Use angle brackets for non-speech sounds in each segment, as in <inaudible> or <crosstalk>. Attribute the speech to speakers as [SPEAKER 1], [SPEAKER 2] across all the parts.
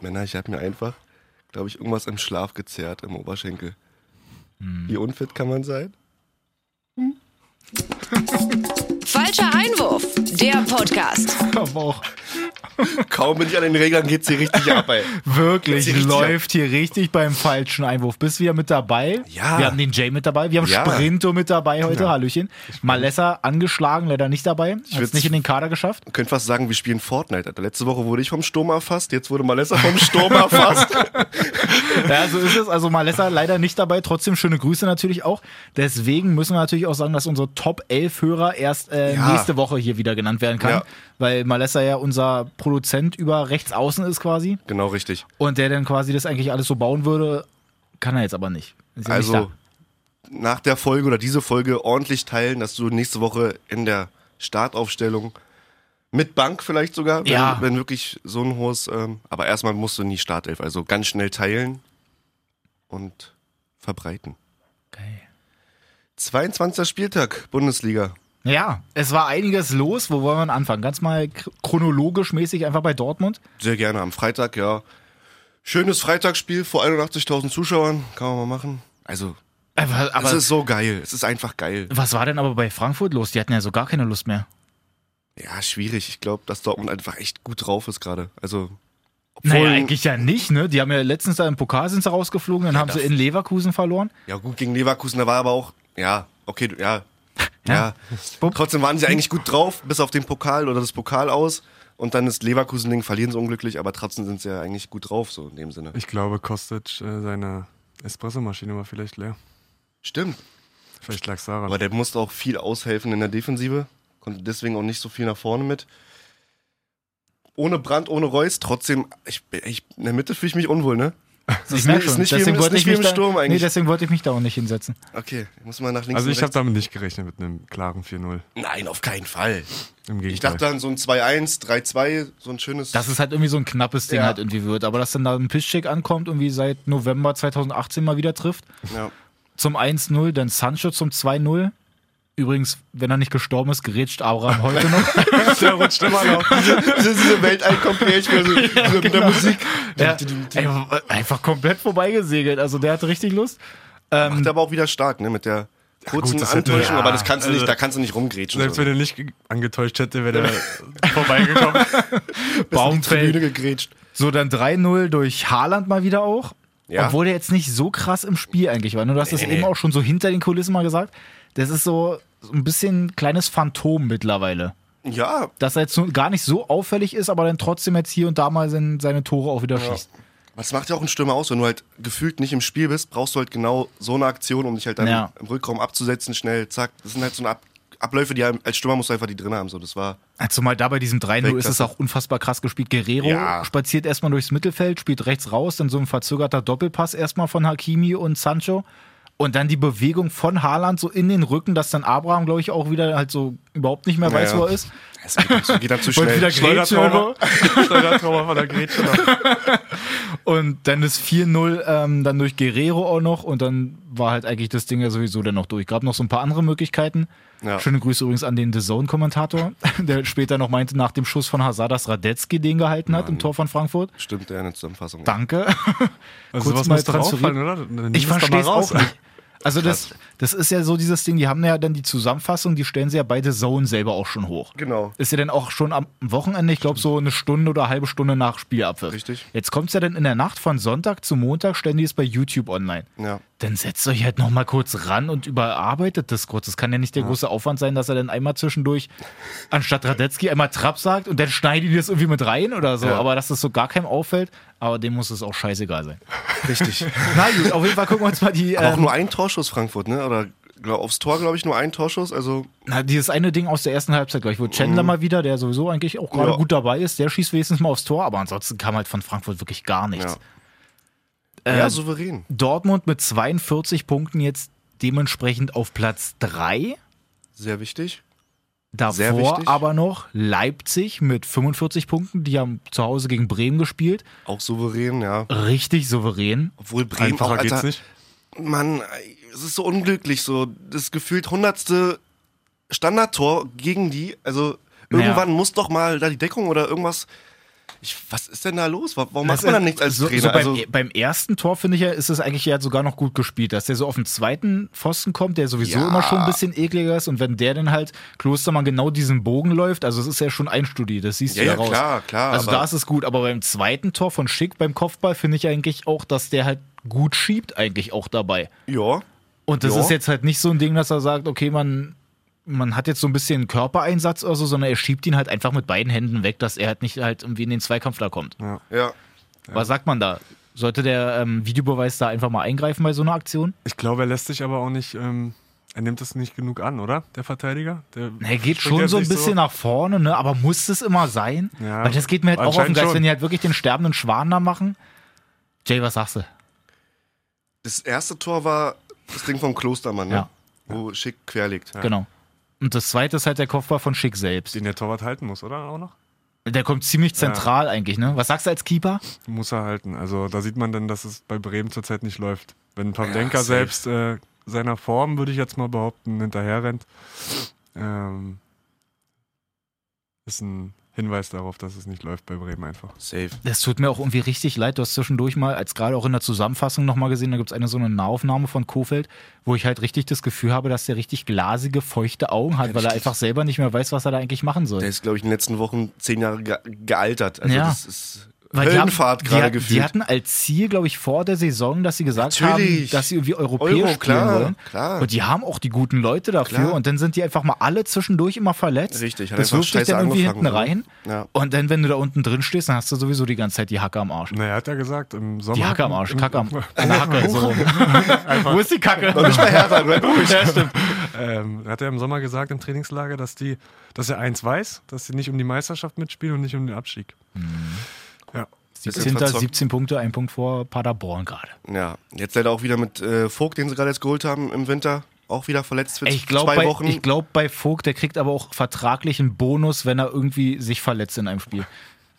[SPEAKER 1] Männer, ich habe mir einfach, glaube ich, irgendwas im Schlaf gezerrt, im Oberschenkel.
[SPEAKER 2] Hm.
[SPEAKER 1] Wie unfit kann man sein?
[SPEAKER 3] Falscher Einwurf, der Podcast.
[SPEAKER 2] Aber auch
[SPEAKER 1] Kaum bin ich an den Reglern, geht's hier richtig ab,
[SPEAKER 2] <laughs>
[SPEAKER 1] ey.
[SPEAKER 2] wirklich
[SPEAKER 1] Jetzt hier richtig
[SPEAKER 2] läuft hier richtig beim falschen Einwurf. Bist wieder mit dabei?
[SPEAKER 1] Ja.
[SPEAKER 2] Wir haben den Jay mit dabei. Wir haben
[SPEAKER 1] Ja.
[SPEAKER 2] Sprinto mit dabei heute. Hallöchen. Malessa angeschlagen, leider nicht dabei. Hat's
[SPEAKER 1] würd's-
[SPEAKER 2] nicht in den Kader geschafft.
[SPEAKER 1] Man könnte fast sagen, wir spielen Fortnite. Alter. Letzte Woche wurde ich vom Sturm erfasst, jetzt wurde Malessa vom
[SPEAKER 2] <laughs>
[SPEAKER 1] Sturm erfasst.
[SPEAKER 2] Ja, so ist es. Also Malessa leider nicht dabei. Trotzdem schöne Grüße natürlich auch. Deswegen müssen wir natürlich auch sagen, dass unsere Top 11 Hörer erst äh,
[SPEAKER 1] Ja.
[SPEAKER 2] nächste Woche hier wieder genannt werden kann.
[SPEAKER 1] Ja.
[SPEAKER 2] Weil Malessa ja unser Produzent über rechts außen ist quasi.
[SPEAKER 1] genau richtig.
[SPEAKER 2] Und der dann quasi das eigentlich alles so bauen würde, kann er jetzt aber nicht. Ist ja nicht
[SPEAKER 1] Also
[SPEAKER 2] da.
[SPEAKER 1] nach der Folge oder diese Folge ordentlich teilen, dass du nächste Woche in der Startaufstellung mit Bank vielleicht sogar, wenn,
[SPEAKER 2] Ja.
[SPEAKER 1] wenn wirklich so ein hohes. Ähm, aber erstmal musst du in die Startelf, also ganz schnell teilen und verbreiten.
[SPEAKER 2] Geil.
[SPEAKER 1] 22. Spieltag Bundesliga.
[SPEAKER 2] Ja, es war einiges los. Wo wollen wir anfangen? Ganz mal k- chronologisch mäßig einfach bei Dortmund.
[SPEAKER 1] Sehr gerne am Freitag, ja. Schönes Freitagsspiel vor 81.000 Zuschauern, kann man mal machen. Also,
[SPEAKER 2] Aber,
[SPEAKER 1] aber es
[SPEAKER 2] Äh, aber
[SPEAKER 1] ist so geil, es ist einfach geil.
[SPEAKER 2] was war denn aber bei Frankfurt los? Die hatten ja so gar keine Lust mehr.
[SPEAKER 1] Ja, schwierig. Ich glaube, dass Dortmund einfach echt gut drauf ist gerade. Also,
[SPEAKER 2] Naja, eigentlich ja nicht, ne? Die haben ja letztens da im Pokal sind sie rausgeflogen, dann haben sie in Leverkusen verloren.
[SPEAKER 1] ja gut, gegen Leverkusen, da war aber auch, ja, okay, du-
[SPEAKER 2] <laughs>
[SPEAKER 1] ja, ja.
[SPEAKER 2] Bup.
[SPEAKER 1] Trotzdem waren sie eigentlich gut drauf, bis auf den Pokal oder das Pokal aus. Und dann ist Leverkusen-Ding, verlieren sie unglücklich, aber trotzdem sind sie ja eigentlich gut drauf, so in dem Sinne.
[SPEAKER 4] Ich glaube, Kostic, äh, seine Espressomaschine war vielleicht leer.
[SPEAKER 1] Stimmt.
[SPEAKER 4] Vielleicht lag es daran.
[SPEAKER 1] Aber der musste auch viel aushelfen in der Defensive, konnte deswegen auch nicht so viel nach vorne mit. Ohne Brand, ohne Reus, trotzdem, ich, ich, in der Mitte fühle ich mich unwohl,
[SPEAKER 4] <laughs>
[SPEAKER 1] ne? Das
[SPEAKER 2] Ich
[SPEAKER 1] ist
[SPEAKER 2] merk
[SPEAKER 1] nicht- ist
[SPEAKER 2] schon,
[SPEAKER 1] nicht wie im-
[SPEAKER 2] deswegen
[SPEAKER 1] ist
[SPEAKER 2] wollte ich
[SPEAKER 1] nicht wie
[SPEAKER 2] mich
[SPEAKER 1] im
[SPEAKER 2] da-
[SPEAKER 1] Sturm
[SPEAKER 2] nee,
[SPEAKER 1] eigentlich.
[SPEAKER 2] deswegen wollte ich mich da auch nicht hinsetzen.
[SPEAKER 1] Okay, ich muss mal nach links
[SPEAKER 4] also
[SPEAKER 1] und
[SPEAKER 4] ich habe damit nicht gerechnet mit einem klaren 4-0.
[SPEAKER 1] rechts. Nein, auf keinen Fall.
[SPEAKER 4] Im Gegenteil.
[SPEAKER 1] Ich dachte an so ein 2-1, 3-2, so ein schönes.
[SPEAKER 2] Dass es halt irgendwie so ein knappes Ding
[SPEAKER 1] Ja.
[SPEAKER 2] halt irgendwie wird. Aber dass dann da ein Pischek ankommt, irgendwie seit November 2018 mal wieder trifft.
[SPEAKER 1] ja.
[SPEAKER 2] Zum 1-0, dann Sancho zum 2-0. Übrigens, wenn er nicht gestorben ist, gerätscht Abraham heute noch.
[SPEAKER 4] <laughs>
[SPEAKER 1] <laughs>
[SPEAKER 4] der rutscht immer noch.
[SPEAKER 1] Das ist <laughs> diese Welt ein komplett mit
[SPEAKER 4] <laughs>
[SPEAKER 1] der Musik.
[SPEAKER 2] Ja, ey, w- einfach komplett vorbeigesegelt. Also der hatte richtig Lust.
[SPEAKER 1] Macht aber auch wieder stark, ne? Mit der kurzen
[SPEAKER 4] gut, das hätte-
[SPEAKER 1] Antäuschung,
[SPEAKER 4] ja.
[SPEAKER 1] aber das kannst du nicht,
[SPEAKER 4] Also-
[SPEAKER 1] da kannst du nicht rumgrätschen.
[SPEAKER 4] Selbst
[SPEAKER 1] so.
[SPEAKER 4] wenn er nicht ge- angetäuscht hätte, wäre der vorbeigekommen.
[SPEAKER 2] Baumfeld.
[SPEAKER 1] gegrätscht.
[SPEAKER 2] So, dann 3-0 durch Haaland mal wieder auch.
[SPEAKER 1] Ja.
[SPEAKER 2] Obwohl der jetzt nicht so krass im Spiel eigentlich war. ne? Du hast das
[SPEAKER 1] nee,
[SPEAKER 2] eben
[SPEAKER 1] nee.
[SPEAKER 2] auch schon so hinter den Kulissen mal gesagt. Das ist so so ein bisschen kleines Phantom mittlerweile.
[SPEAKER 1] Ja,
[SPEAKER 2] Dass er jetzt so- gar nicht so auffällig ist, aber dann trotzdem jetzt hier und da mal sein, seine Tore auch wieder schießt.
[SPEAKER 1] was macht ja auch einen Stürmer aus, wenn du halt gefühlt nicht im Spiel bist, brauchst du halt genau so eine Aktion, um dich halt dann
[SPEAKER 2] Ja.
[SPEAKER 1] im Rückraum abzusetzen, schnell, zack. Das sind halt so eine Ab Abläufe, die halt- als Stürmer musst du einfach die drin haben. So, das war.
[SPEAKER 2] Zumal da bei diesem 3-0 ist es
[SPEAKER 1] Weltklasse.
[SPEAKER 2] auch unfassbar krass gespielt. Guerrero
[SPEAKER 1] Ja.
[SPEAKER 2] spaziert erstmal durchs Mittelfeld, spielt rechts raus, dann so ein verzögerter Doppelpass erstmal von Hakimi und Sancho. Und dann die Bewegung von Haaland so in den Rücken, dass dann Abraham, glaube ich, auch wieder halt so überhaupt nicht mehr weiß,
[SPEAKER 1] Ja.
[SPEAKER 2] wo er ist.
[SPEAKER 1] Es geht, dann zu- geht
[SPEAKER 4] <laughs>
[SPEAKER 1] dann zu
[SPEAKER 2] Und
[SPEAKER 1] schnell.
[SPEAKER 2] wieder Grätsche.
[SPEAKER 4] <laughs> Schleudertrauma. <laughs> Schleudertrauma von der Grätsche. noch.
[SPEAKER 2] Und dann ist 4-0 ähm, dann durch Guerrero auch noch. Und dann war halt eigentlich das Ding ja sowieso dann noch durch. Gab noch so ein paar andere Möglichkeiten.
[SPEAKER 1] Ja.
[SPEAKER 2] Schöne Grüße übrigens an den The Zone-Kommentator, <laughs> der später noch meinte, nach dem Schuss von Hazard, dass Radetzky den gehalten hat im Tor von Frankfurt.
[SPEAKER 1] Stimmt, ja, eine Zusammenfassung.
[SPEAKER 2] Danke. <laughs>
[SPEAKER 4] Also
[SPEAKER 2] Kurz
[SPEAKER 4] was
[SPEAKER 2] mal
[SPEAKER 4] muss drauf
[SPEAKER 2] transferiert.
[SPEAKER 4] fallen, oder? Dann nimmst
[SPEAKER 2] Ich
[SPEAKER 4] du mal
[SPEAKER 2] verstehe es
[SPEAKER 4] raus.
[SPEAKER 2] auch nicht. Also das, das ist ja so dieses Ding, die haben ja dann die Zusammenfassung, die stellen sie ja beide Zone selber auch schon hoch.
[SPEAKER 1] Genau.
[SPEAKER 2] Ist ja dann auch schon am Wochenende, ich glaube so eine Stunde oder halbe Stunde nach Spielabpfiff.
[SPEAKER 1] Richtig.
[SPEAKER 2] Jetzt kommt es ja dann in der Nacht von Sonntag zu Montag, stellen die es bei YouTube online.
[SPEAKER 1] Ja.
[SPEAKER 2] Dann setzt euch halt nochmal kurz ran und überarbeitet das kurz. Das kann ja nicht der große Aufwand sein, dass er dann einmal zwischendurch anstatt Radetzky einmal Trapp sagt und dann schneiden die das irgendwie mit rein oder so. Aber dass das so gar keinem auffällt, aber dem muss es auch scheißegal sein.
[SPEAKER 4] <laughs>
[SPEAKER 1] Richtig.
[SPEAKER 2] Na gut, auf jeden Fall gucken wir uns
[SPEAKER 1] <laughs>
[SPEAKER 2] mal die.
[SPEAKER 1] Aber auch
[SPEAKER 2] Ähm,
[SPEAKER 1] nur ein Torschuss Frankfurt, ne? Oder glaub, aufs Tor, glaube ich, nur ein Torschuss. Also
[SPEAKER 2] na, dieses eine Ding aus der ersten Halbzeit, glaube ich, wo Chandler mal wieder, der sowieso eigentlich auch gerade
[SPEAKER 1] Mhm. Ja.
[SPEAKER 2] gut dabei ist, der schießt wenigstens mal aufs Tor, aber ansonsten kam halt von Frankfurt wirklich gar nichts. Ähm,
[SPEAKER 1] Ja.
[SPEAKER 4] Ähm.
[SPEAKER 1] ja, souverän.
[SPEAKER 2] Dortmund mit 42 Punkten jetzt dementsprechend auf Platz 3.
[SPEAKER 1] Sehr wichtig. Sehr
[SPEAKER 2] Davor
[SPEAKER 1] wichtig.
[SPEAKER 2] aber noch Leipzig mit 45 Punkten, die haben zu Hause gegen Bremen gespielt.
[SPEAKER 1] Auch souverän, ja.
[SPEAKER 2] Richtig souverän.
[SPEAKER 1] Obwohl Bremen auch,
[SPEAKER 4] Einfacher
[SPEAKER 1] Alter,
[SPEAKER 4] geht's nicht.
[SPEAKER 1] Mann, es ist so unglücklich so. Das gefühlt hundertste Standardtor gegen die. Also irgendwann muss doch mal da die Deckung oder irgendwas Ich, was ist denn da los? Wa- Warum macht
[SPEAKER 2] Das
[SPEAKER 1] man
[SPEAKER 2] ist-
[SPEAKER 1] dann nichts als
[SPEAKER 2] so,
[SPEAKER 1] Trainer?
[SPEAKER 2] So beim, e,
[SPEAKER 1] also,
[SPEAKER 2] beim ersten Tor, finde ich, ja, ist es eigentlich ja sogar noch gut gespielt, dass der so auf den zweiten Pfosten kommt, der sowieso
[SPEAKER 1] Ja.
[SPEAKER 2] immer schon ein bisschen ekliger ist. Und wenn der dann halt Klostermann genau diesen Bogen läuft, also es ist ja schon einstudiert, das siehst
[SPEAKER 1] Ja,
[SPEAKER 2] du ja,
[SPEAKER 1] ja,
[SPEAKER 2] raus.
[SPEAKER 1] klar, klar,
[SPEAKER 2] Also
[SPEAKER 1] aber-
[SPEAKER 2] da ist es gut, aber beim zweiten Tor von Schick beim Kopfball finde ich eigentlich auch, dass der halt gut schiebt, eigentlich auch dabei.
[SPEAKER 1] ja.
[SPEAKER 2] Und das
[SPEAKER 1] Ja.
[SPEAKER 2] ist jetzt halt nicht so ein Ding, dass er sagt, okay, man, man hat jetzt so ein bisschen Körpereinsatz oder so, sondern er schiebt ihn halt einfach mit beiden Händen weg, dass er halt nicht halt irgendwie in den Zweikampf da kommt.
[SPEAKER 1] Ja.
[SPEAKER 2] Was sagt man da? Sollte der ähm, Videobeweis da einfach mal eingreifen bei so einer Aktion?
[SPEAKER 4] Ich glaube, er lässt sich aber auch nicht, ähm, er nimmt das nicht genug an, oder? Der Verteidiger? Der
[SPEAKER 2] Na, Er geht
[SPEAKER 4] springt
[SPEAKER 2] schon
[SPEAKER 4] jetzt
[SPEAKER 2] so ein
[SPEAKER 4] nicht
[SPEAKER 2] bisschen nach vorne, ne? aber muss das immer sein?
[SPEAKER 4] Ja,
[SPEAKER 2] Weil das geht mir halt auch auf den
[SPEAKER 4] anscheinend
[SPEAKER 2] Geist,
[SPEAKER 4] schon.
[SPEAKER 2] wenn die halt wirklich den sterbenden Schwan da machen. Jay, was sagst du?
[SPEAKER 1] Das erste Tor war das Ding vom Klostermann, ne?
[SPEAKER 2] Ja.
[SPEAKER 1] Wo Schick quer liegt.
[SPEAKER 2] Genau. Und das zweite ist halt der Kopfball von Schick selbst.
[SPEAKER 4] Den der Torwart halten muss, oder? Auch noch?
[SPEAKER 2] Der kommt ziemlich zentral eigentlich, ne? Was sagst du als Keeper?
[SPEAKER 4] Muss er halten. Also da sieht man dann, dass es bei Bremen zurzeit nicht läuft. Wenn Pavlenka
[SPEAKER 1] Ja, safe.
[SPEAKER 4] selbst äh, seiner Form, würde ich jetzt mal behaupten, hinterherrennt, ähm, ist ein Hinweis darauf, dass es nicht läuft bei Bremen einfach.
[SPEAKER 1] Safe.
[SPEAKER 2] Das tut mir auch irgendwie richtig leid. Du hast zwischendurch mal, als gerade auch in der Zusammenfassung nochmal gesehen, da gibt es eine so eine Nahaufnahme von Kofeld, wo ich halt richtig das Gefühl habe, dass der richtig glasige, feuchte Augen hat, weil er einfach selber nicht mehr weiß, was er da eigentlich machen soll.
[SPEAKER 1] Der ist, glaube ich, in den letzten Wochen zehn Jahre ge gealtert. Also
[SPEAKER 2] Ja.
[SPEAKER 1] das ist
[SPEAKER 2] Weil die haben-
[SPEAKER 1] Höllenfahrt
[SPEAKER 2] die
[SPEAKER 1] gerade
[SPEAKER 2] hat- Die
[SPEAKER 1] gefühlt. <laughs>
[SPEAKER 2] hatten als Ziel, glaube ich, vor der Saison, dass sie gesagt haben,
[SPEAKER 1] Natürlich.
[SPEAKER 2] dass sie irgendwie europäisch
[SPEAKER 1] Euro,
[SPEAKER 2] spielen
[SPEAKER 1] klar,
[SPEAKER 2] wollen.
[SPEAKER 1] klar.
[SPEAKER 2] Und die haben auch die guten Leute dafür.
[SPEAKER 1] Klar.
[SPEAKER 2] Und dann sind die einfach mal alle zwischendurch immer verletzt.
[SPEAKER 1] Richtig, hat
[SPEAKER 2] das
[SPEAKER 1] einfach
[SPEAKER 2] wirft dich
[SPEAKER 1] scheiße
[SPEAKER 2] dann irgendwie
[SPEAKER 1] angefangen,
[SPEAKER 2] hinten
[SPEAKER 1] oder?
[SPEAKER 2] rein.
[SPEAKER 1] Ja.
[SPEAKER 2] Und dann, wenn du da unten drin stehst, dann hast du sowieso die ganze Zeit die Hacke am Arsch.
[SPEAKER 4] Na, er hat ja gesagt, im Sommer.
[SPEAKER 2] Die Hacke am Arsch, Kacke am an der Hacke. So. rum. <laughs> Wo ist die Kacke? ja, stimmt.
[SPEAKER 4] <laughs> Ähm, hat er im Sommer gesagt im Trainingslager, dass die, dass er eins weiß, dass sie nicht um die Meisterschaft mitspielen und nicht um den Abstieg. Mhm. Ja.
[SPEAKER 2] 17.
[SPEAKER 1] verzockt.
[SPEAKER 2] 17 Punkte, ein Punkt vor Paderborn gerade.
[SPEAKER 1] Ja. Jetzt leider auch wieder mit äh, Vogt, den sie gerade jetzt geholt haben im Winter. Auch wieder verletzt für
[SPEAKER 2] Ey, Ich glaube
[SPEAKER 1] zwei
[SPEAKER 2] bei,
[SPEAKER 1] Wochen.
[SPEAKER 2] ich glaub, bei Vogt, der kriegt aber auch vertraglichen Bonus, wenn er irgendwie sich verletzt in einem Spiel.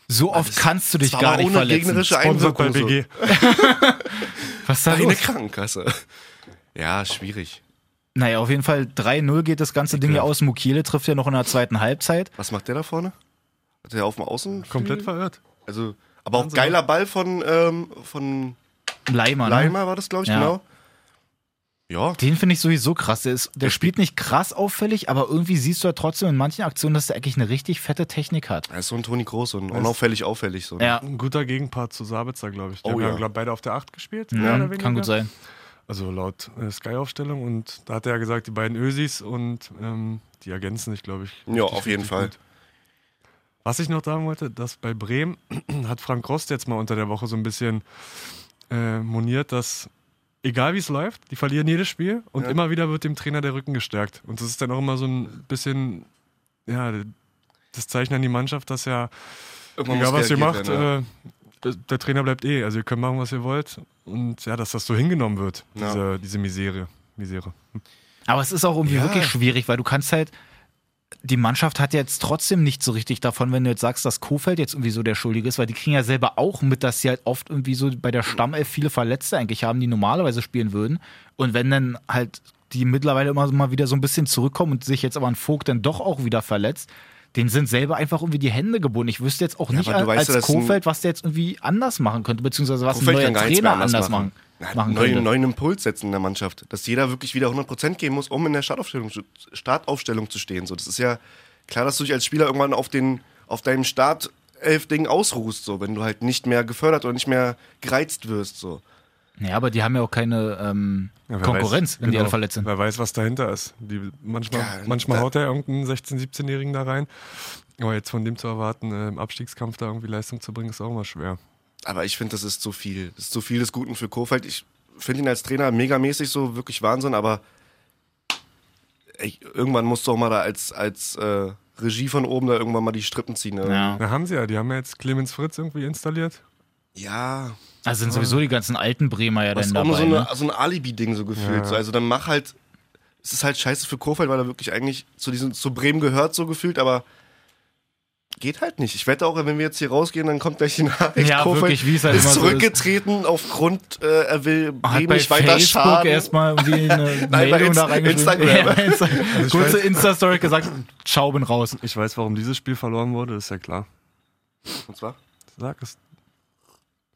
[SPEAKER 2] So oft kannst du dich
[SPEAKER 1] war
[SPEAKER 2] gar
[SPEAKER 1] aber
[SPEAKER 2] nicht
[SPEAKER 1] ohne
[SPEAKER 2] verletzen.
[SPEAKER 1] gegnerische
[SPEAKER 4] Sponsor
[SPEAKER 1] Einwirkung.
[SPEAKER 4] bei
[SPEAKER 1] So.
[SPEAKER 4] BG.
[SPEAKER 2] Was ist da
[SPEAKER 1] Eine
[SPEAKER 2] los?
[SPEAKER 1] Krankenkasse. Ja, schwierig.
[SPEAKER 2] Naja, auf jeden Fall 3-0 geht das ganze Ding ja aus. Mukiele trifft ja noch in der zweiten Halbzeit.
[SPEAKER 1] Was macht der da vorne? Hat der auf dem Außen?
[SPEAKER 4] Komplett verirrt.
[SPEAKER 1] Also, aber auch geiler
[SPEAKER 2] ne?
[SPEAKER 1] Ball von, ähm, von
[SPEAKER 2] Leimer. Ne?
[SPEAKER 1] Leimer war das, glaube ich,
[SPEAKER 2] Ja.
[SPEAKER 1] genau. Ja,
[SPEAKER 2] Den finde ich sowieso krass. Der, ist, der spielt nicht krass auffällig, aber irgendwie siehst du ja trotzdem in manchen Aktionen, dass der eigentlich eine richtig fette Technik hat.
[SPEAKER 1] er ist so ein Toni Groß und unauffällig auffällig. So.
[SPEAKER 2] Ja,
[SPEAKER 4] Ein guter Gegenpart zu Sabitzer, glaube ich. Die
[SPEAKER 1] Oh
[SPEAKER 4] haben
[SPEAKER 1] ja.
[SPEAKER 4] ja. glaube beide auf der 8 gespielt. mehr
[SPEAKER 2] ja
[SPEAKER 4] oder weniger.
[SPEAKER 2] Mhm. kann gut sein.
[SPEAKER 4] Also laut äh, Sky-Aufstellung. Und da hat er ja gesagt, die beiden Ösis und ähm, die ergänzen sich, glaube ich.
[SPEAKER 1] Ja,
[SPEAKER 4] richtig,
[SPEAKER 1] auf jeden
[SPEAKER 4] richtig
[SPEAKER 1] Fall.
[SPEAKER 4] gut. Was ich noch sagen wollte, dass bei Bremen <clears throat> hat Frank Rost jetzt mal unter der Woche so ein bisschen äh, moniert, dass egal wie es läuft, die verlieren jedes Spiel und immer wieder wird dem Trainer der Rücken gestärkt. Und das ist dann auch immer so ein bisschen, ja, das Zeichen an die Mannschaft, dass ja
[SPEAKER 1] Irgendwann
[SPEAKER 4] Egal,
[SPEAKER 1] muss
[SPEAKER 4] was ihr
[SPEAKER 1] reagiert
[SPEAKER 4] macht,
[SPEAKER 1] werden, ja.
[SPEAKER 4] äh, der Trainer bleibt eh. Also ihr könnt machen, was ihr wollt. Und ja, dass das so hingenommen wird,
[SPEAKER 1] Ja.
[SPEAKER 4] diese, diese Misere. Misere.
[SPEAKER 2] Aber es ist auch irgendwie
[SPEAKER 1] Ja.
[SPEAKER 2] wirklich schwierig, weil du kannst halt, die Mannschaft hat jetzt trotzdem nicht so richtig davon, wenn du jetzt sagst, dass Kofeld jetzt irgendwie so der Schuldige ist, weil die kriegen ja selber auch mit, dass sie halt oft irgendwie so bei der Stammelf viele Verletzte eigentlich haben, die normalerweise spielen würden. Und wenn dann halt die mittlerweile immer mal wieder so ein bisschen zurückkommen und sich jetzt aber ein Vogt dann doch auch wieder verletzt, denen sind selber einfach irgendwie die Hände gebunden. Ich wüsste jetzt auch nicht
[SPEAKER 1] aber du weißt
[SPEAKER 2] als
[SPEAKER 1] ja, dass ein-
[SPEAKER 2] Kofeld, was der jetzt irgendwie anders machen könnte, beziehungsweise was
[SPEAKER 1] Kofeld
[SPEAKER 2] ein
[SPEAKER 1] kann
[SPEAKER 2] neuer
[SPEAKER 1] gar nichts
[SPEAKER 2] Trainer
[SPEAKER 1] mehr anders
[SPEAKER 2] anders, machen,
[SPEAKER 1] Ja,
[SPEAKER 2] machen könnte.
[SPEAKER 1] neuen, neuen Impuls setzen in der Mannschaft. Dass jeder wirklich wieder 100% geben muss, um in der Startaufstellung, zu- Startaufstellung zu stehen. So, das ist ja klar, dass du dich als Spieler irgendwann auf, den, auf deinem Startelf-Ding ausruhst, so, wenn du halt nicht mehr gefördert oder nicht mehr gereizt wirst. So.
[SPEAKER 2] Ja, aber die haben ja auch keine ähm,
[SPEAKER 4] Ja, wer
[SPEAKER 2] Konkurrenz,
[SPEAKER 4] weiß,
[SPEAKER 2] wenn die
[SPEAKER 4] genau,
[SPEAKER 2] alle verletzt sind.
[SPEAKER 4] Wer weiß, was dahinter ist. Die, manchmal
[SPEAKER 1] Ja,
[SPEAKER 4] manchmal
[SPEAKER 1] da-
[SPEAKER 4] haut er irgendeinen 16-, 17-Jährigen da rein. Aber jetzt von dem zu erwarten, äh, im Abstiegskampf da irgendwie Leistung zu bringen, ist auch mal schwer.
[SPEAKER 1] Aber ich finde, das ist zu viel. Das ist zu viel des Guten für Kofeld. Ich finde ihn als Trainer megamäßig so wirklich Wahnsinn, aber ey, irgendwann musst du auch mal da als, als äh, Regie von oben da irgendwann mal die Strippen ziehen. ne?
[SPEAKER 2] Ja.
[SPEAKER 4] Da haben sie ja, die haben ja jetzt Clemens Fritz irgendwie installiert.
[SPEAKER 1] ja.
[SPEAKER 2] Also sind sowieso die ganzen alten Bremer ja
[SPEAKER 1] Das
[SPEAKER 2] dann
[SPEAKER 1] ist auch nur
[SPEAKER 2] dabei.
[SPEAKER 1] so, eine,
[SPEAKER 2] ne?
[SPEAKER 1] so ein Alibi-Ding so gefühlt. So, also dann mach halt, es ist halt scheiße für Kofeld, weil er wirklich eigentlich zu diesem, zu Bremen gehört so gefühlt, aber geht halt nicht. Ich wette auch, wenn wir jetzt hier rausgehen, dann kommt gleich die Nachricht,
[SPEAKER 2] Ja,
[SPEAKER 1] Kofeld
[SPEAKER 2] wirklich, wie es halt
[SPEAKER 1] ist
[SPEAKER 2] immer so ist.
[SPEAKER 1] zurückgetreten aufgrund, äh, er will
[SPEAKER 2] Hat
[SPEAKER 1] Bremen
[SPEAKER 2] bei
[SPEAKER 1] nicht weiter
[SPEAKER 2] Facebook
[SPEAKER 1] schaden.
[SPEAKER 2] erstmal
[SPEAKER 1] <laughs>
[SPEAKER 2] irgendwie eine
[SPEAKER 1] bei
[SPEAKER 2] Meldung da
[SPEAKER 1] Inst-
[SPEAKER 2] reingeschrieben.
[SPEAKER 1] Instagram. Also
[SPEAKER 2] Ja, Insta
[SPEAKER 4] ich
[SPEAKER 2] Kurze
[SPEAKER 4] weiß-
[SPEAKER 2] Insta-Story gesagt, ciao, bin raus.
[SPEAKER 4] Ich weiß, warum dieses Spiel verloren wurde, ist ja klar.
[SPEAKER 1] Und zwar?
[SPEAKER 4] sag es.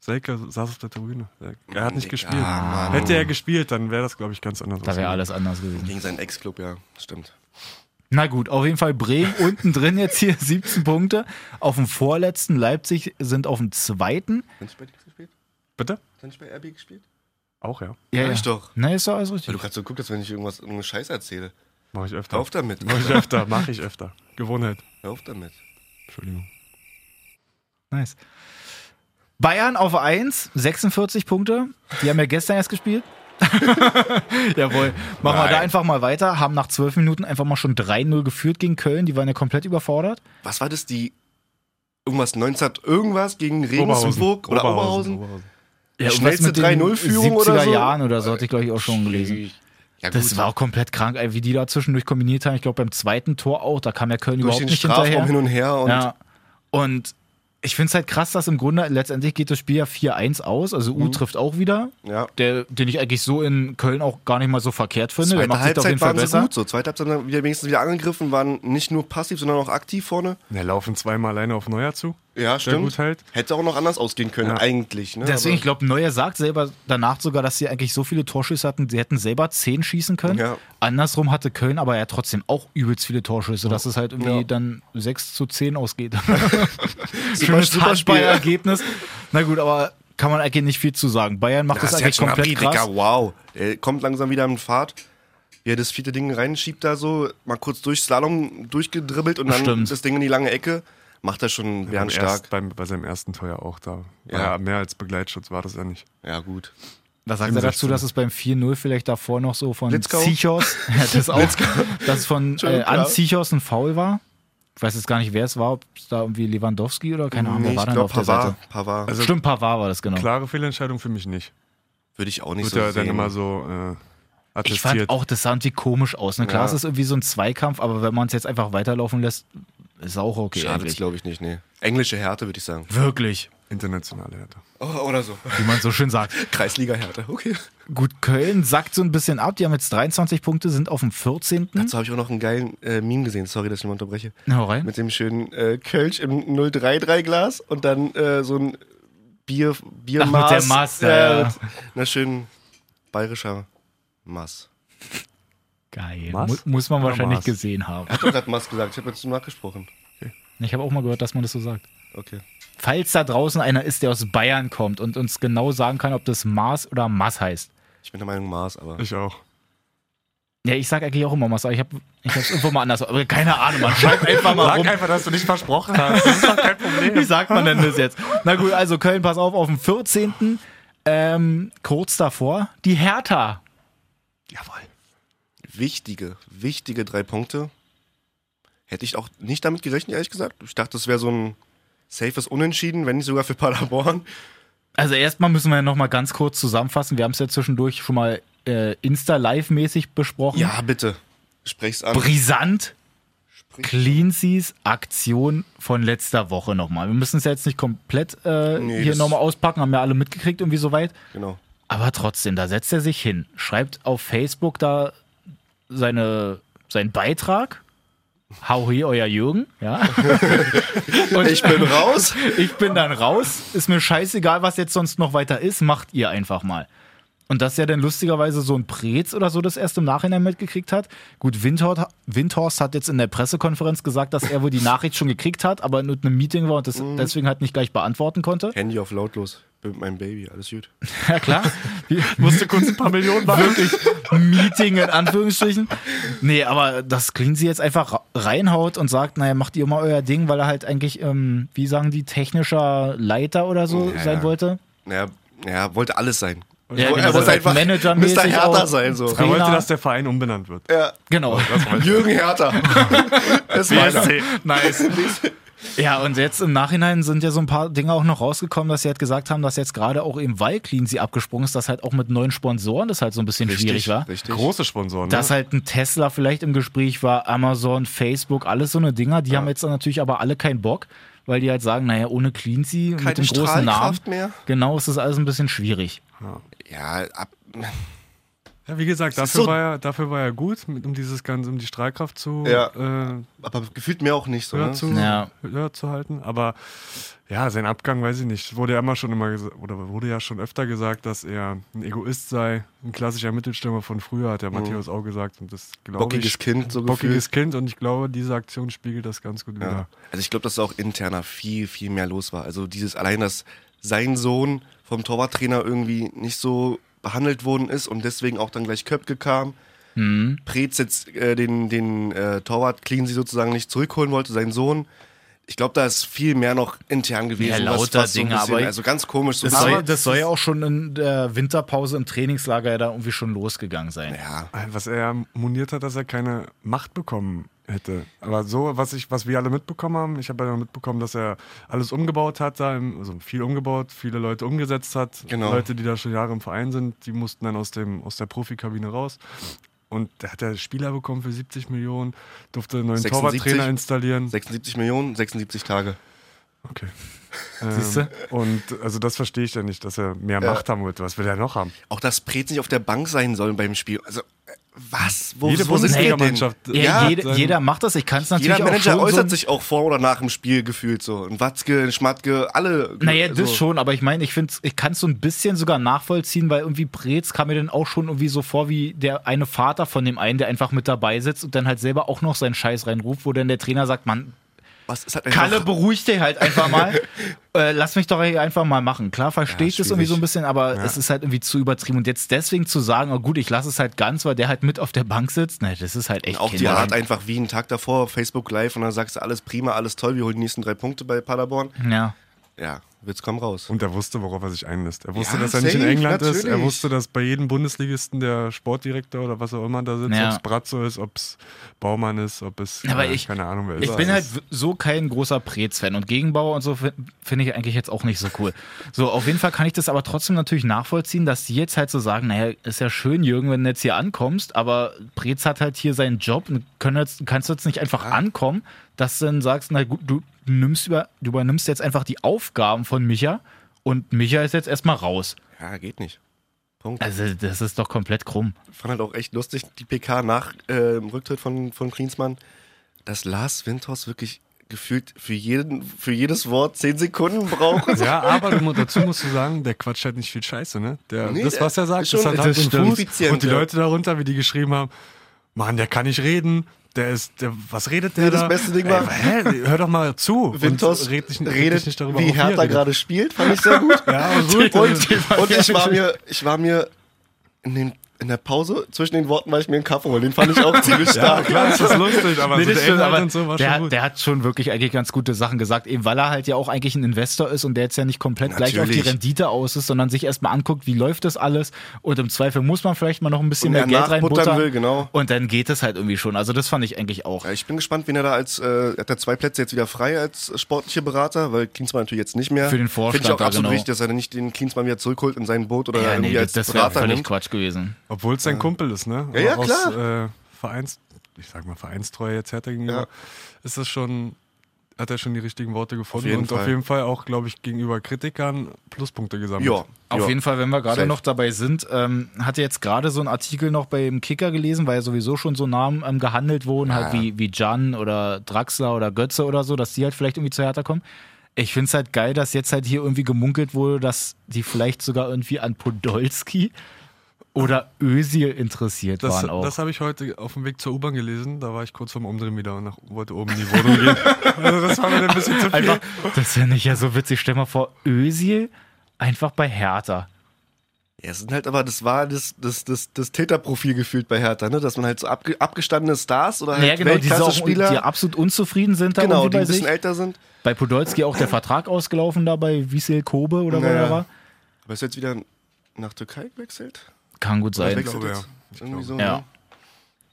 [SPEAKER 4] Selke saß auf der Tribüne. Er hat nicht
[SPEAKER 1] Digga,
[SPEAKER 4] gespielt.
[SPEAKER 1] Mann.
[SPEAKER 4] Hätte er gespielt, dann wäre das, glaube ich, ganz anders.
[SPEAKER 2] Da wäre
[SPEAKER 4] ausgegangen.
[SPEAKER 2] alles anders gewesen.
[SPEAKER 1] Gegen seinen Ex-Club, ja, stimmt.
[SPEAKER 2] Na gut, auf jeden
[SPEAKER 1] <laughs>
[SPEAKER 2] Fall Bremen unten drin jetzt hier 17 Punkte. Auf dem vorletzten Leipzig sind auf dem zweiten.
[SPEAKER 1] Sind ich bei dir gespielt?
[SPEAKER 4] Bitte?
[SPEAKER 1] Sind ich bei RB gespielt?
[SPEAKER 4] Auch, ja.
[SPEAKER 1] Ja, ich doch.
[SPEAKER 2] Na, ist doch alles
[SPEAKER 1] Weil
[SPEAKER 2] richtig.
[SPEAKER 1] du gerade so guckst, als wenn ich irgendwas, irgendeinen Scheiß erzähle.
[SPEAKER 4] Mache ich öfter.
[SPEAKER 1] Hör auf damit.
[SPEAKER 4] Mache ich öfter. Mache ich öfter. Gewohnheit.
[SPEAKER 1] Hör auf damit.
[SPEAKER 4] Entschuldigung.
[SPEAKER 2] Nice. Bayern auf 1, 46 Punkte. Die haben ja gestern erst gespielt. <laughs> Jawohl. Machen wir
[SPEAKER 1] Nein.
[SPEAKER 2] da einfach mal weiter. Haben nach 12 Minuten einfach mal schon 3-0 geführt gegen Köln. Die waren ja komplett überfordert.
[SPEAKER 1] Was war das, die irgendwas 19 irgendwas gegen Regensburg oder Oberhausen?
[SPEAKER 2] Ja,
[SPEAKER 1] Schnellste 3-0-Führung oder so?
[SPEAKER 2] Jahren oder so, hatte ich glaube ich auch schon gelesen.
[SPEAKER 1] Ja, gut.
[SPEAKER 2] Das war auch komplett krank, ey, wie die da zwischendurch kombiniert haben. Ich glaube, beim zweiten Tor auch, da kam ja Köln
[SPEAKER 1] durch
[SPEAKER 2] überhaupt
[SPEAKER 1] den
[SPEAKER 2] nicht
[SPEAKER 1] Strafraum
[SPEAKER 2] hinterher.
[SPEAKER 1] hin und her und
[SPEAKER 2] ja. und ich finde es halt krass, dass im Grunde letztendlich geht das Spiel ja 4-1 aus. Also
[SPEAKER 1] Mhm.
[SPEAKER 2] U trifft auch wieder,
[SPEAKER 1] ja.
[SPEAKER 2] der, den ich eigentlich so in Köln auch gar nicht mal so verkehrt finde. der
[SPEAKER 1] Zweite
[SPEAKER 2] macht sich da auf
[SPEAKER 1] Halbzeit
[SPEAKER 2] jeden Fall
[SPEAKER 1] waren sie
[SPEAKER 2] besser.
[SPEAKER 1] gut. So. Zweite Halbzeit haben wir wenigstens wieder angegriffen, waren nicht nur passiv, sondern auch aktiv vorne.
[SPEAKER 4] Wir laufen zweimal alleine auf Neuer zu.
[SPEAKER 1] Ja,
[SPEAKER 4] Sehr gut halt.
[SPEAKER 1] Hätte auch noch anders ausgehen können,
[SPEAKER 4] Ja.
[SPEAKER 1] eigentlich. Ne?
[SPEAKER 2] Deswegen, ich glaube, Neuer sagt selber danach sogar, dass sie eigentlich so viele Torschüsse hatten, sie hätten selber zehn schießen können.
[SPEAKER 1] Ja.
[SPEAKER 2] Andersrum hatte Köln aber ja trotzdem auch übelst viele Torschüsse, dass es halt irgendwie
[SPEAKER 1] Ja.
[SPEAKER 2] dann 6 zu 10 ausgeht.
[SPEAKER 1] <laughs> Super-
[SPEAKER 2] <laughs> Schönes
[SPEAKER 1] super
[SPEAKER 2] Handballergebnis. Na gut, aber kann man eigentlich nicht viel zu sagen. Bayern macht das,
[SPEAKER 1] ist
[SPEAKER 2] eigentlich
[SPEAKER 1] jetzt
[SPEAKER 2] komplett
[SPEAKER 1] Gnabry,
[SPEAKER 2] krass.
[SPEAKER 1] Digga, wow. Der kommt langsam wieder in Fahrt. Ja, das vierte Ding reinschiebt da so, mal kurz durch Slalom durchgedribbelt und dann
[SPEAKER 2] Stimmt.
[SPEAKER 1] das Ding in die lange Ecke. Macht er schon
[SPEAKER 4] Beim
[SPEAKER 1] Bernd
[SPEAKER 4] erst,
[SPEAKER 1] stark.
[SPEAKER 4] beim, bei seinem ersten Tor ja auch da.
[SPEAKER 1] Ja.
[SPEAKER 4] Ja. ja, mehr als Begleitschutz war das ja nicht.
[SPEAKER 1] Ja, gut.
[SPEAKER 2] Was sagt er dazu,
[SPEAKER 4] 16?
[SPEAKER 2] dass es beim 4-0 vielleicht davor noch so von
[SPEAKER 1] Blitzkau.
[SPEAKER 2] Zichos, ja, <laughs> das auch, dass es von äh,
[SPEAKER 1] Entschuldigung,
[SPEAKER 2] an
[SPEAKER 1] ja.
[SPEAKER 2] Zichos ein Foul war? Ich weiß jetzt gar nicht, wer es war, ob es da irgendwie Lewandowski oder keine Ahnung, wer war
[SPEAKER 1] ich
[SPEAKER 2] denn da
[SPEAKER 1] glaube,
[SPEAKER 2] auf der Seite?
[SPEAKER 1] Pavard. Pavard.
[SPEAKER 4] Also-
[SPEAKER 2] Stimmt, Pavard war das genau.
[SPEAKER 4] Klare Fehlentscheidung für mich nicht.
[SPEAKER 1] Würde ich auch nicht
[SPEAKER 4] Wird
[SPEAKER 1] so
[SPEAKER 4] ja dann
[SPEAKER 1] sehen.
[SPEAKER 4] immer so äh, attestiert.
[SPEAKER 2] Ich fand auch, das sah irgendwie komisch aus. Ne? Klar,
[SPEAKER 4] Ja.
[SPEAKER 2] es ist irgendwie so ein Zweikampf, aber wenn man es jetzt einfach weiterlaufen lässt, ist auch okay.
[SPEAKER 1] Schadet's,
[SPEAKER 2] eigentlich.
[SPEAKER 1] glaube ich, nicht, nee. Englische Härte, würde ich sagen.
[SPEAKER 2] Wirklich,
[SPEAKER 4] Internationale Härte.
[SPEAKER 1] Oh, oder so.
[SPEAKER 2] wie man so schön sagt.
[SPEAKER 1] Kreisliga-Härte, okay.
[SPEAKER 2] Gut, Köln sackt so ein bisschen ab. Die haben jetzt 23 Punkte, sind auf dem 14.
[SPEAKER 1] Dazu habe ich auch noch einen geilen äh, Meme gesehen. Sorry, dass ich mal unterbreche.
[SPEAKER 2] Hau rein.
[SPEAKER 1] Mit dem schönen äh, Kölsch im 033-Glas und dann äh, so ein Bier, Biermaß.
[SPEAKER 2] Ach, mit der Maß, ja, ja.
[SPEAKER 1] mit einer schönen bayerischer Maß.
[SPEAKER 2] Geil.
[SPEAKER 4] Was?
[SPEAKER 2] Mu muss man
[SPEAKER 4] Ja,
[SPEAKER 2] wahrscheinlich
[SPEAKER 4] was?
[SPEAKER 2] gesehen haben.
[SPEAKER 1] Ich habe gerade Maß gesagt, ich habe jetzt nur nachgesprochen.
[SPEAKER 2] Ich habe auch mal gehört, dass man das so sagt.
[SPEAKER 1] Okay.
[SPEAKER 2] Falls da draußen einer ist, der aus Bayern kommt und uns genau sagen kann, ob das Mars oder Mass heißt.
[SPEAKER 1] Ich bin der Meinung Maß, aber.
[SPEAKER 4] Ich auch.
[SPEAKER 2] Ja, ich sag eigentlich auch immer Mass, aber ich habe ich hab's irgendwo mal anders. Aber keine Ahnung, man schreibt einfach mal
[SPEAKER 4] Sag
[SPEAKER 2] rum.
[SPEAKER 4] einfach, dass du nicht versprochen hast. Das ist doch kein Problem.
[SPEAKER 2] Wie sagt man denn das jetzt? Na gut, also Köln, pass auf, auf dem 14. Ähm, kurz davor, die Hertha.
[SPEAKER 4] Jawohl.
[SPEAKER 1] Wichtige, wichtige drei Punkte. Hätte ich auch nicht damit gerechnet, ehrlich gesagt. Ich dachte, das wäre so ein safes Unentschieden, wenn nicht sogar für Paderborn.
[SPEAKER 2] Also erstmal müssen wir nochmal ganz kurz zusammenfassen. Wir haben es ja zwischendurch schon mal äh, Insta-Live-mäßig besprochen.
[SPEAKER 1] Ja, bitte. Sprich's an.
[SPEAKER 2] Brisant. Cleansys Aktion von letzter Woche nochmal. Wir müssen es ja jetzt nicht komplett äh,
[SPEAKER 1] Nee,
[SPEAKER 2] hier
[SPEAKER 1] das-
[SPEAKER 2] nochmal auspacken, haben ja alle mitgekriegt irgendwie soweit.
[SPEAKER 1] Genau.
[SPEAKER 2] Aber trotzdem, da setzt er sich hin, schreibt auf Facebook da seine, seinen Beitrag. Hau hier euer Jürgen,
[SPEAKER 1] <laughs>
[SPEAKER 2] ja. Und
[SPEAKER 1] Ich bin raus. <laughs>
[SPEAKER 2] ich bin dann raus. Ist mir scheißegal, was jetzt sonst noch weiter ist. Macht ihr einfach mal. Und dass ja dann lustigerweise so ein Prez oder so das erst im Nachhinein mitgekriegt hat. Gut, Windhorst, Windhorst hat jetzt in der Pressekonferenz gesagt, dass er wohl die Nachricht schon gekriegt hat, aber nur in einem Meeting war und das deswegen halt nicht gleich beantworten konnte.
[SPEAKER 1] Handy auf lautlos. Bin mit meinem Baby, alles gut.
[SPEAKER 2] Ja, klar. Wie-
[SPEAKER 4] Musste kurz ein paar Millionen machen. Wirklich.
[SPEAKER 2] Meeting in Anführungsstrichen. Nee, aber dass Cleansy jetzt einfach ra- reinhaut und sagt, naja, macht ihr mal euer Ding, weil er halt eigentlich, ähm, wie sagen die, technischer Leiter oder so
[SPEAKER 1] Ja,
[SPEAKER 2] sein
[SPEAKER 1] ja.
[SPEAKER 2] wollte.
[SPEAKER 1] Naja, naja, wollte alles sein.
[SPEAKER 2] Ja,
[SPEAKER 1] er
[SPEAKER 2] genau.
[SPEAKER 1] wollte einfach
[SPEAKER 2] Managermäßig
[SPEAKER 1] Mr. Hertha
[SPEAKER 2] auch.
[SPEAKER 1] sein. So.
[SPEAKER 4] Er wollte,
[SPEAKER 2] Trainer.
[SPEAKER 4] dass der Verein umbenannt wird.
[SPEAKER 1] Ja,
[SPEAKER 2] Genau.
[SPEAKER 1] Jürgen
[SPEAKER 2] <laughs>
[SPEAKER 1] Hertha. das war er.
[SPEAKER 2] nice. Ja, und jetzt im Nachhinein sind ja so ein paar Dinge auch noch rausgekommen, dass sie halt gesagt haben, dass jetzt gerade auch eben weil Clean sie abgesprungen ist, dass halt auch mit neuen Sponsoren das halt so ein bisschen schwierig war.
[SPEAKER 1] Richtig.
[SPEAKER 4] Große Sponsoren.
[SPEAKER 2] Dass
[SPEAKER 4] ne?
[SPEAKER 2] halt ein Tesla vielleicht im Gespräch war, Amazon, Facebook, alles so eine Dinger, die haben jetzt dann natürlich aber alle keinen Bock, weil die halt sagen, naja, ohne Cleansy mit dem großen Namen,
[SPEAKER 1] Strahlkraft mehr.
[SPEAKER 2] genau, ist das alles ein bisschen schwierig.
[SPEAKER 1] Ja, ab,
[SPEAKER 4] Ja, wie gesagt,
[SPEAKER 1] Es ist
[SPEAKER 4] dafür,
[SPEAKER 1] so-
[SPEAKER 4] war er, dafür war er gut, mit, um dieses Ganze, um die Strahlkraft zu,
[SPEAKER 1] Ja.
[SPEAKER 4] äh,
[SPEAKER 1] Aber gefühlt mir auch nicht so.
[SPEAKER 4] höher,
[SPEAKER 1] ne?
[SPEAKER 4] zu
[SPEAKER 2] Ja.
[SPEAKER 4] höher zu halten. Aber ja, sein Abgang weiß ich nicht. Wurde ja immer schon immer gesa- oder wurde ja schon öfter gesagt, dass er ein Egoist sei. Ein klassischer Mittelstürmer von früher, hat der Matthäus auch gesagt. Und das glaube
[SPEAKER 1] Mhm. Bockiges
[SPEAKER 4] ich.
[SPEAKER 1] Kind, so gefühlt.
[SPEAKER 4] Bockiges Kind und ich glaube, diese Aktion spiegelt das ganz gut
[SPEAKER 1] Ja.
[SPEAKER 4] wieder.
[SPEAKER 1] Also ich glaube, dass da auch interner viel, viel mehr los war. Also dieses allein, dass sein Sohn vom Torwarttrainer irgendwie nicht so behandelt worden ist und deswegen auch dann gleich Köpke kam.
[SPEAKER 2] Mhm.
[SPEAKER 1] Preetz jetzt äh, den, den äh, Torwart clean sie sozusagen nicht zurückholen wollte, sein Sohn. Ich glaube, da ist viel mehr noch intern gewesen.
[SPEAKER 2] lauter Dinge,
[SPEAKER 1] bisschen,
[SPEAKER 2] aber-
[SPEAKER 1] Also ganz komisch. So
[SPEAKER 2] Das
[SPEAKER 1] aber-
[SPEAKER 2] soll, das soll ja auch schon in der Winterpause im Trainingslager ja da irgendwie schon losgegangen sein.
[SPEAKER 1] ja,
[SPEAKER 4] Äh, Was er moniert hat, dass er keine Macht bekommen hätte. Aber so, was ich, was wir alle mitbekommen haben, ich habe ja noch mitbekommen, dass er alles umgebaut hat, da im, also viel umgebaut, viele Leute umgesetzt hat.
[SPEAKER 1] Genau.
[SPEAKER 4] Leute, die da schon Jahre im Verein sind, die mussten dann aus, dem, aus der Profikabine raus. Und da hat er Spieler bekommen für 70 Millionen, durfte einen neuen
[SPEAKER 1] 76?
[SPEAKER 4] Torwarttrainer installieren.
[SPEAKER 1] 76 Millionen, 76 Tage.
[SPEAKER 4] Okay.
[SPEAKER 2] Siehste?
[SPEAKER 4] Ähm, und also das verstehe ich ja nicht, dass er mehr Macht haben wollte. Was will er noch haben?
[SPEAKER 1] Auch dass Preetz nicht auf der Bank sein soll beim Spiel. Also, äh, was? Wo,
[SPEAKER 4] Jede
[SPEAKER 1] wo sind wir denn?
[SPEAKER 4] Bundesliga-Mannschaft- äh,
[SPEAKER 2] Ja,
[SPEAKER 1] Ja,
[SPEAKER 2] jede,
[SPEAKER 4] dann-
[SPEAKER 2] jeder macht das. Ich kann es natürlich
[SPEAKER 1] Jeder Manager
[SPEAKER 2] auch schon
[SPEAKER 1] äußert
[SPEAKER 2] so,
[SPEAKER 1] sich auch vor oder nach dem Spiel gefühlt so. Ein Watzke, ein Schmatke, alle.
[SPEAKER 2] Naja,
[SPEAKER 1] also,
[SPEAKER 2] das schon, aber ich meine, ich finde, ich kann es so ein bisschen sogar nachvollziehen, weil irgendwie Brez kam mir dann auch schon irgendwie so vor wie der eine Vater von dem einen, der einfach mit dabei sitzt und dann halt selber auch noch seinen Scheiß reinruft, wo dann der Trainer sagt, Mann,
[SPEAKER 1] Was ist halt
[SPEAKER 2] Kalle,
[SPEAKER 1] einfach-
[SPEAKER 2] beruhig dich halt einfach
[SPEAKER 1] <laughs>
[SPEAKER 2] mal. äh, lass mich doch hier einfach mal machen. Klar verstehe
[SPEAKER 1] Ja,
[SPEAKER 2] ich das irgendwie
[SPEAKER 1] schwierig.
[SPEAKER 2] so ein bisschen, aber es ist halt irgendwie zu übertrieben. Und jetzt deswegen zu sagen, oh gut, ich lasse es halt ganz, weil der halt mit auf der Bank sitzt, ne, das ist halt echt
[SPEAKER 1] Auch die
[SPEAKER 2] Kindergarten.
[SPEAKER 1] Art einfach wie einen Tag davor, Facebook Live und dann sagst du alles prima, alles toll, wir holen die nächsten drei Punkte bei Paderborn.
[SPEAKER 2] Ja.
[SPEAKER 1] Ja, Witz komm raus.
[SPEAKER 4] Und er wusste, worauf er sich einlässt. Er wusste,
[SPEAKER 1] Ja,
[SPEAKER 4] dass er nicht in
[SPEAKER 1] safe,
[SPEAKER 4] England ist. Er
[SPEAKER 1] natürlich.
[SPEAKER 4] wusste, dass bei jedem Bundesligisten der Sportdirektor oder was auch immer da sitzt,
[SPEAKER 2] Ja.
[SPEAKER 4] ob es Bratzo ist, ob es Baumann ist, ob es
[SPEAKER 2] Aber
[SPEAKER 4] keine-
[SPEAKER 2] ich-
[SPEAKER 4] keine Ahnung wer
[SPEAKER 2] Ich
[SPEAKER 4] ist.
[SPEAKER 2] bin
[SPEAKER 1] <laughs>
[SPEAKER 4] Das
[SPEAKER 2] halt
[SPEAKER 4] ist-
[SPEAKER 2] w- so kein großer Prez-Fan und Gegenbauer und so fi- finde ich eigentlich jetzt auch nicht so cool. So, auf jeden Fall kann ich das aber trotzdem natürlich nachvollziehen, dass die jetzt halt so sagen, naja, ist ja schön, Jürgen, wenn du jetzt hier ankommst, aber Prez hat halt hier seinen Job und können jetzt, kannst du jetzt nicht einfach ankommen, dass du dann sagst, na gut, du nimmst über, du übernimmst jetzt einfach die Aufgaben von Micha und Micha ist jetzt erstmal raus.
[SPEAKER 1] Ja, geht nicht. Punkt.
[SPEAKER 2] Also, das ist doch komplett krumm.
[SPEAKER 1] Ich fand halt auch echt lustig, die PK nach äh, dem Rücktritt von, von Klinsmann, dass Lars Windhorst wirklich gefühlt für, jeden, für jedes Wort zehn Sekunden braucht.
[SPEAKER 4] ja, aber du, mu- dazu musst du sagen, der quatscht halt nicht viel Scheiße, ne? Der,
[SPEAKER 1] Nee,
[SPEAKER 4] das, was er sagt,
[SPEAKER 1] schon-
[SPEAKER 4] das hat
[SPEAKER 1] das
[SPEAKER 4] halt so
[SPEAKER 1] stimmt.
[SPEAKER 4] einen Fuß.
[SPEAKER 1] Effizient,
[SPEAKER 4] Und die
[SPEAKER 1] ja.
[SPEAKER 4] Leute darunter, wie die geschrieben haben, Mann, der kann nicht reden. Der ist, der, was redet der
[SPEAKER 1] Nee,
[SPEAKER 4] da? Äh,
[SPEAKER 1] das beste Ding war-
[SPEAKER 4] Hä, hör doch mal zu.
[SPEAKER 1] Windhorst
[SPEAKER 4] und red nicht, red
[SPEAKER 1] redet,
[SPEAKER 4] dich nicht darüber,
[SPEAKER 1] wie
[SPEAKER 4] auf, er
[SPEAKER 1] Hertha
[SPEAKER 4] redet.
[SPEAKER 1] gerade spielt, fand ich sehr gut. <laughs>
[SPEAKER 4] Ja, und
[SPEAKER 1] und,
[SPEAKER 4] gut.
[SPEAKER 1] <laughs> und, ich war mir, ich war mir in, den, in der Pause zwischen den Worten war ich mir einen Kaffee holen. Den fand ich auch
[SPEAKER 2] <laughs>
[SPEAKER 1] ziemlich stark.
[SPEAKER 4] Klar, das ist lustig, aber
[SPEAKER 2] Nee,
[SPEAKER 4] so
[SPEAKER 2] das
[SPEAKER 4] der
[SPEAKER 2] stimmt,
[SPEAKER 4] Inhalt
[SPEAKER 2] aber
[SPEAKER 4] und so war
[SPEAKER 2] der,
[SPEAKER 4] schon
[SPEAKER 2] hat-
[SPEAKER 4] gut.
[SPEAKER 2] der hat schon wirklich eigentlich ganz gute Sachen gesagt, eben weil er halt ja auch eigentlich ein Investor ist und der jetzt ja nicht komplett gleich auf die
[SPEAKER 1] Natürlich.
[SPEAKER 2] Rendite aus ist, sondern sich erstmal anguckt, wie läuft das alles und im Zweifel muss man vielleicht mal noch ein bisschen
[SPEAKER 1] Und
[SPEAKER 2] mehr
[SPEAKER 1] er
[SPEAKER 2] Geld
[SPEAKER 1] nachbuttern
[SPEAKER 2] reinbuttern
[SPEAKER 1] will, genau.
[SPEAKER 2] und dann geht es halt irgendwie schon. Also das fand ich eigentlich auch.
[SPEAKER 1] Ja, Ich bin gespannt, wen er da als, äh, er hat er zwei Plätze jetzt wieder frei als äh, sportlicher Berater, weil Klinsmann natürlich jetzt nicht mehr.
[SPEAKER 2] Für den Vorstand,
[SPEAKER 1] Finde ich
[SPEAKER 2] ja,
[SPEAKER 1] auch absolut
[SPEAKER 2] genau.
[SPEAKER 1] wichtig, dass er nicht den Klinsmann wieder zurückholt in sein Boot oder
[SPEAKER 2] Ja,
[SPEAKER 1] irgendwie
[SPEAKER 2] nee,
[SPEAKER 1] als
[SPEAKER 2] das, das wäre
[SPEAKER 1] Berater
[SPEAKER 2] völlig
[SPEAKER 1] nimmt.
[SPEAKER 2] Quatsch gewesen.
[SPEAKER 4] Obwohl es sein Kumpel ist, ne?
[SPEAKER 1] Ja, ja,
[SPEAKER 4] Aber
[SPEAKER 1] klar.
[SPEAKER 4] Aus, äh, Vereins, ich sag mal Vereinstreue jetzt Hertha gegenüber,
[SPEAKER 1] Ja.
[SPEAKER 4] ist das schon, hat er schon die richtigen Worte gefunden
[SPEAKER 1] jeden
[SPEAKER 4] und auf
[SPEAKER 1] Fall.
[SPEAKER 4] jeden Fall auch, glaube ich, gegenüber Kritikern Pluspunkte gesammelt.
[SPEAKER 1] Ja,
[SPEAKER 2] Auf
[SPEAKER 1] ja.
[SPEAKER 2] jeden Fall, wenn wir gerade
[SPEAKER 1] Safe.
[SPEAKER 2] noch dabei sind, ähm, hatte jetzt gerade so einen Artikel noch beim Kicker gelesen, weil ja sowieso schon so Namen ähm, gehandelt wurden, halt wie, wie Jan oder Draxler oder Götze oder so, dass die halt vielleicht irgendwie zu Hertha kommen. Ich finde es halt geil, dass jetzt halt hier irgendwie gemunkelt wurde, dass die vielleicht sogar irgendwie an Podolski oder Özil interessiert
[SPEAKER 4] Das,
[SPEAKER 2] waren auch.
[SPEAKER 4] das habe ich heute auf dem Weg zur U-Bahn gelesen. Da war ich kurz vorm Umdrehen wieder und nach, wollte oben in die Wohnung gehen.
[SPEAKER 1] <laughs>
[SPEAKER 4] Also das war mir dann ein bisschen zu viel.
[SPEAKER 2] einfach, das finde ich ja so witzig. Stell mal vor, Özil einfach bei Hertha.
[SPEAKER 1] Ja, es sind halt aber, das war das, das, das, das Täterprofil gefühlt bei Hertha, ne? dass man halt so abge, abgestandene Stars oder halt
[SPEAKER 2] Ja, genau, die, auch, die
[SPEAKER 1] Weltklasse-Spieler,
[SPEAKER 2] absolut unzufrieden sind da
[SPEAKER 1] genau,
[SPEAKER 2] irgendwie
[SPEAKER 1] die
[SPEAKER 2] bei
[SPEAKER 1] ein
[SPEAKER 2] sich.
[SPEAKER 1] bisschen älter sind.
[SPEAKER 2] Bei Podolski auch der Vertrag ausgelaufen da bei Wiesel Kobe oder wer
[SPEAKER 1] Naja.
[SPEAKER 2] da war?
[SPEAKER 1] Aber ist jetzt wieder nach Türkei gewechselt?
[SPEAKER 2] Kann gut
[SPEAKER 1] Oder
[SPEAKER 2] sein.
[SPEAKER 1] wechselt
[SPEAKER 4] glaube,
[SPEAKER 1] jetzt?
[SPEAKER 4] ja.
[SPEAKER 1] Irgendwie so,
[SPEAKER 2] Ja.
[SPEAKER 1] ne?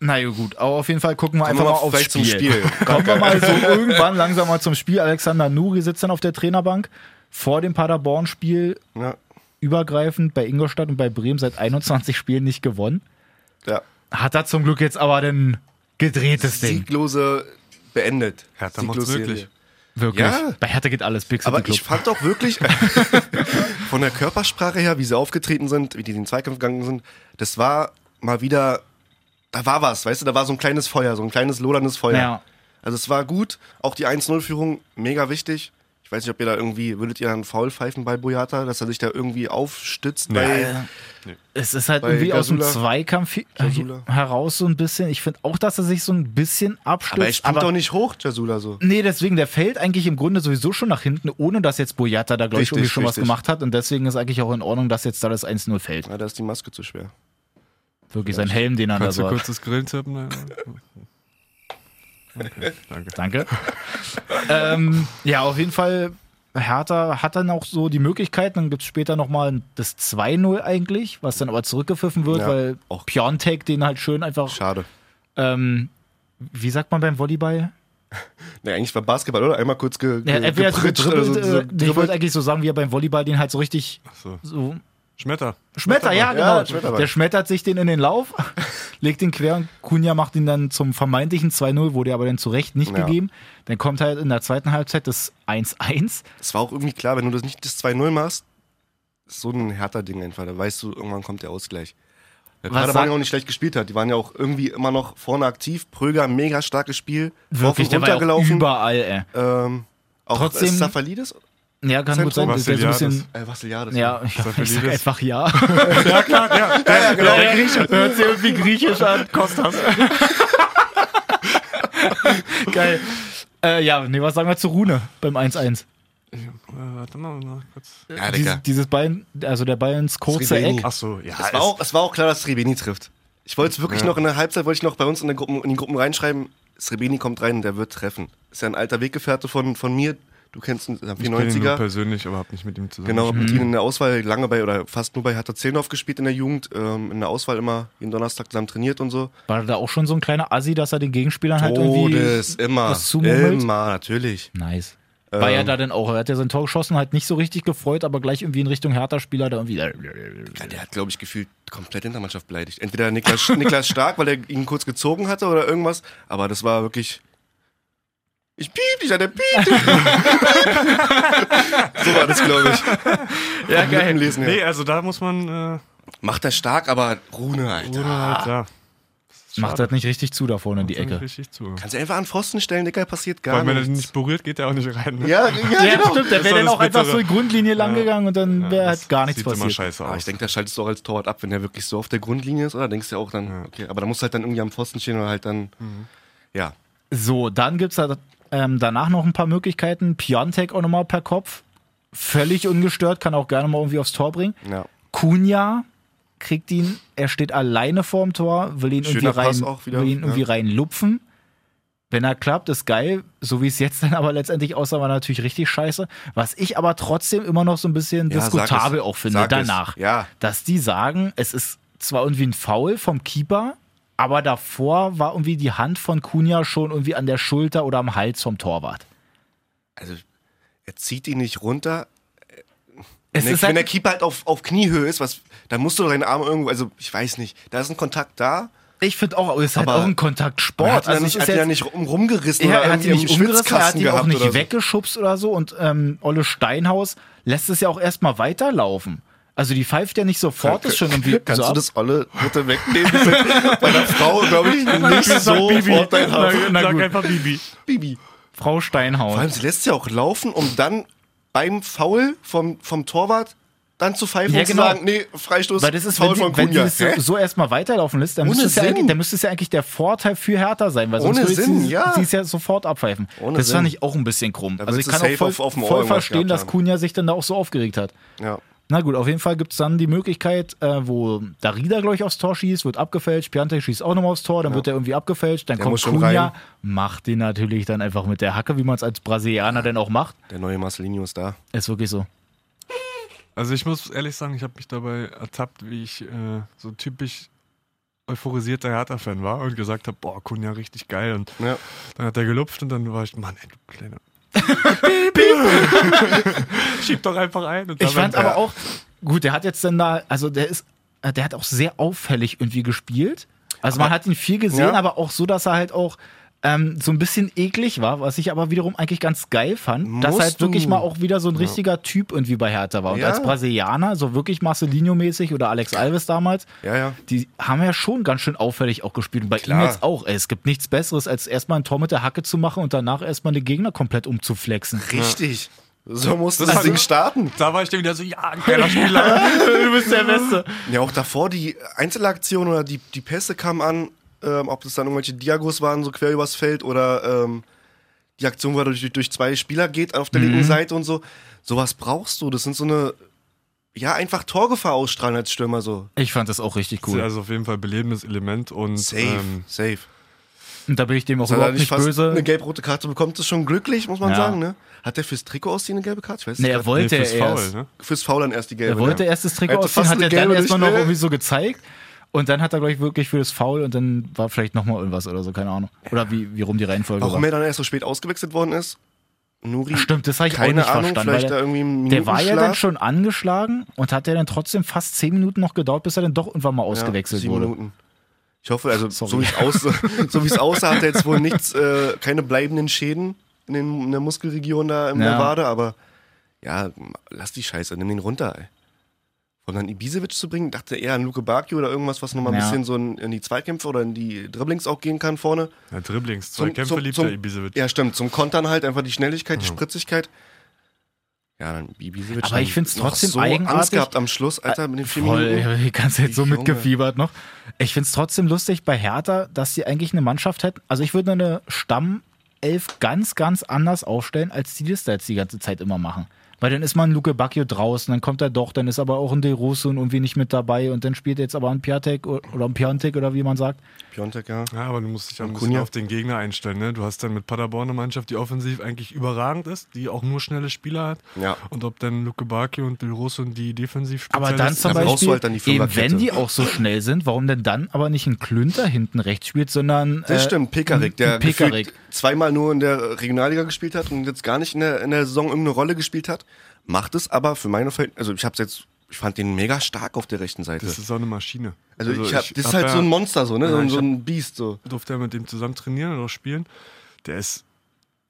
[SPEAKER 2] Na ja, gut. Aber auf jeden Fall gucken wir
[SPEAKER 1] Kommen
[SPEAKER 2] einfach
[SPEAKER 1] wir
[SPEAKER 2] mal
[SPEAKER 1] mal
[SPEAKER 2] aufs
[SPEAKER 1] vielleicht zum
[SPEAKER 2] Spiel.
[SPEAKER 1] Spiel.
[SPEAKER 2] <laughs> Kommen wir mal so
[SPEAKER 1] <laughs>
[SPEAKER 2] irgendwann langsam mal zum Spiel. Alexander Nuri sitzt dann auf der Trainerbank vor dem Paderborn-Spiel
[SPEAKER 1] Ja,
[SPEAKER 2] übergreifend bei Ingolstadt und bei Bremen seit 21 Spielen nicht gewonnen.
[SPEAKER 1] ja.
[SPEAKER 2] Hat er zum Glück jetzt aber den gedrehtes Ding.
[SPEAKER 1] Sieglose beendet.
[SPEAKER 4] Hertha macht's
[SPEAKER 1] Sieglose
[SPEAKER 4] wirklich.
[SPEAKER 1] Serie.
[SPEAKER 2] Wirklich.
[SPEAKER 1] Ja.
[SPEAKER 2] Bei Hertha geht alles. Big City
[SPEAKER 1] Aber
[SPEAKER 2] Club.
[SPEAKER 1] ich fand auch wirklich, von der Körpersprache her, wie sie aufgetreten sind, wie die in den Zweikampf gegangen sind, das war mal wieder, da war was, weißt du, da war so ein kleines Feuer, so ein kleines loderndes Feuer.
[SPEAKER 2] Ja.
[SPEAKER 1] Also es war gut, auch die 1-0-Führung, mega wichtig. Ich weiß nicht, ob ihr da irgendwie, würdet ihr einen Foul pfeifen bei Boyata, dass er sich da irgendwie aufstützt? Bei,
[SPEAKER 2] Es ist halt
[SPEAKER 1] Bei
[SPEAKER 2] irgendwie aus dem
[SPEAKER 1] Gazula-
[SPEAKER 2] Zweikampf hi-
[SPEAKER 1] Gazula.
[SPEAKER 2] heraus so ein bisschen. Ich finde auch, dass er sich so ein bisschen abstützt.
[SPEAKER 1] aber er springt doch nicht hoch, Jasula, so.
[SPEAKER 2] Nee, deswegen, der fällt eigentlich im Grunde sowieso schon nach hinten, ohne dass jetzt Boyata da, glaube ich,
[SPEAKER 1] Richtig,
[SPEAKER 2] irgendwie schon was
[SPEAKER 1] richtig.
[SPEAKER 2] gemacht hat. Und deswegen ist eigentlich auch in Ordnung, dass jetzt da das 1-0 fällt.
[SPEAKER 1] Ja, da ist die Maske zu schwer.
[SPEAKER 2] Wirklich sein Helm, den er da
[SPEAKER 4] Kannst
[SPEAKER 2] so
[SPEAKER 4] du
[SPEAKER 2] hat.
[SPEAKER 4] kurz das Grillen tippen? Ne? Okay, danke.
[SPEAKER 2] Danke. <laughs> ähm, ja, auf jeden Fall, Hertha hat dann auch so die Möglichkeit, dann gibt es später nochmal das 2-0 eigentlich, was dann aber zurückgepfiffen wird,
[SPEAKER 1] Ja,
[SPEAKER 2] weil
[SPEAKER 1] auch-
[SPEAKER 2] Piontek den halt schön einfach,
[SPEAKER 1] Schade.
[SPEAKER 2] ähm, wie sagt man beim Volleyball?
[SPEAKER 1] Nee, eigentlich war Basketball, oder? Einmal kurz ge, ge,
[SPEAKER 2] Er hat entweder so
[SPEAKER 1] gepritscht oder
[SPEAKER 2] gedribbelt,
[SPEAKER 1] so, so
[SPEAKER 2] äh, ich wollte
[SPEAKER 1] gedribbelt.
[SPEAKER 2] eigentlich so sagen, wie er beim Volleyball den halt so richtig
[SPEAKER 4] So.
[SPEAKER 2] so
[SPEAKER 4] Schmetter.
[SPEAKER 2] Schmetter,
[SPEAKER 1] Ja,
[SPEAKER 2] ja, genau.
[SPEAKER 1] Schmetterball.
[SPEAKER 2] der schmettert sich den in den Lauf, <laughs> legt den quer und Kunja macht ihn dann zum vermeintlichen 2-0, wurde aber dann zu Recht nicht
[SPEAKER 1] Ja.
[SPEAKER 2] gegeben. Dann kommt halt in der zweiten Halbzeit das 1-1.
[SPEAKER 1] Es war auch irgendwie klar, wenn du das nicht das 2-0 machst, ist so ein härter Ding einfach. Da weißt du, irgendwann kommt der Ausgleich. Weil
[SPEAKER 2] Was
[SPEAKER 1] Gerade
[SPEAKER 2] sagt-
[SPEAKER 1] waren ja auch nicht schlecht gespielt hat. Die waren ja auch irgendwie immer noch vorne aktiv. Pröger, mega starkes Spiel.
[SPEAKER 2] Wirklich,
[SPEAKER 1] Rauf und
[SPEAKER 2] der war ja auch
[SPEAKER 1] runtergelaufen.
[SPEAKER 2] überall, ey.
[SPEAKER 1] ähm, auch
[SPEAKER 2] Trotzdem-
[SPEAKER 1] Trotzdem Safalidis?
[SPEAKER 2] Ja, kann gut
[SPEAKER 1] Zentrum,
[SPEAKER 2] sein, der so ein bisschen.
[SPEAKER 1] Äh, Vassiliades.
[SPEAKER 2] Ja, ich,
[SPEAKER 4] Sag mir
[SPEAKER 2] ich sag
[SPEAKER 4] jedes-
[SPEAKER 2] einfach <laughs> ja.
[SPEAKER 1] ja, genau.
[SPEAKER 2] Hört sich irgendwie griechisch an.
[SPEAKER 4] Kostas.
[SPEAKER 2] <laughs> Geil. Äh, ja, nee, was sagen wir zu Rune beim 1-1?
[SPEAKER 4] Äh, Warte mal, noch kurz.
[SPEAKER 1] Ja,
[SPEAKER 2] Dieses,
[SPEAKER 1] Digga.
[SPEAKER 2] dieses Bein, also der Ball ins kurze
[SPEAKER 1] Sriveni.
[SPEAKER 2] Eck.
[SPEAKER 4] Ach so, ja.
[SPEAKER 1] Es war, auch, es war auch klar, dass Srebeni trifft. Ich wollte es wirklich
[SPEAKER 4] Ah, Ja.
[SPEAKER 1] noch in der Halbzeit, wollte ich noch bei uns in, der Gruppen, in die Gruppen reinschreiben, Srebeni kommt rein und der wird treffen. Ist ja ein alter Weggefährte von, von mir. Du kennst ihn, ist ein
[SPEAKER 4] ich kenne ihn nur
[SPEAKER 1] 94er.
[SPEAKER 4] persönlich, aber hab nicht mit ihm zusammen.
[SPEAKER 1] Genau, hab
[SPEAKER 4] gespielt.
[SPEAKER 1] mit ihm in der Auswahl lange bei, oder fast nur bei Hertha Zehnhoff gespielt in der Jugend. Ähm, in der Auswahl immer jeden Donnerstag zusammen trainiert und so.
[SPEAKER 2] War da auch schon so ein kleiner Assi, dass er den Gegenspielern halt irgendwie.
[SPEAKER 1] Todes, Ähm. immer.
[SPEAKER 2] was zumummelt?
[SPEAKER 1] Immer, natürlich.
[SPEAKER 2] Nice. War ja da denn auch, er hat ja sein Tor geschossen, halt nicht so richtig gefreut, aber gleich irgendwie in Richtung härter Spieler da irgendwie.
[SPEAKER 1] Ja, der hat, glaube ich, gefühlt komplett Hintermannschaft beleidigt. Entweder Niklas, Niklas Stark, weil er ihn kurz gezogen hatte oder irgendwas. Aber das war wirklich. Ich piep dich, der piep dich. so war das, glaube ich. Ja, geil. Lesen, ja.
[SPEAKER 4] Nee, also da muss man. Äh,
[SPEAKER 1] Macht er stark, aber Rune, Alter.
[SPEAKER 4] Bruder halt da.
[SPEAKER 2] Ah. Macht das nicht richtig zu da vorne in die Ecke.
[SPEAKER 4] Richtig zu.
[SPEAKER 1] Kannst du einfach an Pfosten stellen, Dicker, passiert gar
[SPEAKER 4] Weil wenn er
[SPEAKER 1] nichts.
[SPEAKER 4] den nicht berührt, geht er auch nicht rein. Ne?
[SPEAKER 1] ja, ja,
[SPEAKER 2] Ja,
[SPEAKER 1] genau.
[SPEAKER 2] stimmt, der
[SPEAKER 4] Das
[SPEAKER 2] wäre
[SPEAKER 4] war
[SPEAKER 2] dann
[SPEAKER 4] das
[SPEAKER 2] auch einfach
[SPEAKER 4] Bittere.
[SPEAKER 2] so die Grundlinie lang gegangen und dann wäre halt gar nichts
[SPEAKER 4] sieht Sieht immer
[SPEAKER 2] passiert.
[SPEAKER 4] scheiße
[SPEAKER 1] Aber
[SPEAKER 4] aus.
[SPEAKER 1] ich denke, da schaltest du auch als Torwart ab, wenn der wirklich so auf der Grundlinie ist, oder? Denkst du ja auch dann, okay, aber da musst du halt dann irgendwie am Pfosten stehen oder halt dann, ja.
[SPEAKER 2] So, dann gibt es da, ähm, danach noch ein paar Möglichkeiten. Piontek auch nochmal per Kopf. Völlig ungestört, kann auch gerne mal irgendwie aufs Tor bringen.
[SPEAKER 1] ja.
[SPEAKER 2] Kunja kriegt ihn, er steht alleine vorm Tor, will ihn
[SPEAKER 1] Schöner
[SPEAKER 2] irgendwie
[SPEAKER 1] Pass
[SPEAKER 2] rein,
[SPEAKER 1] auch wieder,
[SPEAKER 2] will ihn
[SPEAKER 1] ja.
[SPEAKER 2] irgendwie reinlupfen. Wenn er klappt, ist geil. So wie es jetzt dann aber letztendlich aussah, war natürlich richtig scheiße. Was ich aber trotzdem immer noch so ein bisschen
[SPEAKER 1] Ja, sag
[SPEAKER 2] diskutabel
[SPEAKER 1] es.
[SPEAKER 2] auch finde
[SPEAKER 1] Sag es.
[SPEAKER 2] danach.
[SPEAKER 1] Ja.
[SPEAKER 2] Dass die sagen, es ist zwar irgendwie ein Foul vom Keeper, aber davor war irgendwie die Hand von Kunja schon irgendwie an der Schulter oder am Hals vom Torwart.
[SPEAKER 1] Also, er zieht ihn nicht runter.
[SPEAKER 2] Es
[SPEAKER 1] wenn,
[SPEAKER 2] ist
[SPEAKER 1] der, wenn der
[SPEAKER 2] halt,
[SPEAKER 1] Keeper halt auf, auf Kniehöhe ist, was, dann musst du deinen Arm irgendwo, also ich weiß nicht, da ist ein Kontakt da.
[SPEAKER 2] ich finde auch, aber es ist halt
[SPEAKER 1] Aber-
[SPEAKER 2] auch ein
[SPEAKER 1] Er
[SPEAKER 2] Kontaktsport.
[SPEAKER 1] hat ihn ja
[SPEAKER 2] also es
[SPEAKER 1] nicht,
[SPEAKER 2] ist
[SPEAKER 1] hat ihn ja
[SPEAKER 2] jetzt-
[SPEAKER 1] nicht rum, rumgerissen
[SPEAKER 2] Ja,
[SPEAKER 1] oder
[SPEAKER 2] er hat ihn
[SPEAKER 1] irgendwie
[SPEAKER 2] nicht
[SPEAKER 1] im
[SPEAKER 2] umgerissen, er hat
[SPEAKER 1] Schwitzkasten
[SPEAKER 2] ihn auch
[SPEAKER 1] gehabt
[SPEAKER 2] nicht
[SPEAKER 1] oder so.
[SPEAKER 2] weggeschubst oder so. Und ähm, Olle Steinhaus lässt es ja auch erstmal weiterlaufen. Also die pfeift ja nicht sofort, ist schon irgendwie
[SPEAKER 1] Kannst
[SPEAKER 2] so
[SPEAKER 1] du
[SPEAKER 2] ab.
[SPEAKER 1] das Olle
[SPEAKER 2] <laughs>
[SPEAKER 1] bitte wegnehmen? Das ist Bei der Frau, glaube ich, nicht so vorteilhaft.
[SPEAKER 2] Na
[SPEAKER 4] Sag
[SPEAKER 2] gut.
[SPEAKER 4] einfach Bibi.
[SPEAKER 1] Bibi.
[SPEAKER 2] Frau
[SPEAKER 1] Vor allem,
[SPEAKER 2] Steinhaus.
[SPEAKER 1] sie lässt ja auch laufen, um dann beim Foul vom, vom Torwart dann zu pfeifen
[SPEAKER 2] Ja,
[SPEAKER 1] und
[SPEAKER 2] genau.
[SPEAKER 1] zu sagen, nee, Freistoß,
[SPEAKER 2] Weil das ist,
[SPEAKER 1] Foul
[SPEAKER 2] wenn, sie,
[SPEAKER 1] von
[SPEAKER 2] wenn sie
[SPEAKER 1] Kunja.
[SPEAKER 2] das so,
[SPEAKER 1] Hä?
[SPEAKER 2] so erstmal weiterlaufen lässt, dann
[SPEAKER 1] Ohne
[SPEAKER 2] müsste, es ja
[SPEAKER 1] Sinn.
[SPEAKER 2] eigentlich, dann müsste es ja eigentlich der Vorteil für Härter sein, weil sonst
[SPEAKER 1] Ohne
[SPEAKER 2] würde
[SPEAKER 1] Sinn,
[SPEAKER 2] sie,
[SPEAKER 1] ja.
[SPEAKER 2] sie es ja sofort abpfeifen.
[SPEAKER 1] Ohne
[SPEAKER 2] das fand
[SPEAKER 1] Sinn.
[SPEAKER 2] ich auch ein bisschen krumm.
[SPEAKER 1] Da
[SPEAKER 2] also ich
[SPEAKER 1] willst du
[SPEAKER 2] kann auch
[SPEAKER 1] safe
[SPEAKER 2] voll,
[SPEAKER 1] auf- auf dem Ohr
[SPEAKER 2] voll
[SPEAKER 1] irgendwas
[SPEAKER 2] verstehen,
[SPEAKER 1] gehabt
[SPEAKER 2] dass
[SPEAKER 1] haben.
[SPEAKER 2] Kunja sich dann da auch so aufgeregt hat.
[SPEAKER 1] ja.
[SPEAKER 2] Na gut, auf jeden Fall gibt es dann die Möglichkeit, äh, wo Darida, glaube ich, aufs Tor schießt, wird abgefälscht, Piantek schießt auch nochmal aufs Tor, dann wird er irgendwie abgefälscht, dann
[SPEAKER 1] Der
[SPEAKER 2] kommt
[SPEAKER 1] muss schon rein.
[SPEAKER 2] Kunja, macht den natürlich dann einfach mit der Hacke, wie man es als Brasilianer denn auch macht.
[SPEAKER 1] Der neue Marcelinho ist da.
[SPEAKER 2] Ist wirklich so.
[SPEAKER 4] Also ich muss ehrlich sagen, ich habe mich dabei ertappt, wie ich äh, so typisch euphorisierter Hertha-Fan war und gesagt habe, boah, Kunja, richtig geil. Und
[SPEAKER 1] Ja.
[SPEAKER 4] dann hat er gelupft und dann war ich, Mann, ey, du kleiner... <laughs> Schieb doch einfach ein. Und
[SPEAKER 2] Ich fand
[SPEAKER 4] dabei-
[SPEAKER 2] aber auch, gut, der hat jetzt dann da, also der ist, äh, der hat auch sehr auffällig irgendwie gespielt. Also man hat ihn viel gesehen,
[SPEAKER 1] Ja.
[SPEAKER 2] aber auch so, dass er halt auch ähm, so ein bisschen eklig war, was ich aber wiederum eigentlich ganz geil fand, dass
[SPEAKER 1] Musst
[SPEAKER 2] halt wirklich
[SPEAKER 1] du.
[SPEAKER 2] mal auch wieder so ein richtiger Typ irgendwie bei Hertha war. Und
[SPEAKER 1] Ja.
[SPEAKER 2] als Brasilianer, so wirklich Marcelinho-mäßig oder Alex Alves damals,
[SPEAKER 1] Ja, ja.
[SPEAKER 2] die haben ja schon ganz schön auffällig auch gespielt. Und bei
[SPEAKER 1] Klar.
[SPEAKER 2] ihm jetzt auch. Ey, es gibt nichts Besseres, als erstmal ein Tor mit der Hacke zu machen und danach erstmal den Gegner komplett umzuflexen.
[SPEAKER 1] Richtig. So muss das
[SPEAKER 4] Also-
[SPEAKER 1] Ding starten.
[SPEAKER 4] Da war ich dann wieder so, ja, ein geiler Spieler.
[SPEAKER 2] <laughs> du bist der Beste.
[SPEAKER 1] Ja, auch davor die Einzelaktion oder die, die Pässe kamen an, ähm, ob das dann irgendwelche Diagos waren, so quer übers Feld oder ähm, die Aktion, wo er durch, durch zwei Spieler geht auf der
[SPEAKER 2] Mhm.
[SPEAKER 1] linken Seite und so. Sowas brauchst du. Das sind so eine, ja, einfach Torgefahr ausstrahlen als Stürmer so.
[SPEAKER 2] Ich fand das auch richtig cool.
[SPEAKER 4] Also auf jeden Fall belebendes Element und
[SPEAKER 1] Safe,
[SPEAKER 4] ähm,
[SPEAKER 1] safe.
[SPEAKER 2] Und da bin ich dem auch
[SPEAKER 1] Dass er da
[SPEAKER 2] überhaupt
[SPEAKER 1] nicht
[SPEAKER 2] nicht
[SPEAKER 1] fast eine
[SPEAKER 2] böse.
[SPEAKER 1] gelb-rote Karte bekommt, ist schon glücklich, muss man
[SPEAKER 2] Ja.
[SPEAKER 1] sagen, ne? Hat der fürs Trikot ausziehen eine gelbe Karte? Ich weiß es
[SPEAKER 2] Nee, er
[SPEAKER 1] grad-
[SPEAKER 2] wollte
[SPEAKER 4] fürs
[SPEAKER 2] er erst.
[SPEAKER 4] Foul, ne?
[SPEAKER 1] Fürs Foul dann erst die gelbe.
[SPEAKER 2] Er wollte
[SPEAKER 1] ne?
[SPEAKER 2] erst das Trikot
[SPEAKER 1] Er hätte
[SPEAKER 2] ausziehen,
[SPEAKER 1] fast
[SPEAKER 2] hat
[SPEAKER 1] eine
[SPEAKER 2] er dann
[SPEAKER 1] gelbe
[SPEAKER 2] erstmal noch
[SPEAKER 1] nicht, ne?
[SPEAKER 2] irgendwie so gezeigt. Und dann hat er, glaube ich, wirklich für das Foul und dann war vielleicht nochmal irgendwas oder so, keine Ahnung. Oder wie, wie rum die Reihenfolge
[SPEAKER 1] Warum
[SPEAKER 2] war.
[SPEAKER 1] er dann erst so spät ausgewechselt worden ist? Nuri,
[SPEAKER 2] Stimmt, das habe ich auch
[SPEAKER 1] keine
[SPEAKER 2] nicht
[SPEAKER 1] Ahnung,
[SPEAKER 2] verstanden. weil
[SPEAKER 1] vielleicht da irgendwie ein
[SPEAKER 2] der war ja dann
[SPEAKER 1] Minutenschlaf.
[SPEAKER 2] schon angeschlagen und hat ja dann trotzdem fast zehn Minuten noch gedauert, bis er dann doch irgendwann mal
[SPEAKER 1] Ja,
[SPEAKER 2] ausgewechselt
[SPEAKER 1] sieben
[SPEAKER 2] wurde.
[SPEAKER 1] Minuten. Ich hoffe, also
[SPEAKER 2] Sorry.
[SPEAKER 1] so wie es aussah,
[SPEAKER 2] <laughs>
[SPEAKER 1] so wie es aussah, hat er jetzt wohl nichts, äh, keine bleibenden Schäden in, den, in der Muskelregion da in
[SPEAKER 2] Ja.
[SPEAKER 1] der Wade, aber ja, lass die Scheiße, nimm den runter, ey. Von dann Ibisevic zu bringen, dachte eher an Luke Bakio oder irgendwas, was nochmal ein
[SPEAKER 2] Ja.
[SPEAKER 1] bisschen so in, in die Zweikämpfe oder in die Dribblings auch gehen kann vorne.
[SPEAKER 4] ja, Dribblings, zwei
[SPEAKER 1] Zum-
[SPEAKER 4] Kämpfe
[SPEAKER 1] zum-
[SPEAKER 4] liebt
[SPEAKER 1] zum-
[SPEAKER 4] der Ibisevic.
[SPEAKER 1] Ja, stimmt, zum Kontern halt einfach die Schnelligkeit, die
[SPEAKER 4] Mhm.
[SPEAKER 1] Spritzigkeit. Ja, dann Ibisevic.
[SPEAKER 2] Aber
[SPEAKER 1] dann
[SPEAKER 2] ich find's
[SPEAKER 1] noch
[SPEAKER 2] trotzdem
[SPEAKER 1] so
[SPEAKER 2] eigenartig. Äh,
[SPEAKER 1] Angst gehabt am Schluss, Alter, mit den vier
[SPEAKER 2] Voll, ich
[SPEAKER 1] Minuten.
[SPEAKER 2] hab die ganze Zeit so
[SPEAKER 1] Junge.
[SPEAKER 2] mitgefiebert noch. Ich find's trotzdem lustig bei Hertha, dass sie eigentlich eine Mannschaft hätten. Also ich würde eine Stammelf ganz, ganz anders aufstellen, als die das da jetzt die ganze Zeit immer machen. Weil dann ist mal ein Luke Bacchio draußen, dann kommt er doch, dann ist aber auch ein De Russo und irgendwie nicht mit dabei und dann spielt jetzt aber ein Piatek o- oder ein Piontek oder wie man sagt.
[SPEAKER 1] Piontek,
[SPEAKER 2] Äh,
[SPEAKER 1] ja.
[SPEAKER 4] Ja, aber du musst dich ja ein bisschen
[SPEAKER 1] Kunja.
[SPEAKER 4] auf den Gegner einstellen. Ne? Du hast dann mit Paderborn eine Mannschaft, die offensiv eigentlich überragend ist, die auch nur schnelle Spieler hat.
[SPEAKER 1] Ja.
[SPEAKER 4] Und ob dann Luke Bacchio und Del Rosso und die defensiv spielen.
[SPEAKER 2] Aber dann zum
[SPEAKER 1] Da brauchst du
[SPEAKER 2] Beispiel,
[SPEAKER 1] halt dann die
[SPEAKER 2] eben
[SPEAKER 1] Fünferkette.
[SPEAKER 2] wenn die auch so schnell sind, warum denn dann aber nicht ein Klünter hinten rechts spielt, sondern
[SPEAKER 1] Das
[SPEAKER 2] äh,
[SPEAKER 1] stimmt, Pekarik,
[SPEAKER 2] ein-
[SPEAKER 1] der
[SPEAKER 2] ein Pekarik.
[SPEAKER 1] gefühlt zweimal nur in der Regionalliga gespielt hat und jetzt gar nicht in der, in der Saison irgendeine Rolle gespielt hat, macht es aber für meine Verhältnisse, also ich hab's jetzt, ich fand den mega stark auf der rechten Seite.
[SPEAKER 4] Das ist auch eine Maschine.
[SPEAKER 1] also, ich hab, das ist
[SPEAKER 4] hab
[SPEAKER 1] halt
[SPEAKER 4] ja-
[SPEAKER 1] so ein Monster, so, ne? so,
[SPEAKER 4] Ja,
[SPEAKER 1] ein-
[SPEAKER 4] ich
[SPEAKER 1] so ein Biest, so.
[SPEAKER 4] durfte ja mit dem zusammen trainieren und auch spielen. Der ist,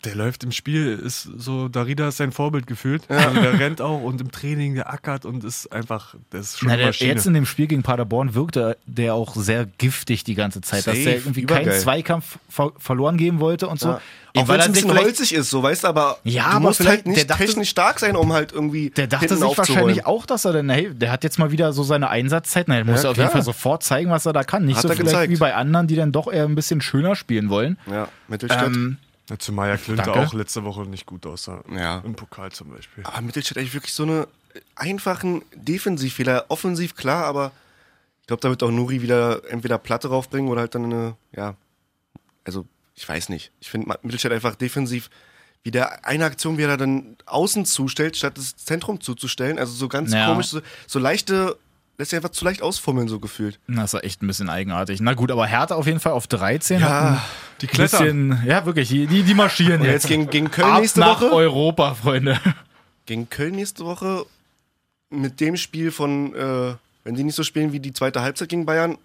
[SPEAKER 4] der läuft im Spiel, ist so, Darida ist sein Vorbild gefühlt. Also der rennt auch und im Training, der ackert und ist einfach, der ist schon
[SPEAKER 2] Na,
[SPEAKER 4] eine
[SPEAKER 2] der,
[SPEAKER 4] Maschine.
[SPEAKER 2] jetzt in dem Spiel gegen Paderborn wirkte der auch sehr giftig die ganze Zeit, dass
[SPEAKER 1] Safe,
[SPEAKER 2] der irgendwie keinen
[SPEAKER 1] übergeil.
[SPEAKER 2] Zweikampf ver verloren geben wollte und so.
[SPEAKER 1] Ja.
[SPEAKER 2] Eben,
[SPEAKER 1] Auch wenn es ein
[SPEAKER 2] sich
[SPEAKER 1] bisschen
[SPEAKER 2] vielleicht-
[SPEAKER 1] holzig ist, so, weißt du, aber
[SPEAKER 2] Ja,
[SPEAKER 1] du
[SPEAKER 2] aber
[SPEAKER 1] musst
[SPEAKER 2] vielleicht-
[SPEAKER 1] halt nicht
[SPEAKER 2] der dachte-
[SPEAKER 1] technisch stark sein, um halt irgendwie
[SPEAKER 2] der dachte
[SPEAKER 1] hinten
[SPEAKER 2] sich
[SPEAKER 1] aufzuräumen.
[SPEAKER 2] wahrscheinlich auch, dass er dann, hey, der hat jetzt mal wieder so seine Einsatzzeit, na, dann muss er auf
[SPEAKER 1] klar.
[SPEAKER 2] jeden Fall sofort zeigen, was er da kann. Nicht
[SPEAKER 1] Hat
[SPEAKER 2] so
[SPEAKER 1] er
[SPEAKER 2] vielleicht
[SPEAKER 1] gezeigt.
[SPEAKER 2] wie bei anderen, die dann doch eher ein bisschen schöner spielen wollen.
[SPEAKER 1] Ja, Mittelstädt.
[SPEAKER 2] Ähm,
[SPEAKER 4] Ja, Zumal ja Klinte
[SPEAKER 2] Danke.
[SPEAKER 4] auch letzte Woche nicht gut aussah.
[SPEAKER 1] Ja.
[SPEAKER 4] Im Pokal zum Beispiel.
[SPEAKER 1] Aber Ah, Mittelstädt eigentlich wirklich so eine äh, einfachen Defensivfehler. Offensiv klar, aber ich glaube, da wird auch Nuri wieder entweder Platte raufbringen oder halt dann eine, ja, also ich weiß nicht. Ich finde Mittelstädt einfach defensiv wie der eine Aktion, wie er da dann außen zustellt, statt das Zentrum zuzustellen. Also so ganz
[SPEAKER 2] Ja.
[SPEAKER 1] komisch, so, so leichte, lässt sich einfach zu leicht ausfummeln, so gefühlt.
[SPEAKER 2] das war echt ein bisschen eigenartig. Na gut, aber Hertha auf jeden Fall auf 13. hat ein
[SPEAKER 1] Ja,
[SPEAKER 4] Die klettern.
[SPEAKER 2] bisschen, ja wirklich, die, die die
[SPEAKER 1] Ah,
[SPEAKER 2] marschieren
[SPEAKER 1] und
[SPEAKER 2] jetzt.
[SPEAKER 1] jetzt gegen, gegen Köln
[SPEAKER 2] Ab
[SPEAKER 1] nächste
[SPEAKER 2] nach
[SPEAKER 1] Woche.
[SPEAKER 2] Europa, Freunde.
[SPEAKER 1] gegen Köln nächste Woche mit dem Spiel von, äh, wenn die nicht so spielen wie die zweite Halbzeit gegen Bayern,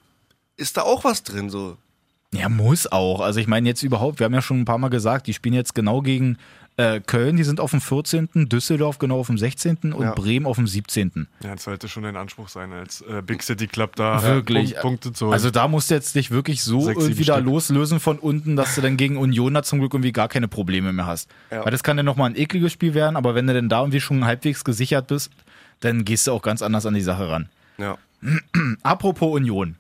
[SPEAKER 1] ist da auch was drin so.
[SPEAKER 2] Ja, muss auch. Also ich meine jetzt überhaupt, wir haben ja schon ein paar Mal gesagt, die spielen jetzt genau gegen äh, Köln, die sind auf dem 14., Düsseldorf genau auf dem 16. und
[SPEAKER 1] Ja.
[SPEAKER 2] Bremen auf dem 17.
[SPEAKER 4] Ja, das sollte schon ein Anspruch sein, als äh, Big City Club da äh,
[SPEAKER 2] Wirklich.
[SPEAKER 4] Punkt, Punkte zu holen.
[SPEAKER 2] Also da musst du jetzt dich wirklich so
[SPEAKER 4] Sechs, sieben
[SPEAKER 2] irgendwie da
[SPEAKER 4] Stück.
[SPEAKER 2] loslösen von unten, dass du dann gegen Union da zum Glück irgendwie gar keine Probleme mehr hast.
[SPEAKER 1] Ja.
[SPEAKER 2] Weil das kann dann nochmal ein ekliges Spiel werden, aber wenn du dann da irgendwie schon halbwegs gesichert bist, dann gehst du auch ganz anders an die Sache ran.
[SPEAKER 1] Ja.
[SPEAKER 2] Apropos Union.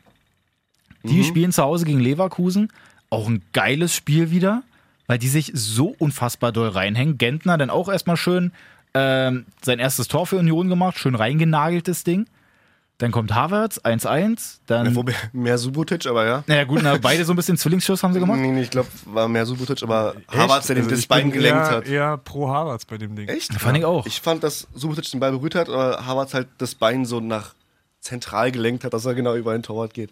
[SPEAKER 2] Die spielen zu Hause gegen Leverkusen. Auch ein geiles Spiel wieder, weil die sich so unfassbar doll reinhängen. Gentner dann auch erstmal schön ähm, sein erstes Tor für Union gemacht, schön reingenageltes Ding. Dann kommt Havertz 1-1. Dann.
[SPEAKER 1] Wobei, mehr Subotic, aber ja.
[SPEAKER 2] Naja, gut, na, beide so ein bisschen Zwillingsschuss haben sie gemacht.
[SPEAKER 1] Nee, nee, ich glaube, war mehr Subotic, aber Havertz,
[SPEAKER 4] Also
[SPEAKER 1] der den das Bein gelenkt
[SPEAKER 4] eher,
[SPEAKER 1] hat.
[SPEAKER 4] eher pro Harvards bei dem Ding.
[SPEAKER 1] Echt?
[SPEAKER 2] Fand ich auch.
[SPEAKER 1] Ich fand, dass Subotic den Ball berührt hat, aber Havertz halt das Bein so nach zentral gelenkt hat, dass er genau über den Torwart geht.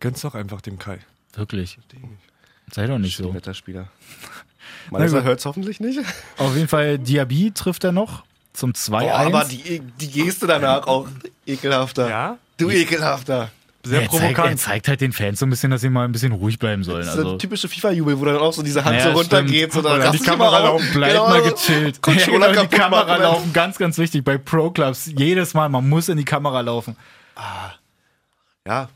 [SPEAKER 4] Gönn's doch einfach dem Kai.
[SPEAKER 2] Wirklich. Sei doch nicht so. <laughs>
[SPEAKER 1] Wetterspieler. Manchmal hört es hoffentlich nicht.
[SPEAKER 2] Auf jeden Fall, Diaby trifft er noch zum 2-1.
[SPEAKER 1] E, Boah, aber die, die Geste danach auch ekelhafter.
[SPEAKER 4] Ja?
[SPEAKER 1] Du ekelhafter.
[SPEAKER 2] er,
[SPEAKER 4] sehr
[SPEAKER 2] zeigt, er
[SPEAKER 4] provokant.
[SPEAKER 2] zeigt halt den Fans so ein bisschen, dass sie mal ein bisschen ruhig bleiben sollen.
[SPEAKER 1] Das ist
[SPEAKER 2] Also.
[SPEAKER 1] der typische FIFA-Jubel, wo dann auch so diese Hand so
[SPEAKER 2] Naja,
[SPEAKER 1] runtergeht.
[SPEAKER 2] stimmt.
[SPEAKER 1] So, dann
[SPEAKER 2] Oder die
[SPEAKER 1] rasten
[SPEAKER 2] Kamera
[SPEAKER 1] mal auf.
[SPEAKER 2] laufen, bleibt
[SPEAKER 1] Genau.
[SPEAKER 2] mal gechillt. Ja,
[SPEAKER 1] <laughs> Controller
[SPEAKER 2] genau, die
[SPEAKER 1] kaputt
[SPEAKER 2] Kamera
[SPEAKER 1] machen.
[SPEAKER 2] laufen, ganz, ganz wichtig. Bei Pro-Clubs, jedes Mal, man muss in die Kamera laufen.
[SPEAKER 1] Ja,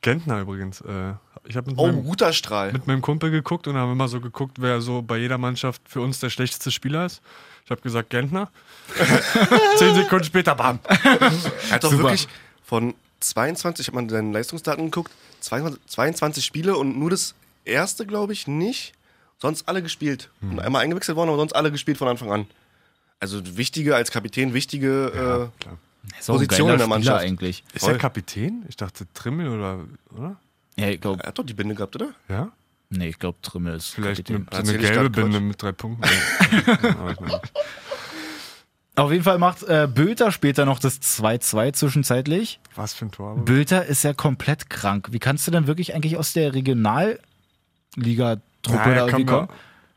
[SPEAKER 4] Gentner übrigens. Äh, ich habe mit,
[SPEAKER 1] oh,
[SPEAKER 4] meinem-
[SPEAKER 1] guter Strahl.
[SPEAKER 4] mit meinem Kumpel geguckt und haben immer so geguckt, wer so bei jeder Mannschaft für uns der schlechteste Spieler ist. Ich habe
[SPEAKER 1] <laughs>
[SPEAKER 4] gesagt, Gentner. Zehn Sekunden später, bam.
[SPEAKER 1] Er hat doch
[SPEAKER 2] Super.
[SPEAKER 1] wirklich von 22, ich habe mal seine Leistungsdaten geguckt, 22, 22 Spiele und nur das erste, glaube ich, nicht. Sonst alle gespielt.
[SPEAKER 2] Hm.
[SPEAKER 1] Und einmal eingewechselt worden, aber sonst alle gespielt von Anfang an. Also wichtige als Kapitän, wichtige. äh,
[SPEAKER 4] Klar.
[SPEAKER 2] So ein
[SPEAKER 1] Position
[SPEAKER 2] geiler
[SPEAKER 1] in der
[SPEAKER 2] Spieler
[SPEAKER 1] Mannschaft.
[SPEAKER 2] eigentlich.
[SPEAKER 4] Ist er
[SPEAKER 1] Voll.
[SPEAKER 4] Kapitän? Ich dachte Trimmel oder, oder?
[SPEAKER 2] Ja, ich glaube,
[SPEAKER 1] er hat doch die Binde gehabt, oder?
[SPEAKER 4] Ja?
[SPEAKER 2] nee, ich glaube, Trimmel ist
[SPEAKER 4] Vielleicht
[SPEAKER 2] Kapitän.
[SPEAKER 4] eine, so eine
[SPEAKER 1] Erzähl ich
[SPEAKER 4] gelbe
[SPEAKER 1] grad Quatsch.
[SPEAKER 4] Binde mit drei <laughs> Punkten. Aber ich meine,
[SPEAKER 2] Auf jeden Fall macht äh, Bülter später noch das 2-2 zwischenzeitlich.
[SPEAKER 4] Was für ein Tor. aber-
[SPEAKER 2] Bülter ist ja komplett krank. Wie kannst du denn wirklich eigentlich aus der Regionalliga-Truppe
[SPEAKER 4] Na,
[SPEAKER 2] da
[SPEAKER 4] er
[SPEAKER 2] irgendwie
[SPEAKER 4] kam
[SPEAKER 1] ne?
[SPEAKER 2] kommen?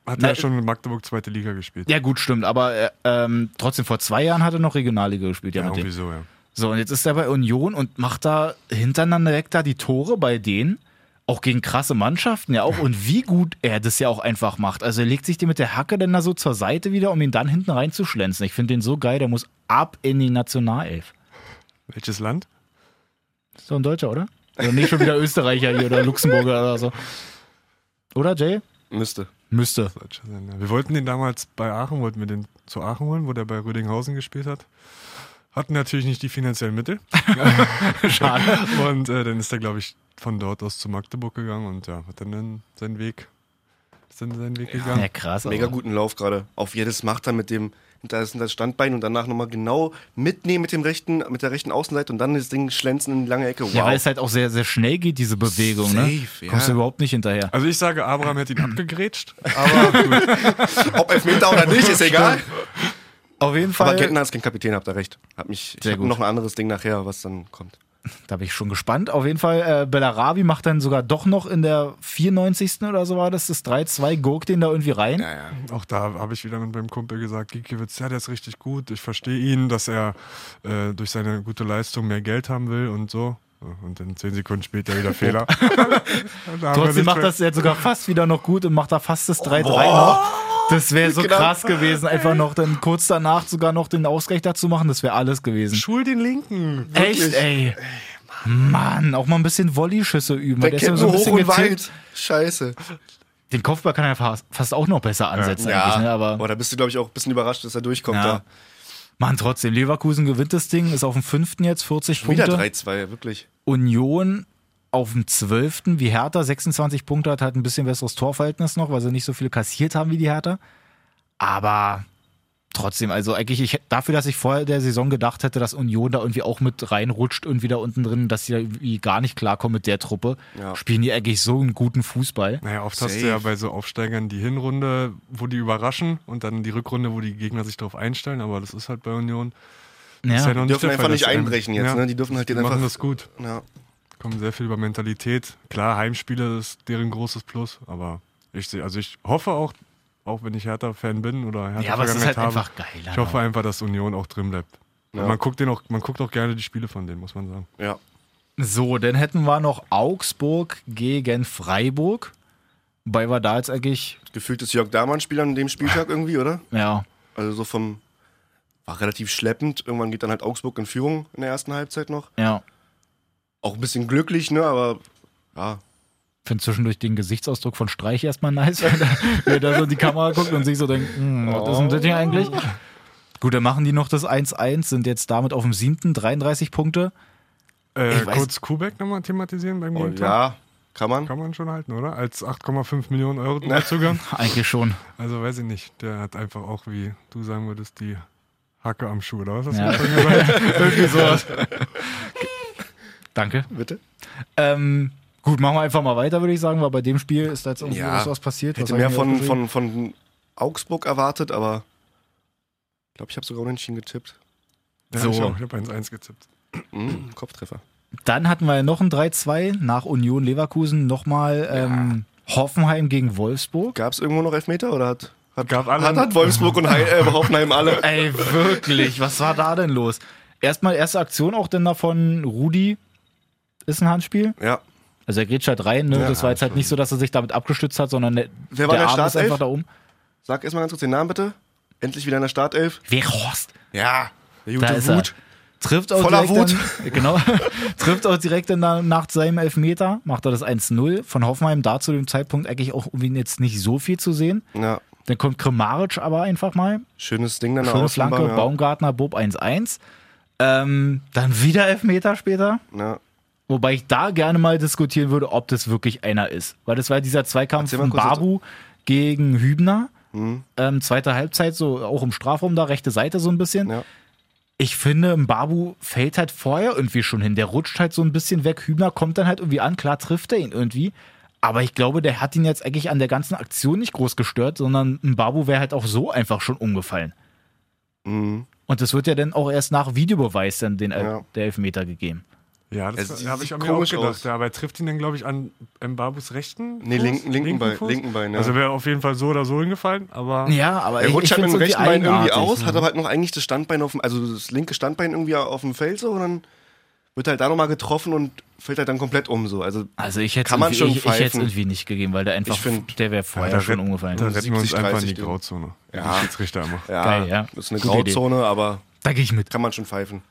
[SPEAKER 4] ja, hat
[SPEAKER 2] Na, äh,
[SPEAKER 4] ja schon in Magdeburg zweite Liga gespielt.
[SPEAKER 2] Ja gut, stimmt, aber äh, ähm, trotzdem, vor zwei Jahren hat er noch Regionalliga gespielt. Ja,
[SPEAKER 4] Ja,
[SPEAKER 2] mit
[SPEAKER 4] irgendwie
[SPEAKER 2] dem.
[SPEAKER 4] so, ja.
[SPEAKER 2] So, und jetzt ist er bei Union und macht da hintereinander weg da die Tore bei denen. Auch gegen krasse Mannschaften, ja auch. Und wie gut er das ja auch einfach macht. Also er legt sich den mit der Hacke dann da so zur Seite wieder, um ihn dann hinten reinzuschlänzen. Ich finde den so geil, der muss ab in die Nationalelf.
[SPEAKER 4] Welches Land?
[SPEAKER 2] Ist doch ein Deutscher, oder? Oder nicht schon <laughs> wieder Österreicher hier oder Luxemburger oder so. Oder Jay?
[SPEAKER 1] Müsste.
[SPEAKER 2] Müsste.
[SPEAKER 4] Deutscher sein, ja. Wir wollten den damals bei Aachen, wollten wir den zu Aachen holen, wo der bei Rödinghausen gespielt hat. Hatten natürlich nicht die finanziellen Mittel.
[SPEAKER 2] <laughs>
[SPEAKER 4] <laughs>
[SPEAKER 2] Schade.
[SPEAKER 4] Und äh, dann ist er, glaube ich, von dort aus zu Magdeburg gegangen und ja, hat dann den- seinen Weg, ist dann seinen Weg gegangen.
[SPEAKER 2] Ja, krass.
[SPEAKER 1] Mega
[SPEAKER 2] aber.
[SPEAKER 1] guten Lauf gerade. Auf jedes macht er mit dem hinter das hinter das Standbein und danach nochmal genau mitnehmen mit dem rechten, mit der rechten Außenseite und dann das Ding schlänzen in die lange Ecke. Wow.
[SPEAKER 2] Ja,
[SPEAKER 1] <laughs>
[SPEAKER 2] weil es halt auch sehr, sehr schnell geht, diese Bewegung, ne?
[SPEAKER 1] Safe, ja.
[SPEAKER 2] Kommst du überhaupt nicht hinterher.
[SPEAKER 4] Also ich sage, Abraham hätte ihn abgegrätscht, aber gut.
[SPEAKER 1] Ob Elfmeter oder nicht, ist egal.
[SPEAKER 2] Auf jeden
[SPEAKER 1] Aber
[SPEAKER 2] Fall.
[SPEAKER 1] Gentner ist kein Kapitän, habt ihr recht. Hab mich, ich
[SPEAKER 2] Sehr
[SPEAKER 1] hab
[SPEAKER 2] gut.
[SPEAKER 1] noch ein anderes Ding nachher, was dann kommt.
[SPEAKER 2] Da bin ich schon gespannt. Auf jeden Fall, äh, Bellarabi macht dann sogar doch noch in der 94. oder so war das, das 3-2, gurkt den da irgendwie rein.
[SPEAKER 4] auch da habe ich wieder mit meinem Kumpel gesagt, Gikiewicz, ja, der ist richtig gut. Ich verstehe ihn, dass er äh, durch seine gute Leistung mehr Geld haben will und so. Und dann zehn Sekunden später wieder Fehler. Und da haben wir
[SPEAKER 2] Trotzdem
[SPEAKER 4] nichts
[SPEAKER 2] macht
[SPEAKER 4] mehr.
[SPEAKER 2] das jetzt sogar fast wieder noch gut und macht da fast das 3-3 noch. Das wäre so
[SPEAKER 1] Genau.
[SPEAKER 2] krass gewesen, einfach noch dann kurz danach sogar noch den Ausgleich dazu machen, das wäre alles gewesen.
[SPEAKER 4] Schul den Linken.
[SPEAKER 2] Echt, ey. Mann, auch mal ein bisschen Volleyschüsse üben. weil
[SPEAKER 1] Der
[SPEAKER 2] ist ja
[SPEAKER 1] kennt nur hoch und
[SPEAKER 2] getippt.
[SPEAKER 1] weit. Scheiße.
[SPEAKER 2] Den Kopfball kann er fast, fast auch noch besser ansetzen eigentlich, ne? aber
[SPEAKER 1] Boah, da bist du, glaube ich, auch ein bisschen überrascht, dass er durchkommt.
[SPEAKER 2] Ja.
[SPEAKER 1] Ja.
[SPEAKER 2] Mann, trotzdem, Leverkusen gewinnt das Ding, ist auf dem fünften jetzt, 40
[SPEAKER 1] Da. Wieder
[SPEAKER 2] Punkte.
[SPEAKER 1] 3-2, wirklich.
[SPEAKER 2] Union auf dem 12. wie Hertha 26 Punkte hat, hat ein bisschen besseres Torverhältnis noch, weil sie nicht so viele kassiert haben wie die Hertha. Aber trotzdem, also eigentlich ich, dafür, dass ich vorher der Saison gedacht hätte, dass Union da irgendwie auch mit reinrutscht und wieder unten drin, dass sie da irgendwie gar nicht klarkommen mit der Truppe,
[SPEAKER 1] Ja.
[SPEAKER 2] spielen die eigentlich so einen guten Fußball.
[SPEAKER 4] Naja, oft hast du
[SPEAKER 1] Safe.
[SPEAKER 4] ja bei so Aufsteigern die Hinrunde, wo die überraschen und dann die Rückrunde, wo die Gegner sich darauf einstellen, aber das ist halt bei Union. Ist ja noch
[SPEAKER 1] Die
[SPEAKER 4] der
[SPEAKER 1] dürfen einfach
[SPEAKER 4] Fall,
[SPEAKER 1] nicht
[SPEAKER 4] dass die-
[SPEAKER 1] einbrechen jetzt,
[SPEAKER 4] Ja.
[SPEAKER 1] ne? Die dürfen halt
[SPEAKER 4] Die
[SPEAKER 1] den
[SPEAKER 4] machen
[SPEAKER 1] einfach.
[SPEAKER 4] das gut.
[SPEAKER 1] Ja.
[SPEAKER 4] Kommen sehr viel über Mentalität. Klar, Heimspiele ist deren großes Plus, aber ich sehe, also ich hoffe auch, auch wenn ich Hertha-Fan bin oder Hertha
[SPEAKER 2] Ja, aber es ist halt
[SPEAKER 4] Vergangenheit habe,
[SPEAKER 2] einfach geil.
[SPEAKER 4] Ich hoffe einfach, dass Union auch drin bleibt.
[SPEAKER 1] Ja.
[SPEAKER 4] Man, guckt den auch, man guckt auch gerne die Spiele von denen, muss man sagen.
[SPEAKER 1] ja.
[SPEAKER 2] So, dann hätten wir noch Augsburg gegen Freiburg. Wobei wir da jetzt eigentlich,
[SPEAKER 1] Gefühlt ist Jörg Dahmann Spieler an dem Spieltag irgendwie, oder?
[SPEAKER 2] ja,
[SPEAKER 1] Also so vom. War relativ schleppend. Irgendwann geht dann halt Augsburg in Führung in der ersten Halbzeit noch.
[SPEAKER 2] ja.
[SPEAKER 1] Auch ein bisschen glücklich, ne? Aber ja.
[SPEAKER 2] finde zwischendurch den Gesichtsausdruck von Streich erstmal nice, <laughs> wenn er- wenn er da so in die Kamera guckt und sich so denkt, "Hm, was ist denn das hier eigentlich? Gut, dann machen die noch das 1-1, sind jetzt damit auf dem siebten, 33 Punkte.
[SPEAKER 4] Äh,
[SPEAKER 2] Ich weiß-
[SPEAKER 4] kurz Kubek nochmal thematisieren beim
[SPEAKER 1] Oh,
[SPEAKER 4] Gegentor.
[SPEAKER 1] ja, kann man.
[SPEAKER 4] Kann man schon halten, oder? Als 8,5 Millionen Euro Zugang.
[SPEAKER 1] <laughs>
[SPEAKER 2] Eigentlich schon.
[SPEAKER 4] Also weiß ich nicht. Der hat einfach auch, wie du sagen würdest, die Hacke am Schuh, oder was hast
[SPEAKER 2] Ja.
[SPEAKER 4] du vorhin gesagt?
[SPEAKER 2] Irgendwie sowas. Danke.
[SPEAKER 1] Bitte?
[SPEAKER 2] Ähm, gut, machen wir einfach mal weiter, würde ich sagen, weil bei dem Spiel ist da jetzt irgendwie
[SPEAKER 1] Ja.
[SPEAKER 2] was, was passiert.
[SPEAKER 1] Hätte
[SPEAKER 2] was
[SPEAKER 1] mehr
[SPEAKER 2] haben wir
[SPEAKER 1] von,
[SPEAKER 2] aufgeschrieben?
[SPEAKER 1] von, von Augsburg erwartet, aber ich glaube, ich habe sogar unentschieden getippt.
[SPEAKER 4] Ja,
[SPEAKER 2] So.
[SPEAKER 4] Ich, auch. ich habe 1-1 getippt.
[SPEAKER 1] Mhm, Kopftreffer.
[SPEAKER 2] Dann hatten wir noch ein 3-2 nach Union Leverkusen, nochmal ähm, Hoffenheim gegen Wolfsburg.
[SPEAKER 1] Gab es irgendwo noch Elfmeter oder hat, hat,
[SPEAKER 4] Gab alle-
[SPEAKER 1] hat, hat Wolfsburg und Hei- äh, Hoffenheim alle?
[SPEAKER 2] Ey, wirklich, was war da denn los? Erstmal erste Aktion auch denn da von Rudi, ist ein Handspiel.
[SPEAKER 1] Ja.
[SPEAKER 2] Also er geht halt rein, ne?
[SPEAKER 1] Ja,
[SPEAKER 2] das war jetzt halt nicht so, dass er sich damit abgestützt hat, sondern der,
[SPEAKER 1] Wer war der
[SPEAKER 2] Arm ist
[SPEAKER 1] Startelf?
[SPEAKER 2] einfach da oben.
[SPEAKER 1] Sag erstmal ganz kurz den Namen bitte. Endlich wieder in der Startelf.
[SPEAKER 2] Wer Horst?
[SPEAKER 1] Ja. Der
[SPEAKER 2] Da
[SPEAKER 1] gute
[SPEAKER 2] ist er.
[SPEAKER 1] Wut.
[SPEAKER 2] Trifft auch
[SPEAKER 1] Voller
[SPEAKER 2] direkt Dann, genau, <laughs> trifft auch direkt dann nach- nach seinem Elfmeter, macht er das 1-0 von Hoffenheim, da zu dem Zeitpunkt eigentlich auch irgendwie jetzt nicht so viel zu sehen.
[SPEAKER 1] Ja.
[SPEAKER 2] Dann kommt Kramaric aber einfach mal,
[SPEAKER 1] Schönes Ding dann
[SPEAKER 2] schöne
[SPEAKER 1] Außenbahn,
[SPEAKER 2] Flanke, Baumgartner, Bob 1-1. Ähm, dann wieder Elfmeter später,
[SPEAKER 1] Ja. Ja.
[SPEAKER 2] wobei ich da gerne mal diskutieren würde, ob das wirklich einer ist. Weil das war dieser Zweikampf
[SPEAKER 1] Erzähl mal
[SPEAKER 2] von
[SPEAKER 1] kurz, Mhm.
[SPEAKER 2] Babu gegen Hübner, ähm, zweite Halbzeit, so auch im Strafraum da, rechte Seite so ein bisschen.
[SPEAKER 1] Ja.
[SPEAKER 2] Ich finde, Mbabu fällt halt vorher irgendwie schon hin. Der rutscht halt so ein bisschen weg. Hübner kommt dann halt irgendwie an. Klar trifft er ihn irgendwie. Aber ich glaube, der hat ihn jetzt eigentlich an der ganzen Aktion nicht groß gestört, sondern Mbabu wäre halt auch so einfach schon umgefallen. Und das wird ja dann auch erst nach Videobeweis dann den El
[SPEAKER 1] Mhm. Ja.
[SPEAKER 2] der Elfmeter gegeben.
[SPEAKER 4] Ja,
[SPEAKER 1] Es
[SPEAKER 4] das
[SPEAKER 1] Also sieht
[SPEAKER 4] habe ich an mir auch
[SPEAKER 1] komisch
[SPEAKER 4] gedacht.
[SPEAKER 1] aus.
[SPEAKER 4] Ja, aber er trifft ihn dann, glaube ich, an Mbabus rechten
[SPEAKER 1] Nee,
[SPEAKER 4] Fuß?
[SPEAKER 1] linken- linken Bein-
[SPEAKER 4] Fuß?
[SPEAKER 1] linken Bein, ja.
[SPEAKER 4] Also wäre auf jeden Fall so oder so hingefallen, aber
[SPEAKER 2] Ja, aber
[SPEAKER 1] Er
[SPEAKER 2] ich,
[SPEAKER 1] rutscht
[SPEAKER 2] ich
[SPEAKER 1] halt mit
[SPEAKER 2] find's
[SPEAKER 1] dem rechten Bein irgendwie
[SPEAKER 2] eigenartig. ne?
[SPEAKER 1] aus, hat aber halt noch eigentlich das Standbein auf dem, also das linke Standbein irgendwie auf dem Feld so und dann wird halt da nochmal getroffen und fällt halt dann komplett um so. Also
[SPEAKER 2] Also ich hätte
[SPEAKER 1] Kann man
[SPEAKER 2] es
[SPEAKER 1] schon
[SPEAKER 2] irgendwie, ich, ich hätt's
[SPEAKER 1] pfeifen.
[SPEAKER 2] irgendwie nicht gegeben, weil der einfach,
[SPEAKER 1] Ich find-
[SPEAKER 2] der wäre vorher schon
[SPEAKER 4] rett-
[SPEAKER 2] umgefallen.
[SPEAKER 4] Da retten wir uns
[SPEAKER 1] 70,
[SPEAKER 4] einfach in die
[SPEAKER 1] 30 Ding.
[SPEAKER 4] Grauzone.
[SPEAKER 1] Ja.
[SPEAKER 4] Die Schiedsrichter immer.
[SPEAKER 1] ja,
[SPEAKER 2] Geil, ja.
[SPEAKER 1] ist eine
[SPEAKER 2] Gute Idee.
[SPEAKER 1] Grauzone, aber
[SPEAKER 2] Da gehe ich mit.
[SPEAKER 1] kann man schon pfeifen.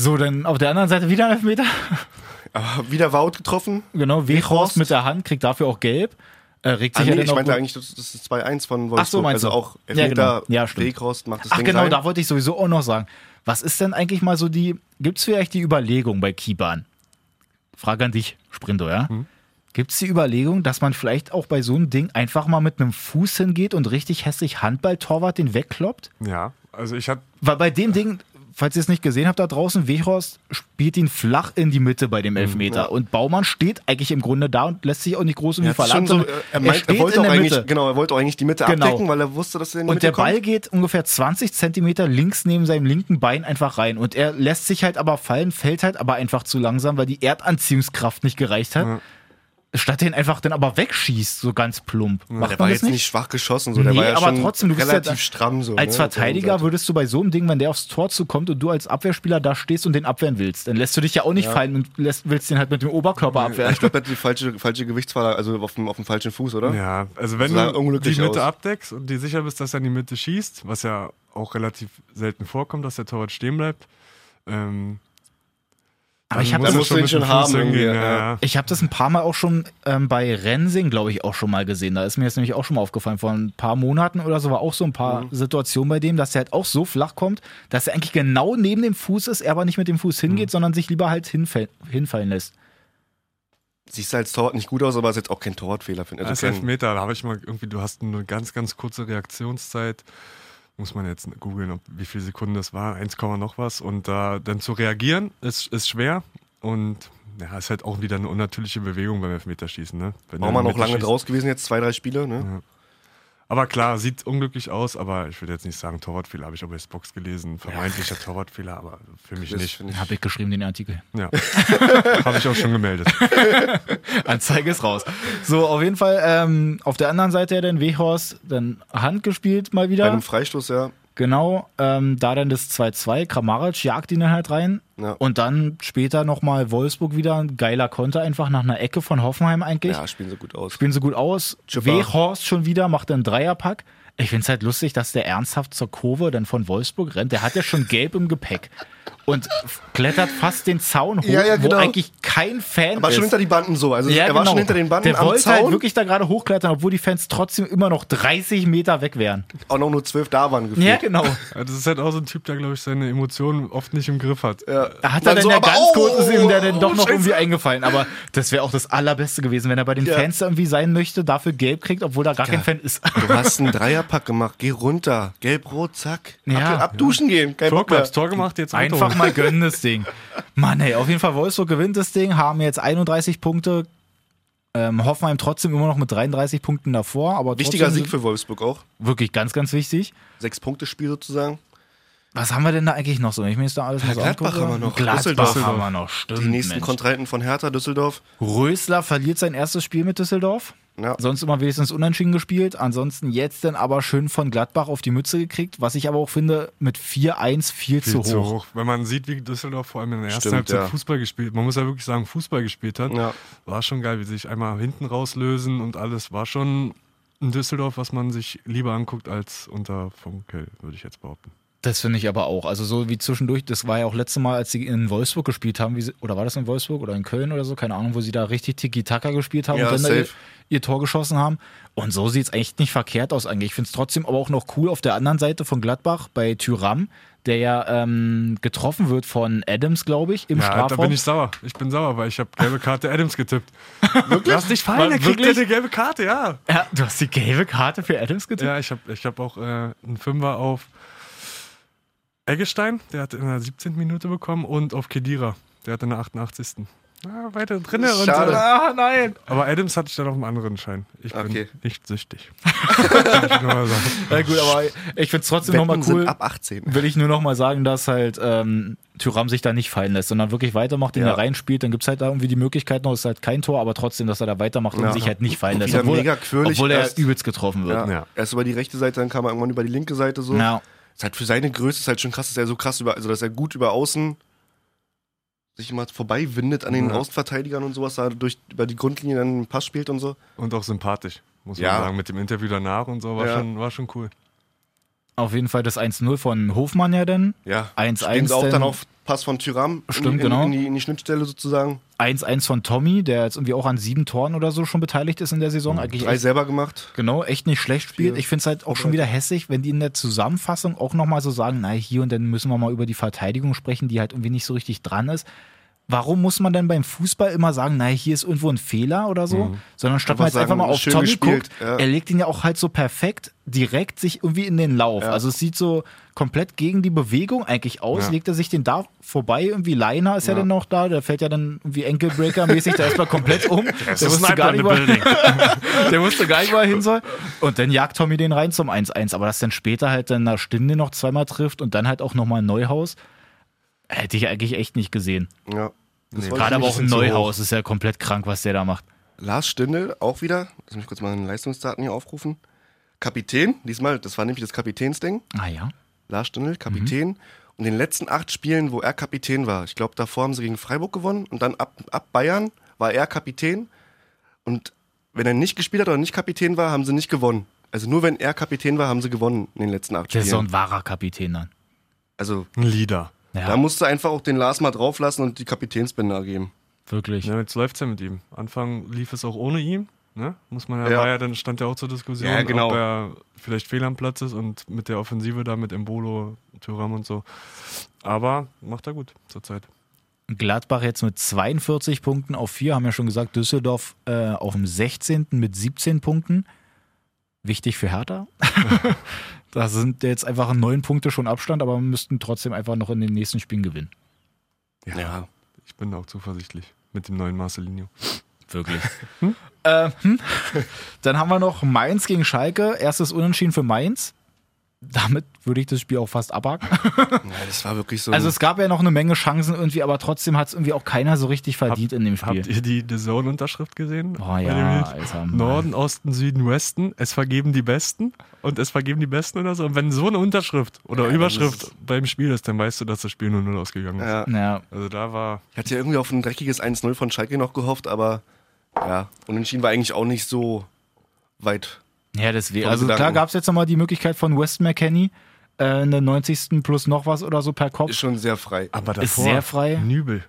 [SPEAKER 2] So, dann auf der anderen Seite wieder ein Elfmeter. <laughs>
[SPEAKER 1] Aber wieder Wout getroffen.
[SPEAKER 2] Genau, Weghorst mit der Hand, kriegt dafür auch gelb. Äh, regt
[SPEAKER 1] Ah,
[SPEAKER 2] sich ja
[SPEAKER 1] nee,
[SPEAKER 2] dann
[SPEAKER 1] ich
[SPEAKER 2] auch
[SPEAKER 1] meinte
[SPEAKER 2] gut-
[SPEAKER 1] eigentlich, das das ist 2-1 von Wolfsburg.
[SPEAKER 2] Ach so, meinst
[SPEAKER 1] also
[SPEAKER 2] du.
[SPEAKER 1] auch
[SPEAKER 2] Ja,
[SPEAKER 1] Elfmeter,
[SPEAKER 2] genau. Ja, stimmt.
[SPEAKER 1] Weghorst macht das
[SPEAKER 2] Ach
[SPEAKER 1] Ding
[SPEAKER 2] genau,
[SPEAKER 1] rein.
[SPEAKER 2] da wollte ich sowieso auch noch sagen. Was ist denn eigentlich mal so die, gibt es vielleicht die Überlegung bei Kiban? Frage an dich, Sprinto, ja?
[SPEAKER 1] Hm.
[SPEAKER 2] Gibt es die Überlegung, dass man vielleicht auch bei so einem Ding einfach mal mit einem Fuß hingeht und richtig hässlich Handball-Torwart den wegkloppt?
[SPEAKER 4] Ja, also ich hatte
[SPEAKER 2] Weil bei dem Ding, falls ihr es nicht gesehen habt da draußen, Weghorst spielt ihn flach in die Mitte bei dem Elfmeter. Und Baumann steht eigentlich im Grunde da und lässt sich auch nicht groß um irgendwie
[SPEAKER 1] Mhm. Er, hat's schon
[SPEAKER 2] verlangen.
[SPEAKER 1] so, äh,
[SPEAKER 2] sondern
[SPEAKER 1] er, meint, er,
[SPEAKER 2] steht
[SPEAKER 1] wollte
[SPEAKER 2] in
[SPEAKER 1] auch
[SPEAKER 2] der
[SPEAKER 1] eigentlich,
[SPEAKER 2] Mitte.
[SPEAKER 1] genau, er wollte auch eigentlich die Mitte
[SPEAKER 2] Genau.
[SPEAKER 1] abdecken, weil er wusste, dass er in die
[SPEAKER 2] Und
[SPEAKER 1] Mitte
[SPEAKER 2] der Ball
[SPEAKER 1] kommt.
[SPEAKER 2] geht ungefähr 20 Zentimeter links neben seinem linken Bein einfach rein. Und er lässt sich halt aber fallen, fällt halt aber einfach zu langsam, weil die Erdanziehungskraft nicht gereicht hat. Statt den einfach dann aber wegschießt, so ganz plump. Macht
[SPEAKER 1] der
[SPEAKER 2] man
[SPEAKER 1] war
[SPEAKER 2] das
[SPEAKER 1] jetzt
[SPEAKER 2] nicht?
[SPEAKER 1] nicht schwach geschossen, so. der
[SPEAKER 2] Nee,
[SPEAKER 1] war ja
[SPEAKER 2] aber
[SPEAKER 1] schon
[SPEAKER 2] trotzdem, du bist ja
[SPEAKER 1] relativ
[SPEAKER 2] da-
[SPEAKER 1] stramm so.
[SPEAKER 2] Als
[SPEAKER 1] ne, auf der
[SPEAKER 2] Verteidiger
[SPEAKER 1] Seite.
[SPEAKER 2] würdest du bei so einem Ding, wenn der aufs Tor zukommt und du als Abwehrspieler da stehst und den abwehren willst, dann lässt du dich ja auch nicht fallen und lässt, willst den halt mit dem
[SPEAKER 1] <laughs>
[SPEAKER 2] Oberkörper abwehren.
[SPEAKER 1] Ich glaube, er hat die falsche, falsche Gewichtsverlage, also auf dem, auf dem falschen Fuß, oder?
[SPEAKER 4] Ja, also wenn
[SPEAKER 1] Sah
[SPEAKER 4] du die
[SPEAKER 1] unglücklich
[SPEAKER 4] Mitte
[SPEAKER 1] aus.
[SPEAKER 4] abdeckst und dir sicher bist, dass er in die Mitte schießt, was ja auch relativ selten vorkommt, dass der Torwart stehen bleibt. Ähm,
[SPEAKER 2] Aber ich habe
[SPEAKER 1] muss
[SPEAKER 2] das,
[SPEAKER 1] er musst du ihn schon haben irgendwie,
[SPEAKER 4] Ja,
[SPEAKER 1] ja.
[SPEAKER 4] ja.
[SPEAKER 2] ich hab das ein paar Mal auch schon ähm, bei Rensing, glaube ich, auch schon mal gesehen. Da ist mir jetzt nämlich auch schon mal aufgefallen. Vor ein paar Monaten oder so war auch so ein paar
[SPEAKER 1] Mhm.
[SPEAKER 2] Situationen bei dem, dass er halt auch so flach kommt, dass er eigentlich genau neben dem Fuß ist, er aber nicht mit dem Fuß
[SPEAKER 1] Mhm.
[SPEAKER 2] hingeht, sondern sich lieber halt hinfäll hinfallen lässt.
[SPEAKER 1] Siehst du als Torwart nicht gut aus, aber ist jetzt auch kein Torwartfehler. finde ich.
[SPEAKER 4] Also
[SPEAKER 1] Also
[SPEAKER 4] als
[SPEAKER 1] kein,
[SPEAKER 4] Elfmeter, da habe ich mal irgendwie, du hast eine ganz, ganz kurze Reaktionszeit. Muss man jetzt googeln, ob, wie viele Sekunden das war. 1, Komma noch was. Und da dann zu reagieren, ist, ist schwer. Und ja, ist halt auch wieder eine unnatürliche Bewegung beim Elfmeterschießen. Ne? Wenn
[SPEAKER 1] war man
[SPEAKER 4] der
[SPEAKER 1] auch lange
[SPEAKER 4] Elfmeterschießt-
[SPEAKER 1] draus gewesen, jetzt zwei, drei Spiele. Ne?
[SPEAKER 4] Aber klar, sieht unglücklich aus, aber ich würde jetzt nicht sagen, Torwartfehler, habe ich aber jetzt Box gelesen. Vermeintlicher Torwartfehler, aber für mich
[SPEAKER 1] Das
[SPEAKER 4] nicht.
[SPEAKER 1] finde ich-
[SPEAKER 2] Habe ich geschrieben, den Artikel.
[SPEAKER 4] Ja. <laughs> habe ich auch
[SPEAKER 1] <laughs>
[SPEAKER 4] schon gemeldet.
[SPEAKER 2] Anzeige ist raus. So, auf jeden Fall, ähm, auf der anderen Seite ja dann Wehorst, dann Hand gespielt mal
[SPEAKER 1] Bei
[SPEAKER 2] wieder.
[SPEAKER 1] einem Freistoß, ja.
[SPEAKER 2] Genau, ähm, da dann das 2-2, Kramaric jagt ihn dann halt rein.
[SPEAKER 1] Ja.
[SPEAKER 2] Und dann später nochmal Wolfsburg wieder, ein geiler Konter einfach nach einer Ecke von Hoffenheim eigentlich.
[SPEAKER 1] Ja, spielen so gut aus.
[SPEAKER 2] Spielen so gut aus.
[SPEAKER 1] Chipper.
[SPEAKER 2] Wehorst schon wieder, macht einen Dreierpack. Ich find's halt lustig, dass der ernsthaft zur Kurve dann von Wolfsburg rennt. Der hat ja schon gelb im Gepäck. Und klettert fast den Zaun hoch,
[SPEAKER 1] Ja, ja, genau.
[SPEAKER 2] wo eigentlich kein Fan
[SPEAKER 1] aber
[SPEAKER 2] ist.
[SPEAKER 1] schon hinter die Banden so. Also
[SPEAKER 2] Ja,
[SPEAKER 1] er war
[SPEAKER 2] genau.
[SPEAKER 1] schon hinter den Banden
[SPEAKER 2] Der
[SPEAKER 1] am
[SPEAKER 2] wollte
[SPEAKER 1] Zaun.
[SPEAKER 2] halt wirklich da gerade hochklettern, obwohl die Fans trotzdem immer noch 30 Meter weg wären.
[SPEAKER 1] auch noch nur zwölf da waren gefühlt.
[SPEAKER 2] genau.
[SPEAKER 4] Ja, Das ist halt auch so ein Typ, der, glaube ich, seine Emotionen oft nicht im Griff hat.
[SPEAKER 1] Ja.
[SPEAKER 2] Da hat
[SPEAKER 1] Dann
[SPEAKER 2] er dann
[SPEAKER 1] so,
[SPEAKER 2] ja
[SPEAKER 1] aber,
[SPEAKER 2] ganz
[SPEAKER 1] oh,
[SPEAKER 2] kurz ist ihm der dann doch noch
[SPEAKER 1] Scheiße.
[SPEAKER 2] irgendwie eingefallen. Aber das wäre auch das Allerbeste gewesen, wenn er bei den
[SPEAKER 1] Ja.
[SPEAKER 2] Fans da irgendwie sein möchte, dafür gelb kriegt, obwohl da gar kein Fan ist.
[SPEAKER 1] Du hast einen Dreierpack gemacht, geh runter. Gelb-rot, zack.
[SPEAKER 2] Ja.
[SPEAKER 1] Ab, abduschen gehen, kein
[SPEAKER 4] Tor
[SPEAKER 1] Bock mehr.
[SPEAKER 4] gemacht, Tor <laughs> gemacht, jetzt
[SPEAKER 2] Einfach
[SPEAKER 4] Auto.
[SPEAKER 2] mal gönnen
[SPEAKER 4] <laughs>
[SPEAKER 2] das Ding. Mann, ey, auf jeden Fall Wolfsburg gewinnt das Ding, haben jetzt 31 Punkte. Ähm, Hoffenheim trotzdem immer noch mit 33 Punkten davor, aber
[SPEAKER 1] Wichtiger
[SPEAKER 2] trotzdem
[SPEAKER 1] Sieg für Wolfsburg auch.
[SPEAKER 2] wirklich ganz, ganz wichtig.
[SPEAKER 1] Sechs-Punkte-Spiel sozusagen.
[SPEAKER 2] Was haben wir denn da eigentlich noch so? Wenn ich mir jetzt da alles mal so
[SPEAKER 1] Gladbach
[SPEAKER 2] angucke.
[SPEAKER 1] haben wir noch.
[SPEAKER 2] Gladbach
[SPEAKER 1] Düsseldorf.
[SPEAKER 2] haben wir noch, stimmt.
[SPEAKER 1] Die nächsten
[SPEAKER 2] Hm, Mensch.
[SPEAKER 1] Kontrahenten von Hertha, Düsseldorf.
[SPEAKER 2] Rösler verliert sein erstes Spiel mit Düsseldorf.
[SPEAKER 1] Ja.
[SPEAKER 2] Sonst immer wenigstens unentschieden gespielt. Ansonsten jetzt dann aber schön von Gladbach auf die Mütze gekriegt, was ich aber auch finde, mit 4-1 viel,
[SPEAKER 4] Viel
[SPEAKER 2] zu hoch.
[SPEAKER 4] zu hoch. Wenn man sieht, wie Düsseldorf vor allem in der ersten
[SPEAKER 1] Stimmt,
[SPEAKER 4] Halbzeit
[SPEAKER 1] ja.
[SPEAKER 4] Fußball gespielt, man muss ja wirklich sagen, Fußball gespielt hat,
[SPEAKER 1] Ja.
[SPEAKER 4] war schon geil, wie sie sich einmal hinten rauslösen und alles war schon in Düsseldorf, was man sich lieber anguckt als unter Funkel, würde ich jetzt behaupten.
[SPEAKER 2] Das finde ich aber auch. Also so wie zwischendurch, das war ja auch letztes Mal, als sie in Wolfsburg gespielt haben, wie sie, oder war das in Wolfsburg oder in Köln oder so, keine Ahnung, wo sie da richtig Tiki-Taka gespielt haben
[SPEAKER 1] Ja,
[SPEAKER 2] und dann da ihr,
[SPEAKER 1] safe.
[SPEAKER 2] ihr Tor geschossen haben. Und so sieht es echt nicht verkehrt aus eigentlich. Ich finde es trotzdem aber auch noch cool auf der anderen Seite von Gladbach bei Tyram, der ja ähm, getroffen wird von Adams, glaube ich, im
[SPEAKER 4] Ja, da
[SPEAKER 2] Strafraum.
[SPEAKER 4] bin ich sauer. Ich bin sauer, weil ich habe gelbe Karte Adams getippt. Wirklich? Lass dich
[SPEAKER 2] War-
[SPEAKER 4] fallen, der kriegt ja
[SPEAKER 2] wirklich?
[SPEAKER 4] eine gelbe Karte, ja.
[SPEAKER 2] ja, du hast die gelbe Karte für Adams getippt?
[SPEAKER 4] Ja, ich habe ich hab auch äh, einen Fünfer auf Eggestein, der hat in der 17. Minute bekommen, und auf Kedira, der hat in der 88. Ah, weiter drinne. Und,
[SPEAKER 1] Schade.
[SPEAKER 2] Ah, nein.
[SPEAKER 4] äh, aber Adams hatte ich dann auf einem anderen Schein. Ich bin
[SPEAKER 1] Okay.
[SPEAKER 4] nicht süchtig. <laughs> Kann ich nur mal sagen.
[SPEAKER 2] Na gut, aber ich finde es trotzdem
[SPEAKER 1] Wetten
[SPEAKER 2] nochmal cool.
[SPEAKER 1] sind ab 18.
[SPEAKER 2] will ich nur noch mal sagen, dass halt ähm, Tyram sich da nicht fallen lässt, sondern wirklich weitermacht, ihn
[SPEAKER 1] Ja.
[SPEAKER 2] da reinspielt. Dann gibt es halt da irgendwie die Möglichkeit noch, es ist halt kein Tor, aber trotzdem, dass er da weitermacht und
[SPEAKER 1] Ja.
[SPEAKER 2] sich halt nicht fallen lässt.
[SPEAKER 1] Wieder
[SPEAKER 2] Obwohl,
[SPEAKER 1] mega quirlig
[SPEAKER 2] obwohl er
[SPEAKER 1] erst.
[SPEAKER 2] übelst getroffen wird.
[SPEAKER 1] Ja.
[SPEAKER 4] Ja.
[SPEAKER 1] Erst über die rechte Seite, dann kam er irgendwann über die linke Seite so.
[SPEAKER 2] Ja.
[SPEAKER 1] Ist halt für seine Größe ist halt schon krass, dass er so krass über, also dass er gut über außen sich immer vorbei windet an den
[SPEAKER 4] Ja.
[SPEAKER 1] Außenverteidigern und sowas, da durch über die Grundlinie dann einen Pass spielt und so.
[SPEAKER 4] Und auch sympathisch, muss
[SPEAKER 1] Ja.
[SPEAKER 4] man sagen. Mit dem Interview danach und so war,
[SPEAKER 1] Ja.
[SPEAKER 4] schon, war schon cool.
[SPEAKER 2] Auf jeden Fall das 1-0 von Hofmann ja dann.
[SPEAKER 1] Ja.
[SPEAKER 2] 1-1
[SPEAKER 1] Spielen sie auch
[SPEAKER 2] denn-
[SPEAKER 1] dann auf Pass von Tyram in-
[SPEAKER 2] Stimmt,
[SPEAKER 1] in,
[SPEAKER 2] genau.
[SPEAKER 1] in, die, in die Schnittstelle sozusagen.
[SPEAKER 2] 1-1 von Tommy, der jetzt irgendwie auch an sieben Toren oder so schon beteiligt ist in der Saison. Eigentlich
[SPEAKER 1] Mhm. Drei
[SPEAKER 2] echt,
[SPEAKER 1] selber gemacht.
[SPEAKER 2] genau, echt nicht schlecht spielt.
[SPEAKER 1] Vier.
[SPEAKER 2] Ich finde es halt auch schon wieder hässlich, wenn die in der Zusammenfassung auch nochmal so sagen, na hier und dann müssen wir mal über die Verteidigung sprechen, die halt irgendwie nicht so richtig dran ist. Warum muss man denn beim Fußball immer sagen, naja, hier ist irgendwo ein Fehler oder so? Sondern statt
[SPEAKER 1] Einfach
[SPEAKER 2] man jetzt einfach
[SPEAKER 1] Mhm. sagen,
[SPEAKER 2] mal auf
[SPEAKER 1] schön
[SPEAKER 2] Tommy
[SPEAKER 1] gespielt,
[SPEAKER 2] guckt,
[SPEAKER 1] ja.
[SPEAKER 2] er legt ihn ja auch halt so perfekt direkt sich irgendwie in den Lauf. Also es sieht so komplett gegen die Bewegung eigentlich aus,
[SPEAKER 4] Ja.
[SPEAKER 2] legt er sich den da vorbei, irgendwie Leiner ist ja, dann noch da, der fällt ja dann irgendwie Enkelbreaker-mäßig da erstmal
[SPEAKER 1] <laughs>
[SPEAKER 2] komplett um. Das der wusste gar nicht, wo er hin soll. Und dann jagt Tommy den rein zum 1-1. Aber dass dann später halt dann nach Stimmen den noch zweimal trifft und dann halt auch nochmal Neuhaus, hätte ich eigentlich echt nicht gesehen.
[SPEAKER 1] Ja. Das
[SPEAKER 4] Nee,
[SPEAKER 1] war schon
[SPEAKER 2] Gerade aber
[SPEAKER 1] ein
[SPEAKER 2] auch
[SPEAKER 1] bisschen zu
[SPEAKER 2] Neuhaus ist ja komplett krank, was der da macht.
[SPEAKER 1] hoch. Lars Stindl auch wieder. Lass mich kurz mal meine Leistungsdaten hier aufrufen. Kapitän, diesmal, das war nämlich das Kapitänsding.
[SPEAKER 2] Ah ja.
[SPEAKER 1] Lars Stindl,
[SPEAKER 2] Mhm.
[SPEAKER 1] Kapitän. Und in den letzten acht Spielen, wo er Kapitän war, ich glaube, davor haben sie gegen Freiburg gewonnen und dann ab, ab Bayern war er Kapitän. Und wenn er nicht gespielt hat oder nicht Kapitän war, haben sie nicht gewonnen. Also nur wenn er Kapitän war, haben sie gewonnen in den letzten acht
[SPEAKER 2] Der ist so
[SPEAKER 1] Spielen.
[SPEAKER 2] ein wahrer Kapitän dann.
[SPEAKER 1] Also
[SPEAKER 4] Ein Leader.
[SPEAKER 2] Ja,
[SPEAKER 1] da musst du einfach auch den Lars mal drauflassen und die Kapitänsbänder geben.
[SPEAKER 2] wirklich.
[SPEAKER 4] Ja, Ne, jetzt läuft's ja mit ihm. Anfang lief es auch ohne ihm. Ne? Muss man ja,
[SPEAKER 1] Ja.
[SPEAKER 4] war ja dann stand ja auch zur Diskussion,
[SPEAKER 1] Ja, genau.
[SPEAKER 4] ob er vielleicht fehl am Platz ist und mit der Offensive da mit Embolo, Thuram und so. Aber macht er gut zurzeit.
[SPEAKER 2] Gladbach jetzt mit 42 Punkten auf 4, haben ja schon gesagt, Düsseldorf äh, auf dem 16. mit 17 Punkten. Wichtig für <laughs> Hertha. da sind jetzt einfach neun Punkte schon Abstand, aber müssten trotzdem einfach noch in den nächsten Spielen gewinnen.
[SPEAKER 1] Ja.
[SPEAKER 4] Ich bin auch zuversichtlich mit dem neuen Marcelinho.
[SPEAKER 2] Wirklich. ähm, hm? Dann haben wir noch Mainz gegen Schalke. Erstes Unentschieden für Mainz. Damit würde ich das Spiel auch fast abhaken.
[SPEAKER 1] Ja, das war wirklich so.
[SPEAKER 2] Also es gab ja noch eine Menge Chancen irgendwie, aber trotzdem hat es irgendwie auch keiner so richtig verdient in dem
[SPEAKER 4] Habt
[SPEAKER 2] Spiel.
[SPEAKER 4] ihr die The Zone-Unterschrift gesehen?
[SPEAKER 2] Oh
[SPEAKER 4] Bei
[SPEAKER 2] ja,
[SPEAKER 4] dem Lied?
[SPEAKER 2] Alter, Mann.
[SPEAKER 4] Norden, Osten, Süden, Westen. Es vergeben die Besten und es vergeben die Besten oder so. Und wenn so eine Unterschrift oder Überschrift beim Spiel ist, dann weißt du, dass das Spiel 0-0 ausgegangen ist.
[SPEAKER 1] ja.
[SPEAKER 2] Ja,
[SPEAKER 4] Also da war
[SPEAKER 1] Ich hatte ja irgendwie auf ein dreckiges 1-0 von Schalke noch gehofft, aber ja, unentschieden war eigentlich auch nicht so weit.
[SPEAKER 2] Ja, deswegen.
[SPEAKER 1] Vom
[SPEAKER 2] Also
[SPEAKER 1] Gedanken.
[SPEAKER 2] klar gab es jetzt nochmal die Möglichkeit von Weston McKenney äh, in der 90. plus noch was oder so per Kopf.
[SPEAKER 1] Ist schon sehr frei.
[SPEAKER 4] Aber davor,
[SPEAKER 2] Ist sehr frei.
[SPEAKER 4] Nübel.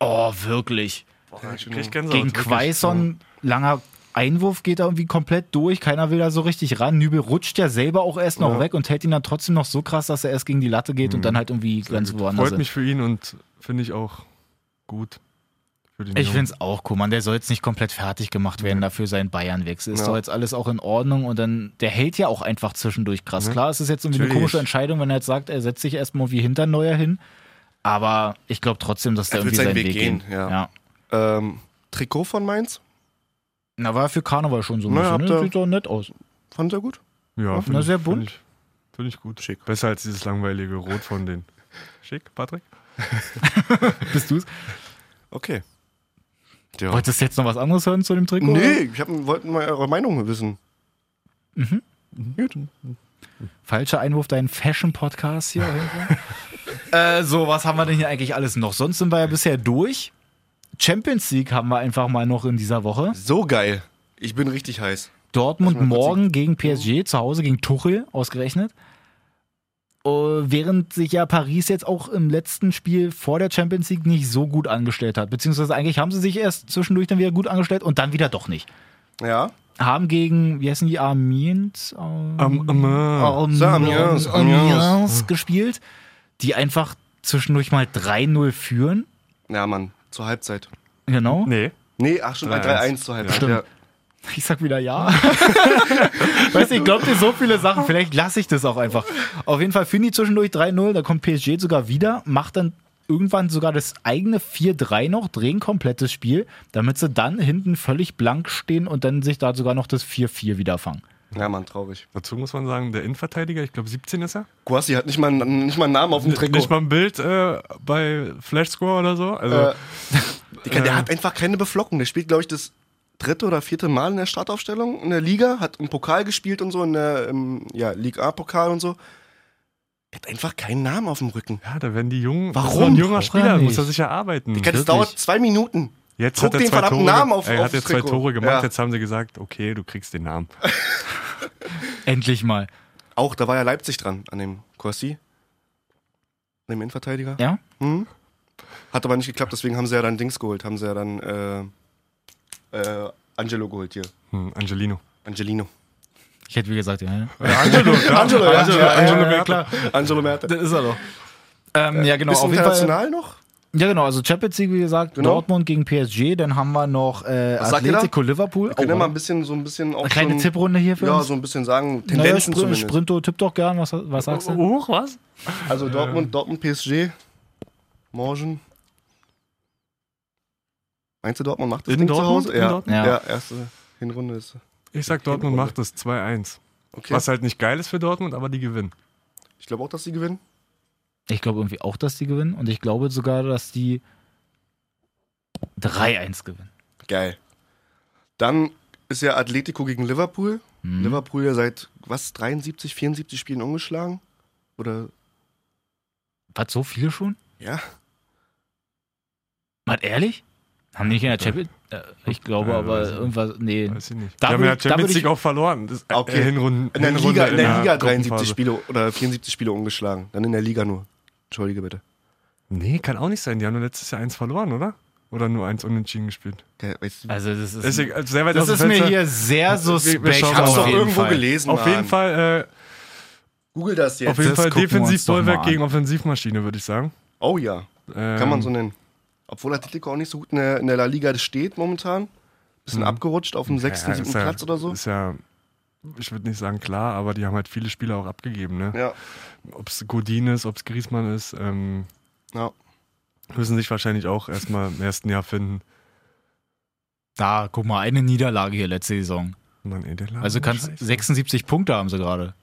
[SPEAKER 2] oh, wirklich.
[SPEAKER 4] Ich krieg Gänsehaut,
[SPEAKER 2] Gegen
[SPEAKER 4] wirklich.
[SPEAKER 2] Quaison, langer Einwurf geht da irgendwie komplett durch, keiner will da so richtig ran. Nübel rutscht ja selber auch erst noch weg und hält ihn dann trotzdem noch so krass, dass er erst gegen die Latte geht und dann halt irgendwie ganz woanders
[SPEAKER 1] also.
[SPEAKER 4] Freut
[SPEAKER 2] ist.
[SPEAKER 4] mich für ihn und finde ich auch gut. Für den
[SPEAKER 2] Ich
[SPEAKER 4] Jungen.
[SPEAKER 2] finde es auch cool, man. Der soll jetzt nicht komplett fertig gemacht werden dafür sein Bayernwechsel. Ist
[SPEAKER 1] Ja.
[SPEAKER 2] doch jetzt alles auch in Ordnung und dann, der hält ja auch einfach zwischendurch krass. Klar, es ist jetzt irgendwie eine
[SPEAKER 4] Natürlich.
[SPEAKER 2] komische Entscheidung, wenn er jetzt sagt, er setzt sich erstmal wie hinter Neuer hin. Aber ich glaube trotzdem, dass der
[SPEAKER 1] Er
[SPEAKER 2] irgendwie
[SPEAKER 1] wird
[SPEAKER 2] seinen
[SPEAKER 1] seinen
[SPEAKER 2] Weg,
[SPEAKER 1] Weg
[SPEAKER 2] gehen.
[SPEAKER 1] gehen, ja. Ähm, Trikot von Mainz,
[SPEAKER 2] Na, war für Karneval schon so ein
[SPEAKER 1] Na,
[SPEAKER 2] bisschen.
[SPEAKER 1] habt
[SPEAKER 2] Ne?
[SPEAKER 1] ihr-
[SPEAKER 2] Sieht doch nett aus.
[SPEAKER 1] fand er gut.
[SPEAKER 4] ja,
[SPEAKER 2] na,
[SPEAKER 4] ich-
[SPEAKER 2] sehr bunt.
[SPEAKER 4] Finde ich, find ich gut.
[SPEAKER 1] Schick.
[SPEAKER 4] Besser als dieses langweilige Rot von <laughs> den. Schick, Patrick?
[SPEAKER 2] Bist du's?
[SPEAKER 1] Okay. Ja.
[SPEAKER 2] Wolltest du jetzt noch was anderes hören zu dem Trikot?
[SPEAKER 1] Nee, ich hab, wollte mal eure Meinung wissen. Mhm.
[SPEAKER 2] Falscher Einwurf, dein Fashion-Podcast hier. irgendwo.
[SPEAKER 1] <laughs>
[SPEAKER 2] äh, so, was haben wir denn hier eigentlich alles noch? Sonst sind wir ja bisher durch. Champions League haben wir einfach mal noch in dieser Woche.
[SPEAKER 1] So geil. Ich bin richtig heiß.
[SPEAKER 2] Dortmund
[SPEAKER 1] Lass mal kurz
[SPEAKER 2] morgen gegen PSG, zu Hause gegen Tuchel ausgerechnet. Äh, während sich ja Paris jetzt auch im letzten Spiel vor der Champions League nicht so gut angestellt hat. Beziehungsweise eigentlich haben sie sich erst zwischendurch dann wieder gut angestellt und dann wieder doch nicht.
[SPEAKER 1] Ja.
[SPEAKER 2] Haben gegen, wie heißen die, Armiens?
[SPEAKER 4] Am, am,
[SPEAKER 1] Oh.
[SPEAKER 4] äh,
[SPEAKER 2] Armiens,
[SPEAKER 1] Amiens,
[SPEAKER 2] Amiens, Hm.
[SPEAKER 1] Amiens.
[SPEAKER 2] gespielt, die einfach zwischendurch mal 3-0 führen.
[SPEAKER 1] Ja, Mann. Zur Halbzeit.
[SPEAKER 2] Genau.
[SPEAKER 4] nee.
[SPEAKER 1] Nee, ach schon, bei 3-1 zur Halbzeit.
[SPEAKER 2] Stimmt.
[SPEAKER 1] Ja.
[SPEAKER 2] Ich sag wieder ja. <laughs> weißt du, ich glaube dir so viele Sachen, vielleicht lasse ich das auch einfach. Auf jeden Fall führen die zwischendurch 3-0, da kommt PSG sogar wieder, macht dann irgendwann sogar das eigene 4-3 noch, drehen komplettes Spiel, damit sie dann hinten völlig blank stehen und dann sich da sogar noch das 4-4 wieder fangen.
[SPEAKER 1] ja, Mann, traurig.
[SPEAKER 4] Dazu muss man sagen, der Innenverteidiger, ich glaube 17 ist er.
[SPEAKER 1] Guassi hat nicht mal, einen- nicht mal einen Namen auf dem Trikot.
[SPEAKER 4] Nicht mal ein Bild äh, bei Flashscore oder so. Also, <laughs>
[SPEAKER 1] Äh, Digga, der
[SPEAKER 4] Äh.
[SPEAKER 1] hat einfach keine Beflockung. Der spielt, glaube ich, das dritte oder vierte Mal in der Startaufstellung in der Liga, hat im Pokal gespielt und so, in der ähm, ja, Liga A-Pokal und so. Er hat einfach keinen Namen auf dem Rücken.
[SPEAKER 4] ja, da werden die Jungen.
[SPEAKER 1] Warum?
[SPEAKER 4] Das ist doch ein junger
[SPEAKER 2] Braucht er
[SPEAKER 4] Spieler,
[SPEAKER 2] nicht.
[SPEAKER 4] muss er sich erarbeiten.
[SPEAKER 1] Digga, das
[SPEAKER 2] wirklich?
[SPEAKER 1] dauert zwei Minuten.
[SPEAKER 4] Jetzt
[SPEAKER 1] Druck
[SPEAKER 4] hat er
[SPEAKER 1] den
[SPEAKER 4] zwei
[SPEAKER 1] verdammten
[SPEAKER 4] Tore,
[SPEAKER 1] Namen auf-
[SPEAKER 4] er
[SPEAKER 1] aufs
[SPEAKER 4] hat jetzt zwei
[SPEAKER 1] Trikot.
[SPEAKER 4] Tore gemacht,
[SPEAKER 1] Ja.
[SPEAKER 4] jetzt haben sie gesagt, okay, du kriegst den Namen.
[SPEAKER 2] Endlich mal.
[SPEAKER 1] Auch, da war ja Leipzig dran an dem Corsi. An dem Innenverteidiger.
[SPEAKER 2] Ja?
[SPEAKER 1] Hm? Hat aber nicht geklappt, deswegen haben sie ja dann Dings geholt. Haben sie ja dann äh, äh, Angelo geholt hier.
[SPEAKER 4] Hm, Angelino.
[SPEAKER 1] Angelino.
[SPEAKER 2] Ich hätte wie gesagt, ja. ja.
[SPEAKER 4] Angelo, <laughs> klar.
[SPEAKER 1] Angelo, ja,
[SPEAKER 4] Angelo,
[SPEAKER 1] ja,
[SPEAKER 4] Angelo
[SPEAKER 1] ja, ja,
[SPEAKER 4] Merkel.
[SPEAKER 1] Angelo Merte.
[SPEAKER 2] <laughs> Das ist er doch. Ähm, ja, genau.
[SPEAKER 1] Bisschen
[SPEAKER 2] Auf jeden Fall,
[SPEAKER 1] international noch?
[SPEAKER 2] ja, genau. Also Champions League, wie gesagt,
[SPEAKER 1] Genau.
[SPEAKER 2] Dortmund gegen PSG. Dann haben wir noch äh,
[SPEAKER 1] Was sagt ihr da?
[SPEAKER 2] Atletico Liverpool.
[SPEAKER 1] Können wir
[SPEAKER 2] Oh,
[SPEAKER 1] mal ein bisschen so ein bisschen auch
[SPEAKER 2] Eine kleine
[SPEAKER 1] schon-
[SPEAKER 2] Tipprunde hier für
[SPEAKER 1] Ja,
[SPEAKER 2] uns?
[SPEAKER 1] so ein bisschen sagen,
[SPEAKER 2] Naja,
[SPEAKER 1] Tendenzen
[SPEAKER 2] Spr
[SPEAKER 1] zumindest. Oh,
[SPEAKER 2] Sprinto, tipp doch gern. Was, was sagst du?
[SPEAKER 4] Hoch, was?
[SPEAKER 1] Also Dortmund, Dortmund PSG. Morgen. Meinst du, Dortmund macht das
[SPEAKER 4] In
[SPEAKER 1] Ding
[SPEAKER 4] Dortmund?
[SPEAKER 1] zu Hause?
[SPEAKER 4] In
[SPEAKER 1] Ja.
[SPEAKER 4] Dortmund?
[SPEAKER 1] ja.
[SPEAKER 2] Ja.
[SPEAKER 1] erste Hinrunde ist.
[SPEAKER 4] Ich sag, Dortmund macht das 2-1.
[SPEAKER 1] Okay.
[SPEAKER 4] Was halt nicht geil ist für Dortmund, aber die gewinnen.
[SPEAKER 1] Ich glaube auch, dass sie gewinnen. oh.
[SPEAKER 2] Ich glaube irgendwie auch, dass die gewinnen. Und ich glaube sogar, dass die 3-1 gewinnen.
[SPEAKER 1] Geil. Dann ist ja Atletico gegen Liverpool.
[SPEAKER 2] Hm.
[SPEAKER 4] Mhm.
[SPEAKER 1] Liverpool ja seit was 73, 74 Spielen ungeschlagen oder
[SPEAKER 2] Was, so viele schon?
[SPEAKER 1] ja,
[SPEAKER 2] Mal ehrlich? Haben die nicht in der Champions äh, Ich glaube
[SPEAKER 4] Ja,
[SPEAKER 2] aber
[SPEAKER 4] weiß ich nicht.
[SPEAKER 2] irgendwas. Nee.
[SPEAKER 4] Weiß ich nicht.
[SPEAKER 2] Da
[SPEAKER 4] die haben
[SPEAKER 2] würd-
[SPEAKER 4] ja
[SPEAKER 2] da würd
[SPEAKER 4] Champions
[SPEAKER 2] ich-
[SPEAKER 4] League auch verloren. Das, äh,
[SPEAKER 1] Okay.
[SPEAKER 4] Hinrunden,
[SPEAKER 1] in der
[SPEAKER 4] Hinrunde
[SPEAKER 1] Liga, in der Liga
[SPEAKER 4] Gruppenphase.
[SPEAKER 1] 73 Spiele oder 74 Spiele ungeschlagen, dann in der Liga nur. Entschuldige bitte.
[SPEAKER 4] Nee, kann auch nicht sein. Die haben nur letztes Jahr eins verloren, oder? Oder nur eins unentschieden gespielt.
[SPEAKER 1] Geil, Äh, weißt du,
[SPEAKER 2] Also das ist,
[SPEAKER 4] Ist egal, sehr weit
[SPEAKER 2] das
[SPEAKER 4] aus dem
[SPEAKER 2] ist mir
[SPEAKER 4] Fenster.
[SPEAKER 2] hier sehr
[SPEAKER 4] wir
[SPEAKER 2] suspekt.
[SPEAKER 4] schauen
[SPEAKER 1] ich hab's
[SPEAKER 4] auf
[SPEAKER 1] doch
[SPEAKER 4] jeden
[SPEAKER 1] irgendwo
[SPEAKER 2] Fall.
[SPEAKER 1] gelesen.
[SPEAKER 4] Auf
[SPEAKER 1] Mann.
[SPEAKER 4] jeden Fall,
[SPEAKER 1] Google das
[SPEAKER 4] äh,
[SPEAKER 1] jetzt.
[SPEAKER 4] auf jeden
[SPEAKER 2] das
[SPEAKER 4] Fall
[SPEAKER 2] gucken wir uns doch mal
[SPEAKER 4] Defensivbollwerk
[SPEAKER 2] an.
[SPEAKER 4] gegen Offensivmaschine, würde ich sagen.
[SPEAKER 1] oh ja, kann man so
[SPEAKER 4] Ähm.
[SPEAKER 1] nennen. Obwohl Atletico auch nicht so gut in der, in der La Liga steht momentan. Bisschen abgerutscht auf dem sechsten,
[SPEAKER 4] Mhm. Ähm, Ja,
[SPEAKER 1] siebten
[SPEAKER 4] ist ja-
[SPEAKER 1] Platz oder so.
[SPEAKER 4] Ist ja, ich würde nicht sagen klar, aber die haben halt viele Spieler auch abgegeben. Ne?
[SPEAKER 1] Ja,
[SPEAKER 4] Ob es Godin ist, ob es Griezmann ist, ähm,
[SPEAKER 1] ja.
[SPEAKER 4] müssen sich wahrscheinlich auch erstmal im ersten Jahr finden.
[SPEAKER 2] Da, guck mal, eine Niederlage hier letzte Saison.
[SPEAKER 4] Mann, ey, der Laden
[SPEAKER 2] Also
[SPEAKER 4] ist
[SPEAKER 2] kannst
[SPEAKER 4] scheiße.
[SPEAKER 2] 76 Punkte haben sie gerade.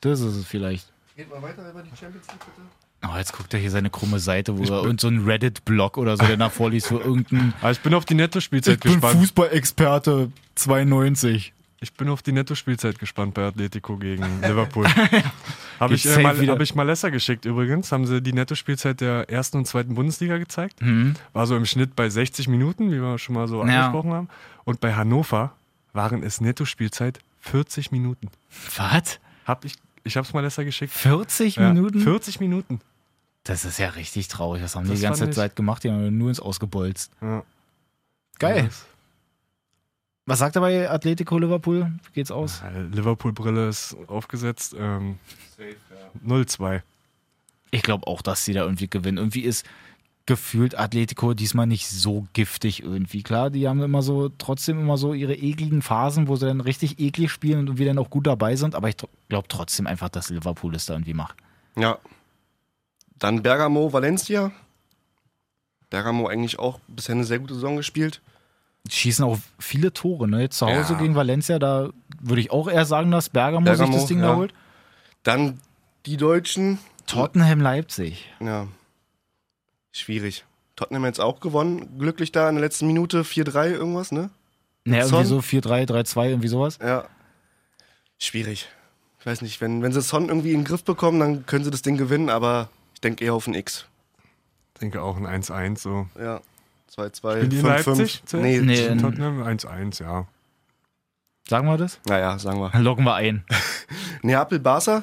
[SPEAKER 2] Das ist es vielleicht.
[SPEAKER 1] Geht mal weiter über die Champions League bitte.
[SPEAKER 2] Oh, jetzt guckt er hier seine krumme Seite, wo er und so ein Reddit-Blog oder so, der nach vorliest, wo <laughs> irgendein
[SPEAKER 4] Aber Ah, ich bin auf die Netto-Spielzeit gespannt.
[SPEAKER 2] Fußballexperte 92.
[SPEAKER 4] ich bin auf die Netto-Spielzeit gespannt bei
[SPEAKER 2] <laughs>
[SPEAKER 4] Atletico gegen Liverpool. Habe
[SPEAKER 2] Geht's
[SPEAKER 4] ich, äh,
[SPEAKER 2] safe
[SPEAKER 4] mal,
[SPEAKER 2] wieder.
[SPEAKER 4] hab ich Malessa geschickt übrigens. Haben sie die Netto-Spielzeit der ersten und zweiten Bundesliga gezeigt.
[SPEAKER 2] Hm?
[SPEAKER 4] War so im Schnitt bei 60 Minuten, wie wir schon mal so
[SPEAKER 2] Ja.
[SPEAKER 4] angesprochen haben. Und bei Hannover waren es Netto-Spielzeit 40 Minuten.
[SPEAKER 2] Was?
[SPEAKER 4] Hab ich, ich hab's Malessa geschickt.
[SPEAKER 2] 40
[SPEAKER 4] Ja,
[SPEAKER 2] Minuten?
[SPEAKER 4] 40 Minuten.
[SPEAKER 2] Das ist ja richtig traurig. Was haben die
[SPEAKER 4] Das
[SPEAKER 2] die ganze
[SPEAKER 4] fand ich-
[SPEAKER 2] Zeit gemacht? Die haben nur ins Ausgebolzt.
[SPEAKER 4] Ja.
[SPEAKER 2] Geil. Was sagt er bei Atletico Liverpool? Wie geht's aus?
[SPEAKER 4] Ja, Äh, Liverpool-Brille ist aufgesetzt. Ähm, 0-2.
[SPEAKER 2] Ich glaube auch, dass sie da irgendwie gewinnen. Irgendwie ist gefühlt Atletico diesmal nicht so giftig irgendwie. Klar, die haben immer so, trotzdem immer so ihre ekligen Phasen, wo sie dann richtig eklig spielen und irgendwie dann auch gut dabei sind. Aber ich glaube trotzdem einfach, dass Liverpool es da irgendwie macht.
[SPEAKER 1] Ja. Dann Bergamo, Valencia. Bergamo eigentlich auch bisher eine sehr gute Saison gespielt.
[SPEAKER 2] schießen auch viele Tore. Ne? Jetzt zu Hause
[SPEAKER 1] Ja.
[SPEAKER 2] gegen Valencia, da würde ich auch eher sagen, dass Bergamo,
[SPEAKER 1] Bergamo,
[SPEAKER 2] sich das Ding
[SPEAKER 1] ja.
[SPEAKER 2] da holt.
[SPEAKER 1] Dann die Deutschen.
[SPEAKER 2] Tottenham Leipzig.
[SPEAKER 1] Ja. Schwierig. Tottenham jetzt auch gewonnen, glücklich da in der letzten Minute, 4-3 irgendwas, ne?
[SPEAKER 2] Naja, irgendwie so
[SPEAKER 1] Son?
[SPEAKER 2] 4-3, 3-2, irgendwie sowas.
[SPEAKER 1] Ja. Schwierig. Ich weiß nicht, wenn, wenn sie Son irgendwie in den Griff bekommen, dann können sie das Ding gewinnen, aber ich denke eher auf ein X.
[SPEAKER 4] Ich denke auch ein 1-1 so.
[SPEAKER 1] Ja.
[SPEAKER 4] Spielen
[SPEAKER 1] 2-2,
[SPEAKER 4] die in
[SPEAKER 1] 5-5.
[SPEAKER 4] Leipzig zuerst?
[SPEAKER 1] Nee,
[SPEAKER 2] Nee.
[SPEAKER 1] nee.
[SPEAKER 2] Ähm.
[SPEAKER 4] Tottenham 1-1, ja.
[SPEAKER 2] Sagen wir das?
[SPEAKER 1] Naja, sagen wir.
[SPEAKER 2] Dann loggen wir ein.
[SPEAKER 1] Neapel, Barca?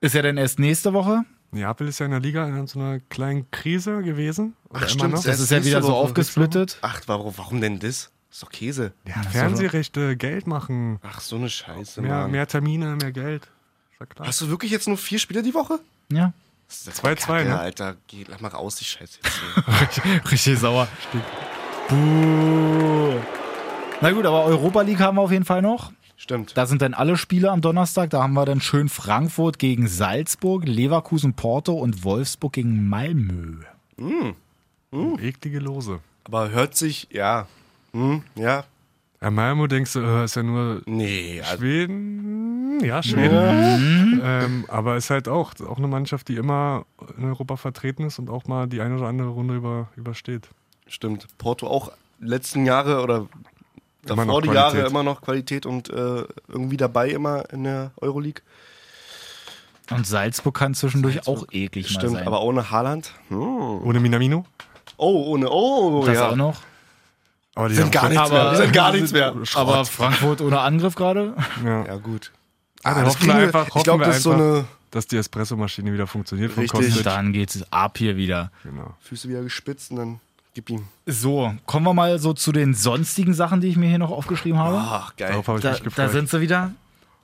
[SPEAKER 2] Ist ja dann erst nächste Woche.
[SPEAKER 4] Neapel ist ja in der Liga in so einer kleinen Krise gewesen. Oder immer
[SPEAKER 1] stimmt,
[SPEAKER 4] noch.
[SPEAKER 1] sehr- Erst
[SPEAKER 2] Das ist ja
[SPEAKER 1] nächste
[SPEAKER 2] wieder so
[SPEAKER 1] Woche,
[SPEAKER 2] aufgesplittet.
[SPEAKER 1] Ach, warum, warum denn das? Ist doch Käse.
[SPEAKER 4] Ja, Fernsehrechte, Geld machen.
[SPEAKER 1] Ach, so eine Scheiße,
[SPEAKER 4] Mehr,
[SPEAKER 1] Mann.
[SPEAKER 4] mehr Termine, mehr Geld. Ist ja klar.
[SPEAKER 1] Hast du wirklich jetzt nur vier Spiele die Woche?
[SPEAKER 2] Ja.
[SPEAKER 1] Das ist
[SPEAKER 4] 2-2,
[SPEAKER 1] Kacke,
[SPEAKER 4] ne?
[SPEAKER 1] Alter, geh, lach mal raus, die Scheiße jetzt.
[SPEAKER 4] <laughs>
[SPEAKER 1] hier.
[SPEAKER 2] <laughs> Richtig sauer. Buh. Na gut, aber Europa League haben wir auf jeden Fall noch.
[SPEAKER 1] Stimmt.
[SPEAKER 2] Da sind dann alle Spiele am Donnerstag. Da haben wir dann schön Frankfurt gegen Salzburg, Leverkusen Porto und Wolfsburg gegen Malmö.
[SPEAKER 4] Eklige Lose.
[SPEAKER 1] Aber hört sich, ja. Hm, ja.
[SPEAKER 4] Ja, Malmo denkst du, äh, ist ja nur
[SPEAKER 1] Nee, also,
[SPEAKER 4] Schweden. Ja, Schweden. Ähm, aber ist halt auch, auch eine Mannschaft, die immer in Europa vertreten ist und auch mal die eine oder andere Runde über, übersteht.
[SPEAKER 1] stimmt. Porto auch letzten Jahre oder
[SPEAKER 4] Immer noch
[SPEAKER 1] davor die
[SPEAKER 4] Qualität.
[SPEAKER 1] Jahre immer noch Qualität und äh, irgendwie dabei immer in der Euroleague.
[SPEAKER 2] Und Salzburg kann zwischendurch auch eklig mal
[SPEAKER 1] Stimmt,
[SPEAKER 2] sein.
[SPEAKER 1] aber ohne Haaland. Hm.
[SPEAKER 4] Ohne Minamino.
[SPEAKER 1] Oh, ohne, oh,
[SPEAKER 2] das
[SPEAKER 1] ja.
[SPEAKER 2] auch noch.
[SPEAKER 4] Aber die
[SPEAKER 1] Sind
[SPEAKER 4] haben
[SPEAKER 1] gar
[SPEAKER 4] schon-
[SPEAKER 1] nichts
[SPEAKER 2] Aber-
[SPEAKER 1] mehr. Die sind gar nichts mehr.
[SPEAKER 2] <laughs> Aber Frankfurt ohne Angriff gerade.
[SPEAKER 4] Ja.
[SPEAKER 1] Ja, gut.
[SPEAKER 4] Ah, dann
[SPEAKER 1] das
[SPEAKER 4] hoffen wir
[SPEAKER 1] kriegen wir-
[SPEAKER 4] einfach,
[SPEAKER 1] ich
[SPEAKER 4] hoffen
[SPEAKER 1] glaub,
[SPEAKER 4] wir
[SPEAKER 1] das ist so
[SPEAKER 4] einfach,
[SPEAKER 1] eine-
[SPEAKER 4] dass die Espressomaschine wieder funktioniert von
[SPEAKER 1] Richtig.
[SPEAKER 4] Kostic.
[SPEAKER 2] Und dann geht's ab hier wieder.
[SPEAKER 4] Genau.
[SPEAKER 1] Füße wieder gespitzt und dann gib ihm.
[SPEAKER 2] So, kommen wir mal so zu den sonstigen Sachen, die ich mir hier noch aufgeschrieben habe.
[SPEAKER 1] Ach, Ah, geil.
[SPEAKER 4] Darauf habe ich
[SPEAKER 2] da,
[SPEAKER 4] mich
[SPEAKER 2] da
[SPEAKER 4] gefreut.
[SPEAKER 2] sind sie wieder.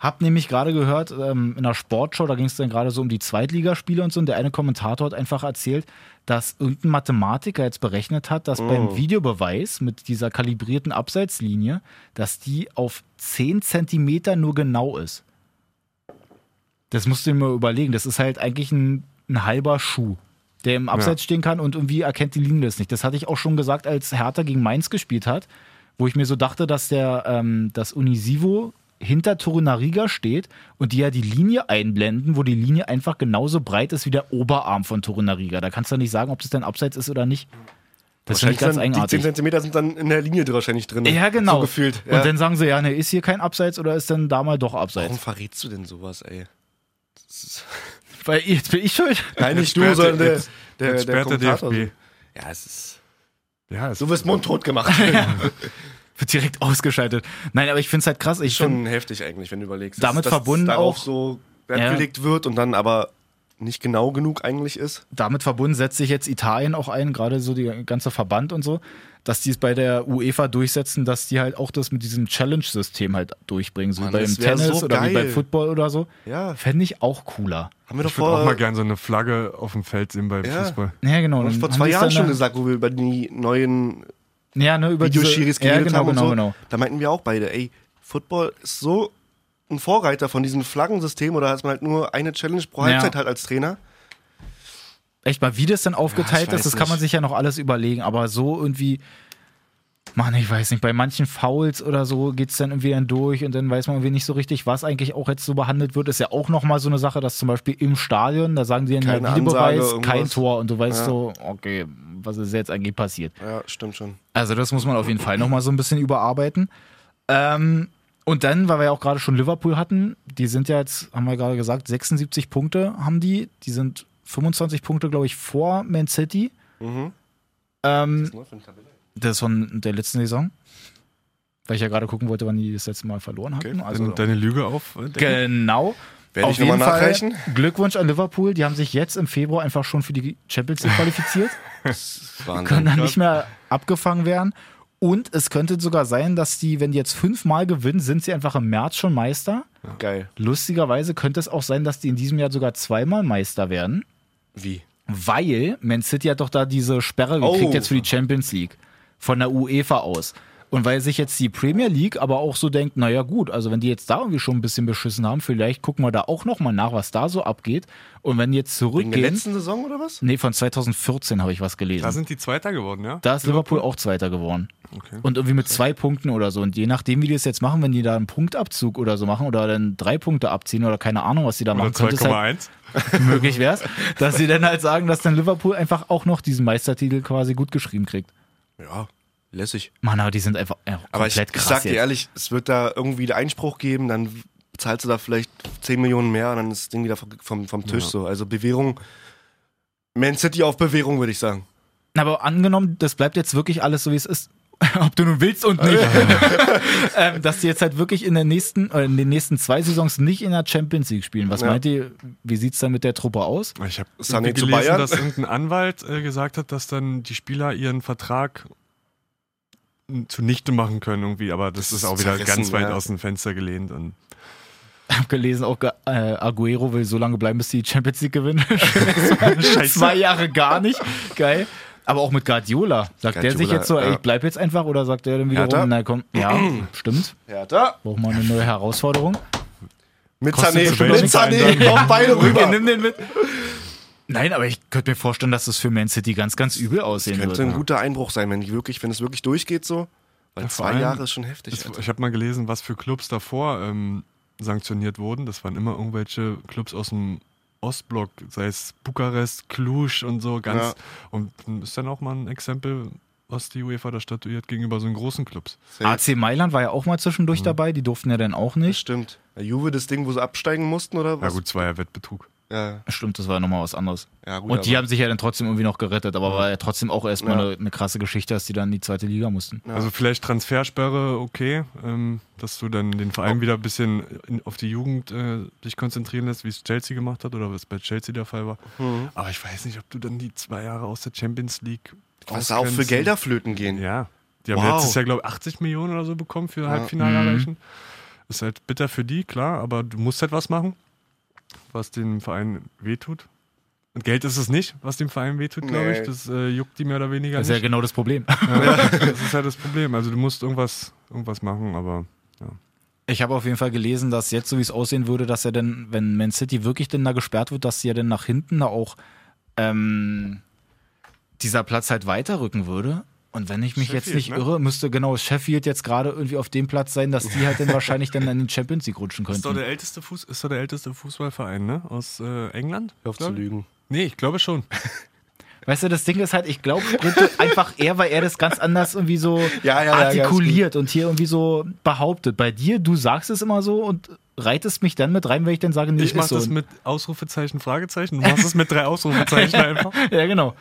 [SPEAKER 2] Hab nämlich gerade gehört, ähm, in der Sportshow, da ging es dann gerade so um die Zweitligaspiele und so, und der eine Kommentator hat einfach erzählt, dass irgendein Mathematiker jetzt berechnet hat, dass
[SPEAKER 4] Oh.
[SPEAKER 2] beim Videobeweis mit dieser kalibrierten Abseitslinie, dass die auf 10 Zentimeter nur genau ist. Das musst du dir mal überlegen. Das ist halt eigentlich ein, ein halber Schuh, der im Abseits stehen kann und irgendwie erkennt die Linie das nicht. Das hatte ich auch schon gesagt, als Hertha gegen Mainz gespielt hat, wo ich mir so dachte, dass der ähm, das Unisivo hinter Torunariga steht und die ja die Linie einblenden, wo die Linie einfach genauso breit ist wie der Oberarm von Torunariga. Da kannst du ja nicht sagen, ob das denn Abseits ist oder nicht. Das finde
[SPEAKER 1] Wahrscheinlich
[SPEAKER 2] ich
[SPEAKER 1] dann,
[SPEAKER 2] ganz
[SPEAKER 1] die 10
[SPEAKER 2] eigenartig.
[SPEAKER 1] Zentimeter sind dann in der Linie drin wahrscheinlich drin. ne?
[SPEAKER 2] Ja, genau.
[SPEAKER 1] So gefühlt.
[SPEAKER 2] Und
[SPEAKER 1] Ja.
[SPEAKER 2] dann sagen sie, ja, ne, ist hier kein Abseits oder ist denn da mal doch
[SPEAKER 1] Warum
[SPEAKER 2] Abseits?
[SPEAKER 1] verrätst du denn sowas, ey? Das ist-
[SPEAKER 2] Weil jetzt bin ich schuld.
[SPEAKER 1] <laughs> Nein,
[SPEAKER 4] Jetzt
[SPEAKER 1] nicht du,
[SPEAKER 4] sperrt
[SPEAKER 1] sondern
[SPEAKER 4] der-
[SPEAKER 1] der,
[SPEAKER 4] jetzt-
[SPEAKER 1] der,
[SPEAKER 4] jetzt
[SPEAKER 1] der
[SPEAKER 4] sperrt der
[SPEAKER 1] Kommentator.
[SPEAKER 4] DFB.
[SPEAKER 1] Ja, es ist.
[SPEAKER 4] Ja, ist
[SPEAKER 1] Du wirst mundtot <laughs> gemacht.
[SPEAKER 2] Wird direkt <laughs> ausgeschaltet. Nein, aber ich finde es halt krass. Ich find,
[SPEAKER 1] Schon heftig eigentlich, wenn du überlegst.
[SPEAKER 2] Damit verbunden
[SPEAKER 1] darauf
[SPEAKER 2] auch-
[SPEAKER 1] so Wert
[SPEAKER 2] Ja.
[SPEAKER 1] gelegt wird und dann aber nicht genau genug eigentlich ist.
[SPEAKER 2] damit verbunden setzt sich jetzt Italien auch ein, gerade so der ganze Verband und so, dass die es bei der UEFA durchsetzen, dass die halt auch das mit diesem Challenge-System halt durchbringen, so
[SPEAKER 1] Mann,
[SPEAKER 2] beim
[SPEAKER 1] das wär
[SPEAKER 2] Tennis
[SPEAKER 1] so
[SPEAKER 2] oder wie bei
[SPEAKER 1] geil.
[SPEAKER 2] Football oder so.
[SPEAKER 1] Ja.
[SPEAKER 2] Fände ich auch cooler.
[SPEAKER 1] Haben wir doch
[SPEAKER 4] Ich würde auch mal
[SPEAKER 1] vor,
[SPEAKER 4] gern so eine Flagge auf dem Feld sehen beim
[SPEAKER 1] Ja.
[SPEAKER 4] Fußball.
[SPEAKER 2] Ja, genau.
[SPEAKER 1] vor
[SPEAKER 2] dann
[SPEAKER 1] zwei
[SPEAKER 2] haben die es
[SPEAKER 1] Jahren
[SPEAKER 2] dann
[SPEAKER 1] schon
[SPEAKER 2] da-
[SPEAKER 1] gesagt, wo wir über die neuen
[SPEAKER 2] Ja, ne, über diese-
[SPEAKER 1] Videoschiris geredet
[SPEAKER 2] ja, genau,
[SPEAKER 1] haben. Und
[SPEAKER 2] genau,
[SPEAKER 1] so,
[SPEAKER 2] genau.
[SPEAKER 1] Da meinten wir auch beide, ey, Football ist so ein Vorreiter von diesem Flaggensystem oder dass man halt nur eine Challenge pro
[SPEAKER 2] Ja.
[SPEAKER 1] Halbzeit hat als Trainer.
[SPEAKER 2] Echt mal, wie das dann aufgeteilt
[SPEAKER 1] Ja, ich
[SPEAKER 2] ist, das
[SPEAKER 1] weiß
[SPEAKER 2] kann man
[SPEAKER 1] nicht.
[SPEAKER 2] sich ja noch alles überlegen, aber so irgendwie, Mann, ich weiß nicht, bei manchen Fouls oder so geht es dann irgendwie dann durch und dann weiß man irgendwie nicht so richtig, was eigentlich auch jetzt so behandelt wird. Ist ja auch nochmal so eine Sache, dass zum Beispiel im Stadion, da sagen die dann
[SPEAKER 1] Keine
[SPEAKER 2] ja Videobeweis,
[SPEAKER 1] Ansage,
[SPEAKER 2] kein
[SPEAKER 1] irgendwas.
[SPEAKER 2] Tor und du weißt
[SPEAKER 1] Ja.
[SPEAKER 2] so, okay, was ist jetzt eigentlich passiert?
[SPEAKER 1] Ja, stimmt schon.
[SPEAKER 2] Also das muss man auf jeden Fall nochmal so ein bisschen überarbeiten. Ähm, und dann, weil wir ja auch gerade schon Liverpool hatten, die sind ja jetzt, haben wir gerade gesagt, 76 Punkte haben die. Die sind 25 Punkte, glaube ich, vor Man City.
[SPEAKER 1] Mhm.
[SPEAKER 2] Ähm, das ist von der letzten Saison. Weil ich ja gerade gucken wollte, wann die das letzte Mal verloren hatten. Also,
[SPEAKER 4] Also deine Lüge auf. entdecken?
[SPEAKER 2] genau.
[SPEAKER 1] Werde ich nochmal nachreichen.
[SPEAKER 2] <laughs> Glückwunsch an Liverpool. Die haben sich jetzt im Februar einfach schon für die Champions League
[SPEAKER 1] <laughs>
[SPEAKER 2] qualifiziert können
[SPEAKER 1] Wahnsinn.
[SPEAKER 2] dann nicht mehr abgefangen werden. Und es könnte sogar sein, dass die, wenn die jetzt fünfmal gewinnen, sind sie einfach im März schon Meister.
[SPEAKER 1] Geil.
[SPEAKER 2] Lustigerweise könnte es auch sein, dass die in diesem Jahr sogar zweimal Meister werden,
[SPEAKER 1] Wie?
[SPEAKER 2] weil Man City hat doch da diese Sperre gekriegt
[SPEAKER 1] Oh.
[SPEAKER 2] jetzt für die Champions League von der UEFA aus. Und weil sich jetzt die Premier League aber auch so denkt, naja gut, also wenn die jetzt da irgendwie schon ein bisschen beschissen haben, vielleicht gucken wir da auch nochmal nach, was da so abgeht. Und wenn die jetzt
[SPEAKER 1] In der
[SPEAKER 2] zurückgehen.
[SPEAKER 1] letzten Saison oder was?
[SPEAKER 2] Nee, von 2014 habe ich was gelesen.
[SPEAKER 4] Da sind die Zweiter geworden, ja?
[SPEAKER 2] Da ist Liverpool, auch Zweiter geworden. Und irgendwie mit zwei Punkten oder so. Und je nachdem, wie die es jetzt machen, wenn die da einen Punktabzug oder so machen oder dann drei Punkte abziehen oder keine Ahnung, was die da
[SPEAKER 4] Oder
[SPEAKER 2] machen, könnte es halt <laughs>
[SPEAKER 4] 2,1.
[SPEAKER 2] möglich wäre, dass sie dann halt sagen, dass dann Liverpool einfach auch noch diesen Meistertitel quasi gut geschrieben kriegt.
[SPEAKER 1] Ja, lässig.
[SPEAKER 2] Mann, aber die sind einfach ja, komplett
[SPEAKER 1] Aber ich, ich
[SPEAKER 2] krass.
[SPEAKER 1] sag dir
[SPEAKER 2] jetzt.
[SPEAKER 1] ehrlich, es wird da irgendwie der Einspruch geben, dann zahlst du da vielleicht 10 Millionen mehr und dann ist das Ding wieder vom, vom, vom Tisch so. Also Bewährung, Man City auf Bewährung, würde ich sagen.
[SPEAKER 2] Na, Aber angenommen, das bleibt jetzt wirklich alles so, wie es ist. <laughs> Ob du nun willst und nicht. <laughs> ähm, dass die jetzt halt wirklich in, der nächsten, äh, in den nächsten zwei Saisons nicht in der Champions League spielen. Was
[SPEAKER 1] Ja.
[SPEAKER 2] meint ihr, wie sieht es dann mit der Truppe aus?
[SPEAKER 4] Ich habe
[SPEAKER 1] Sané
[SPEAKER 4] gelesen,
[SPEAKER 1] zu Bayern.
[SPEAKER 4] dass irgendein Anwalt äh, gesagt hat, dass dann die Spieler ihren Vertrag zunichte machen können irgendwie, aber das,
[SPEAKER 1] Das
[SPEAKER 4] ist
[SPEAKER 1] ist
[SPEAKER 4] auch wieder
[SPEAKER 1] zerrissen,
[SPEAKER 4] ganz weit
[SPEAKER 1] ja.
[SPEAKER 4] aus dem Fenster gelehnt und
[SPEAKER 2] Hab gelesen, auch Ga- äh, Aguero will so lange bleiben, bis die Champions
[SPEAKER 1] <laughs>
[SPEAKER 2] League gewinnen. Schön, erstmal Zwei Jahre gar nicht. Geil. Aber auch mit Guardiola. Sagt der sich
[SPEAKER 1] Guardiola,
[SPEAKER 2] jetzt so, ey,
[SPEAKER 1] ja.
[SPEAKER 2] ich bleib jetzt einfach oder sagt er dann wiederum,
[SPEAKER 1] Hertha?
[SPEAKER 2] na komm, ja, stimmt.
[SPEAKER 1] Hertha.
[SPEAKER 2] Brauchen wir eine neue Herausforderung.
[SPEAKER 1] Mit
[SPEAKER 4] Kostet
[SPEAKER 1] Sané,
[SPEAKER 4] zu wenig
[SPEAKER 1] mit Sané,
[SPEAKER 4] einen
[SPEAKER 1] auf beide <laughs>
[SPEAKER 2] Okay,
[SPEAKER 1] rüber.
[SPEAKER 2] nimm den mit. Nein, aber ich könnte mir vorstellen, dass das für Man City ganz, ganz übel aussehen
[SPEAKER 1] Könnte
[SPEAKER 2] würde.
[SPEAKER 1] ein guter Einbruch sein, wenn, die wirklich, wenn es wirklich durchgeht so. Weil
[SPEAKER 4] Ja, vor
[SPEAKER 1] zwei
[SPEAKER 4] allem-
[SPEAKER 1] Jahre ist schon heftig.
[SPEAKER 4] Das,
[SPEAKER 1] Alter.
[SPEAKER 4] ich habe mal gelesen, was für Clubs davor ähm, sanktioniert wurden. Das waren immer irgendwelche Clubs aus dem Ostblock, sei es Bukarest, Cluj und so. Ganz
[SPEAKER 1] Ja.
[SPEAKER 4] und dann ist dann auch mal ein Exempel, was die UEFA da statuiert gegenüber so einen großen Clubs.
[SPEAKER 2] AC Mailand war ja auch mal
[SPEAKER 1] Mhm.
[SPEAKER 2] zwischendurch dabei, die durften ja dann auch
[SPEAKER 1] Das
[SPEAKER 2] nicht.
[SPEAKER 1] stimmt. Bei Juve das Ding, wo sie absteigen mussten oder
[SPEAKER 4] Ja
[SPEAKER 1] was?
[SPEAKER 4] gut, zwei ja Wettbetrug.
[SPEAKER 1] Ja,
[SPEAKER 2] Stimmt, das war ja nochmal was anderes.
[SPEAKER 1] ja gut.
[SPEAKER 2] Und die
[SPEAKER 1] aber-
[SPEAKER 2] haben sich ja dann trotzdem irgendwie noch gerettet, aber war ja trotzdem auch erstmal
[SPEAKER 1] Mhm. Ja.
[SPEAKER 2] eine, eine krasse Geschichte, dass die dann in die zweite Liga mussten.
[SPEAKER 1] Ja.
[SPEAKER 4] Also vielleicht Transfersperre, okay, ähm, dass du dann den Verein wieder ein bisschen in, auf die Jugend äh, dich konzentrieren lässt, wie es Chelsea gemacht hat oder was bei Chelsea der Fall war.
[SPEAKER 1] Mhm.
[SPEAKER 4] Aber ich weiß nicht, ob du dann die zwei Jahre aus der Champions League
[SPEAKER 1] was da auch für
[SPEAKER 4] ausgrenzen-
[SPEAKER 1] Gelder flöten gehen.
[SPEAKER 4] Ja. Die haben
[SPEAKER 1] Wow. Mhm.
[SPEAKER 4] letztes Jahr, glaube ich, 80 Millionen oder so bekommen für Halbfinale erreichen. Ist halt bitter für die, klar, aber du musst halt was machen, was dem Verein wehtut. Und Geld ist es nicht, was dem Verein wehtut, glaube ich.
[SPEAKER 1] Nee.
[SPEAKER 4] Das äh, juckt die mehr oder weniger
[SPEAKER 2] Das ist ja
[SPEAKER 4] nicht.
[SPEAKER 2] genau das Problem.
[SPEAKER 4] <laughs> Das ist halt das Problem. Also du musst irgendwas, irgendwas machen, aber
[SPEAKER 2] Ich habe auf jeden Fall gelesen, dass jetzt, so wie es aussehen würde, dass er denn, wenn Man City wirklich denn da gesperrt wird, dass sie ja dann nach hinten da auch ähm, dieser Platz halt weiterrücken würde. Und wenn ich mich jetzt
[SPEAKER 4] Sheffield,
[SPEAKER 2] nicht
[SPEAKER 4] ne?
[SPEAKER 2] irre, müsste genau Sheffield jetzt gerade irgendwie auf dem Platz sein, dass die halt dann wahrscheinlich dann in den Champions League rutschen
[SPEAKER 4] ist doch
[SPEAKER 2] könnten.
[SPEAKER 4] der älteste, Fuß, ist doch der älteste Fußballverein, ne? Aus äh, England?
[SPEAKER 1] Hör auf zu
[SPEAKER 4] glaub ich.
[SPEAKER 1] lügen.
[SPEAKER 4] Nee, ich
[SPEAKER 1] <laughs>
[SPEAKER 4] glaube schon.
[SPEAKER 2] Weißt du, das Ding ist halt, ich glaube, Sprinte einfach er, weil er das ganz anders irgendwie so
[SPEAKER 1] Ja, ja, ja, ja, ist gut.
[SPEAKER 2] artikuliert und hier irgendwie so behauptet. Bei dir, du sagst es immer so und reitest mich dann mit rein, wenn ich dann sage, nee,
[SPEAKER 4] Ich
[SPEAKER 2] ist
[SPEAKER 4] mache
[SPEAKER 2] so.
[SPEAKER 4] das mit Ausrufezeichen, Fragezeichen. Du machst es mit drei Ausrufezeichen
[SPEAKER 1] <laughs>
[SPEAKER 4] einfach.
[SPEAKER 2] <laughs> Ja, genau.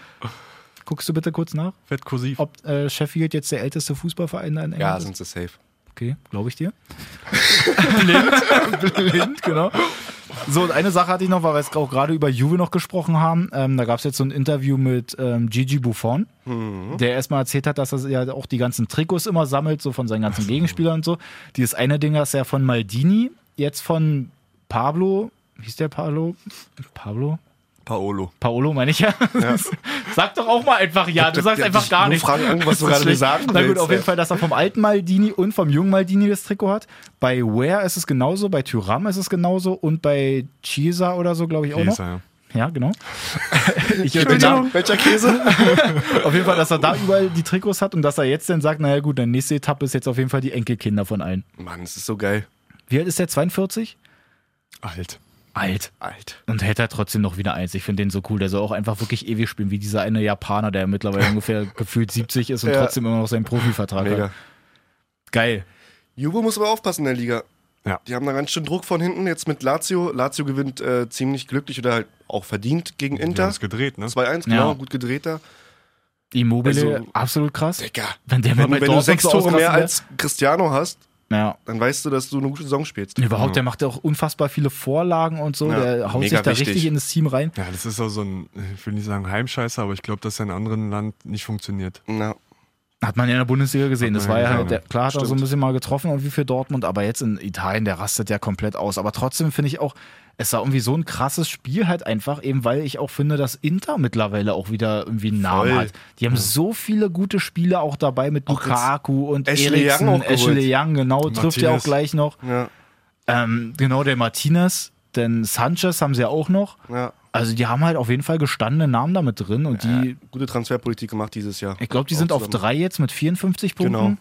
[SPEAKER 2] Guckst du bitte kurz nach,
[SPEAKER 4] Fett kursiv.
[SPEAKER 2] ob äh, Sheffield jetzt der älteste Fußballverein in England
[SPEAKER 1] Ja,
[SPEAKER 2] ist?
[SPEAKER 1] sind sie safe.
[SPEAKER 2] Okay, glaube
[SPEAKER 1] <laughs>
[SPEAKER 2] ich dir. Blind. <laughs> Blind, genau. So, und eine Sache hatte ich noch, weil wir jetzt auch gerade über Juve noch gesprochen haben. Ähm, da gab es jetzt so ein Interview mit ähm, Gigi Buffon,
[SPEAKER 1] Mhm.
[SPEAKER 2] der erstmal erzählt hat, dass er ja auch die ganzen Trikots immer sammelt, so von seinen ganzen Gegenspielern und so. Dieses eine Ding, das er von Maldini, jetzt von Pablo, hieß der Pablo? Pablo?
[SPEAKER 1] Paolo.
[SPEAKER 2] Paolo meine ich ja. <laughs> Sag doch auch mal einfach ja, du sagst einfach gar
[SPEAKER 1] nur
[SPEAKER 2] nichts.
[SPEAKER 1] fragen,
[SPEAKER 2] <laughs>
[SPEAKER 1] irgendwas du
[SPEAKER 2] Das
[SPEAKER 1] gerade
[SPEAKER 2] ist schlecht.
[SPEAKER 1] sagen
[SPEAKER 2] Na gut,
[SPEAKER 1] willst,
[SPEAKER 2] auf jeden
[SPEAKER 1] ja.
[SPEAKER 2] Fall, dass er vom alten Maldini und vom jungen Maldini das Trikot hat. Bei Ware ist es genauso, bei Tyram ist es genauso und bei Chiesa oder so, glaube ich, auch noch.
[SPEAKER 4] ja.
[SPEAKER 1] <laughs>
[SPEAKER 2] Ja, genau. ich
[SPEAKER 1] Welcher, welcher Käse?
[SPEAKER 2] auf jeden Fall, dass er da überall die Trikots hat und dass er jetzt dann sagt, naja gut, dann nächste Etappe ist jetzt auf jeden Fall die Enkelkinder von allen.
[SPEAKER 1] Mann, es ist so geil.
[SPEAKER 2] Wie alt ist der? 42?
[SPEAKER 4] Alt.
[SPEAKER 2] Alt.
[SPEAKER 1] Alt.
[SPEAKER 2] Und hält er trotzdem noch wieder eins. Ich finde den so cool. Der soll auch einfach wirklich ewig spielen, wie dieser eine Japaner, der mittlerweile
[SPEAKER 1] <laughs>
[SPEAKER 2] ungefähr gefühlt 70 ist und
[SPEAKER 1] Ja.
[SPEAKER 2] trotzdem immer noch seinen Profivertrag hat.
[SPEAKER 1] Mega.
[SPEAKER 2] Geil.
[SPEAKER 1] Juve muss aber aufpassen in der Liga.
[SPEAKER 4] Ja.
[SPEAKER 1] Die haben da ganz schön Druck von hinten jetzt mit Lazio. Lazio gewinnt äh, ziemlich glücklich oder halt auch verdient gegen
[SPEAKER 4] Wir
[SPEAKER 1] Inter.
[SPEAKER 4] haben es gedreht, ne?
[SPEAKER 1] 2-1, genau,
[SPEAKER 2] Ja.
[SPEAKER 1] gut gedreht da.
[SPEAKER 2] Immobile,
[SPEAKER 1] Also-
[SPEAKER 2] absolut krass.
[SPEAKER 1] Digga.
[SPEAKER 2] Wenn der mal
[SPEAKER 1] Wenn,
[SPEAKER 2] bei
[SPEAKER 1] wenn du
[SPEAKER 2] Dortmund
[SPEAKER 1] sechs
[SPEAKER 2] so
[SPEAKER 1] Tore mehr
[SPEAKER 2] ausrasten
[SPEAKER 1] als Cristiano hast,
[SPEAKER 2] lässt. Ja.
[SPEAKER 1] dann weißt du, dass du eine gute Saison spielst.
[SPEAKER 2] Überhaupt, der macht ja auch unfassbar viele Vorlagen und so.
[SPEAKER 1] Ja,
[SPEAKER 2] der haut
[SPEAKER 1] mega
[SPEAKER 2] sich da
[SPEAKER 1] wichtig.
[SPEAKER 2] richtig in das Team rein.
[SPEAKER 4] Ja, das ist auch so ein, ich will nicht sagen Heimscheißer, aber ich glaube, dass er in anderen Land nicht funktioniert.
[SPEAKER 1] Na,
[SPEAKER 2] Hat man ja in der Bundesliga gesehen.
[SPEAKER 4] Hat
[SPEAKER 2] Das
[SPEAKER 4] man
[SPEAKER 2] war
[SPEAKER 4] ja
[SPEAKER 2] ja
[SPEAKER 4] gesehen,
[SPEAKER 2] halt, der,
[SPEAKER 4] ja.
[SPEAKER 2] klar hat er so ein
[SPEAKER 1] Stimmt.
[SPEAKER 2] bisschen mal getroffen, irgendwie für Dortmund, aber jetzt in Italien, der rastet ja komplett aus. Aber trotzdem finde ich auch, es war irgendwie so ein krasses Spiel halt einfach, eben weil ich auch finde, dass Inter mittlerweile auch wieder irgendwie einen Namen
[SPEAKER 1] Voll.
[SPEAKER 2] hat. Die haben so viele gute Spieler auch dabei mit
[SPEAKER 1] Auch jetzt
[SPEAKER 2] Lukaku und
[SPEAKER 1] Ashley
[SPEAKER 2] Eriksen,
[SPEAKER 1] Young auch geholt.
[SPEAKER 2] Ashley Young, genau, trifft ja auch
[SPEAKER 4] Martinez.
[SPEAKER 2] gleich noch.
[SPEAKER 1] Ja,
[SPEAKER 2] Ähm, genau, der Martinez, denn Sanchez haben sie ja auch noch.
[SPEAKER 1] ja.
[SPEAKER 2] Also die haben halt auf jeden Fall gestandene Namen damit drin und die,
[SPEAKER 1] Äh, Gute Transferpolitik gemacht dieses Jahr.
[SPEAKER 2] ich glaube, die sind
[SPEAKER 1] Auch
[SPEAKER 2] auf
[SPEAKER 1] zusammen.
[SPEAKER 2] drei jetzt mit 54 Punkten.
[SPEAKER 1] Genau.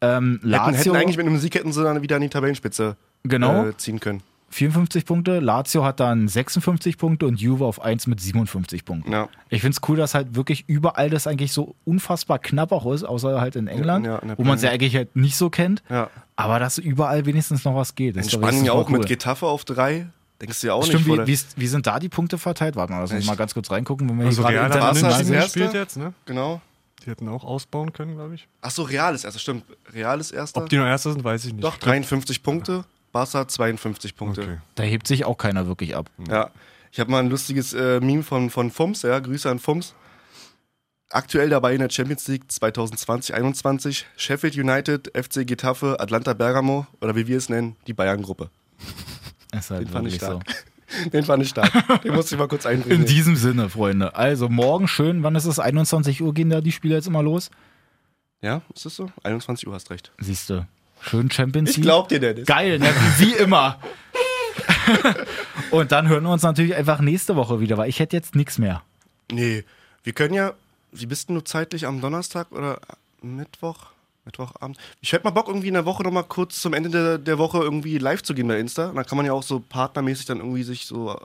[SPEAKER 2] Ähm, Lazio,
[SPEAKER 1] Hätten, hätten eigentlich mit einem Sieg hätten sie dann wieder an die Tabellenspitze
[SPEAKER 2] Genau.
[SPEAKER 1] äh, ziehen können.
[SPEAKER 2] 54 Punkte, Lazio hat dann 56 Punkte und Juve auf 1 mit 57 Punkten.
[SPEAKER 1] Ja.
[SPEAKER 2] Ich finde es cool, dass halt wirklich überall das eigentlich so unfassbar knapp auch ist, außer halt in England,
[SPEAKER 1] ja, in der
[SPEAKER 2] wo man es ja
[SPEAKER 1] Premier
[SPEAKER 2] eigentlich halt nicht so kennt,
[SPEAKER 1] Ja.
[SPEAKER 2] aber dass überall wenigstens noch was geht. Das
[SPEAKER 1] In
[SPEAKER 2] ist doch
[SPEAKER 1] Spanien
[SPEAKER 2] wenigstens
[SPEAKER 1] ja auch
[SPEAKER 2] mal
[SPEAKER 1] mit Getafe auf drei. Denkst du ja auch nicht.
[SPEAKER 2] Stimmt, wie,
[SPEAKER 1] Wolle.
[SPEAKER 2] wie, ist- wie sind da die Punkte verteilt? Warte mal, lass uns
[SPEAKER 1] Echt?
[SPEAKER 2] mal ganz kurz reingucken, wenn wir
[SPEAKER 4] Also
[SPEAKER 2] hier
[SPEAKER 4] Real
[SPEAKER 2] gerade
[SPEAKER 4] hat
[SPEAKER 1] Barca
[SPEAKER 2] international
[SPEAKER 1] ist
[SPEAKER 2] sind.
[SPEAKER 1] erst-
[SPEAKER 4] gespielt
[SPEAKER 1] Erster?
[SPEAKER 4] jetzt, ne?
[SPEAKER 1] genau.
[SPEAKER 4] Die hätten auch ausbauen können, glaube ich.
[SPEAKER 1] Achso, Real ist erster, stimmt. Real ist erster.
[SPEAKER 4] Ob die noch Erster sind, weiß ich nicht.
[SPEAKER 1] Doch, 53 Punkte. Barca 52 Punkte.
[SPEAKER 4] Okay.
[SPEAKER 2] Da hebt sich auch keiner wirklich ab.
[SPEAKER 1] Ja. Ich habe mal ein lustiges äh, Meme von, von Fums, ja, Grüße an Fums. Aktuell dabei in der Champions League 2020-21 Sheffield United, FC Getafe, Atlanta Bergamo oder wie wir es nennen, die Bayern-Gruppe.
[SPEAKER 2] Ist halt
[SPEAKER 1] Den fand ich
[SPEAKER 2] wirklich so.
[SPEAKER 1] stark. <laughs> Den fand ich stark. Den musste ich mal kurz einbringen.
[SPEAKER 2] <laughs> In diesem Sinne, Freunde. Also morgen schön, wann ist es? 21 Uhr gehen da die Spiele jetzt immer los?
[SPEAKER 1] ja, ist das so? 21 Uhr hast recht.
[SPEAKER 2] Siehst du. Schön Champions
[SPEAKER 1] Ich
[SPEAKER 2] League.
[SPEAKER 1] glaub dir, Dennis.
[SPEAKER 2] Geil, ne? wie immer. <laughs> Und dann hören wir uns natürlich einfach nächste Woche wieder, weil ich hätte jetzt nichts mehr.
[SPEAKER 1] Nee, wir können ja, wie bist denn du zeitlich am Donnerstag oder Mittwoch? Mittwochabend. Ich hätte mal Bock, irgendwie in der Woche nochmal kurz zum Ende der, der Woche irgendwie live zu gehen bei Insta. Und dann kann man ja auch so partnermäßig dann irgendwie sich so äh,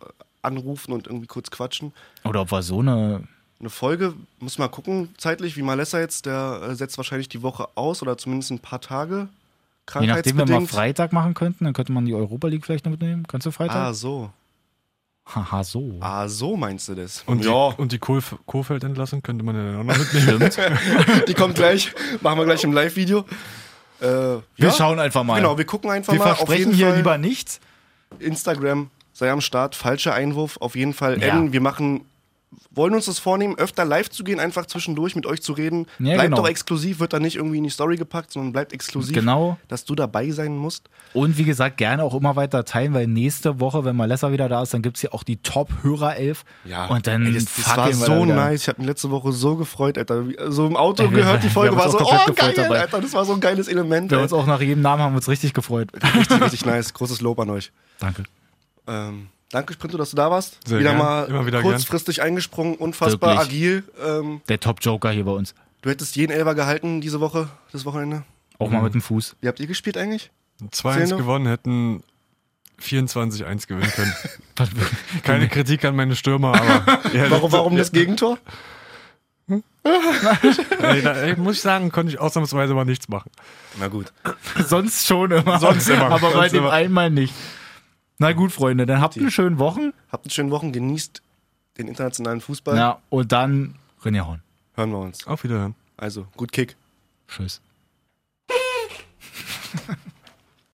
[SPEAKER 1] anrufen und irgendwie kurz quatschen.
[SPEAKER 2] Oder ob wir so eine.
[SPEAKER 1] Eine Folge, muss mal gucken, zeitlich, wie Malessa jetzt, der äh, setzt wahrscheinlich die Woche aus oder zumindest ein paar Tage.
[SPEAKER 2] Je nachdem, wenn wir
[SPEAKER 1] Krankheitsbedingt.
[SPEAKER 2] Freitag machen könnten, dann könnte man die Europa League vielleicht noch mitnehmen. Kannst du
[SPEAKER 1] Ah,
[SPEAKER 2] Freitag?
[SPEAKER 1] so.
[SPEAKER 2] Haha, so.
[SPEAKER 1] Ah, so meinst du das.
[SPEAKER 4] Und,
[SPEAKER 1] ja,
[SPEAKER 4] die, und die Kohlf Kohfeld entlassen könnte man ja dann auch noch mitnehmen.
[SPEAKER 1] <laughs> die kommt gleich. Machen wir gleich im Live-Video. Äh, wir
[SPEAKER 2] Wir schauen halt einfach mal.
[SPEAKER 1] Genau, wir gucken einfach
[SPEAKER 2] wir
[SPEAKER 1] mal. auf
[SPEAKER 2] versprechen
[SPEAKER 1] jeden
[SPEAKER 2] hier
[SPEAKER 1] Fall
[SPEAKER 2] lieber nichts.
[SPEAKER 1] Instagram sei am Start. Falscher Einwurf auf jeden Fall.
[SPEAKER 2] Ja.
[SPEAKER 1] N, wir machen, wollen uns das vornehmen, öfter live zu gehen, einfach zwischendurch mit euch zu reden.
[SPEAKER 2] Ja,
[SPEAKER 1] bleibt
[SPEAKER 2] genau.
[SPEAKER 1] doch exklusiv, wird da nicht irgendwie in die Story gepackt, sondern bleibt exklusiv.
[SPEAKER 2] Genau.
[SPEAKER 1] Dass du dabei sein musst.
[SPEAKER 2] Und wie gesagt, gerne auch immer weiter teilen, weil nächste Woche, wenn Malessa wieder da ist, dann gibt es hier auch die Top-Hörer-Elf. Und dann
[SPEAKER 1] Ey, das, das war
[SPEAKER 2] fackeln wir da
[SPEAKER 1] so
[SPEAKER 2] wieder.
[SPEAKER 1] nice. Ich habe mich letzte Woche so gefreut, Alter. Wie- So im Auto
[SPEAKER 2] Ey, wir-
[SPEAKER 1] gehört, die
[SPEAKER 2] wir
[SPEAKER 1] Folge
[SPEAKER 2] haben
[SPEAKER 1] war
[SPEAKER 2] uns
[SPEAKER 1] so,
[SPEAKER 2] auch
[SPEAKER 1] oh
[SPEAKER 2] komplett
[SPEAKER 1] geil,
[SPEAKER 2] gefreut dabei.
[SPEAKER 1] Alter. Das war so ein geiles Element.
[SPEAKER 2] Wir haben
[SPEAKER 1] ey.
[SPEAKER 2] uns auch nach jedem Namen haben wir uns richtig gefreut. <laughs>
[SPEAKER 1] richtig, richtig nice. Großes Lob an euch.
[SPEAKER 2] Danke.
[SPEAKER 1] Ähm, danke, Sprinto, dass du da warst.
[SPEAKER 4] Sehr
[SPEAKER 1] wieder
[SPEAKER 4] gern.
[SPEAKER 1] mal
[SPEAKER 4] Immer wieder gern.
[SPEAKER 1] kurzfristig eingesprungen, unfassbar agil. Ähm,
[SPEAKER 2] Der Top-Joker hier bei uns.
[SPEAKER 1] du hättest jeden Elfer gehalten diese Woche, das Wochenende.
[SPEAKER 2] Auch
[SPEAKER 1] Mhm.
[SPEAKER 2] mal mit dem Fuß. <laughs>
[SPEAKER 1] Wie habt ihr gespielt eigentlich?
[SPEAKER 4] 2-1
[SPEAKER 1] noch?
[SPEAKER 4] gewonnen, hätten 24-1 gewinnen
[SPEAKER 1] <laughs>
[SPEAKER 4] können. Keine Kritik an meine Stürmer, aber. <laughs> Ja,
[SPEAKER 1] Warum, warum das Gegentor?
[SPEAKER 4] Ey, da, ey, muss ich sagen, konnte ich ausnahmsweise mal nichts machen.
[SPEAKER 1] Na gut.
[SPEAKER 2] Sonst schon immer.
[SPEAKER 4] Sonst immer.
[SPEAKER 2] Aber bei
[SPEAKER 4] Sonst
[SPEAKER 2] dem
[SPEAKER 4] immer.
[SPEAKER 2] einmal nicht. Na gut, Freunde, dann habt eine schöne Wochen.
[SPEAKER 1] Habt einen schönen Wochen, genießt den internationalen Fußball.
[SPEAKER 2] Ja, und dann René Horn.
[SPEAKER 1] Hören wir uns.
[SPEAKER 4] Auf Wiederhören.
[SPEAKER 1] Also, gut Kick.
[SPEAKER 2] Tschüss.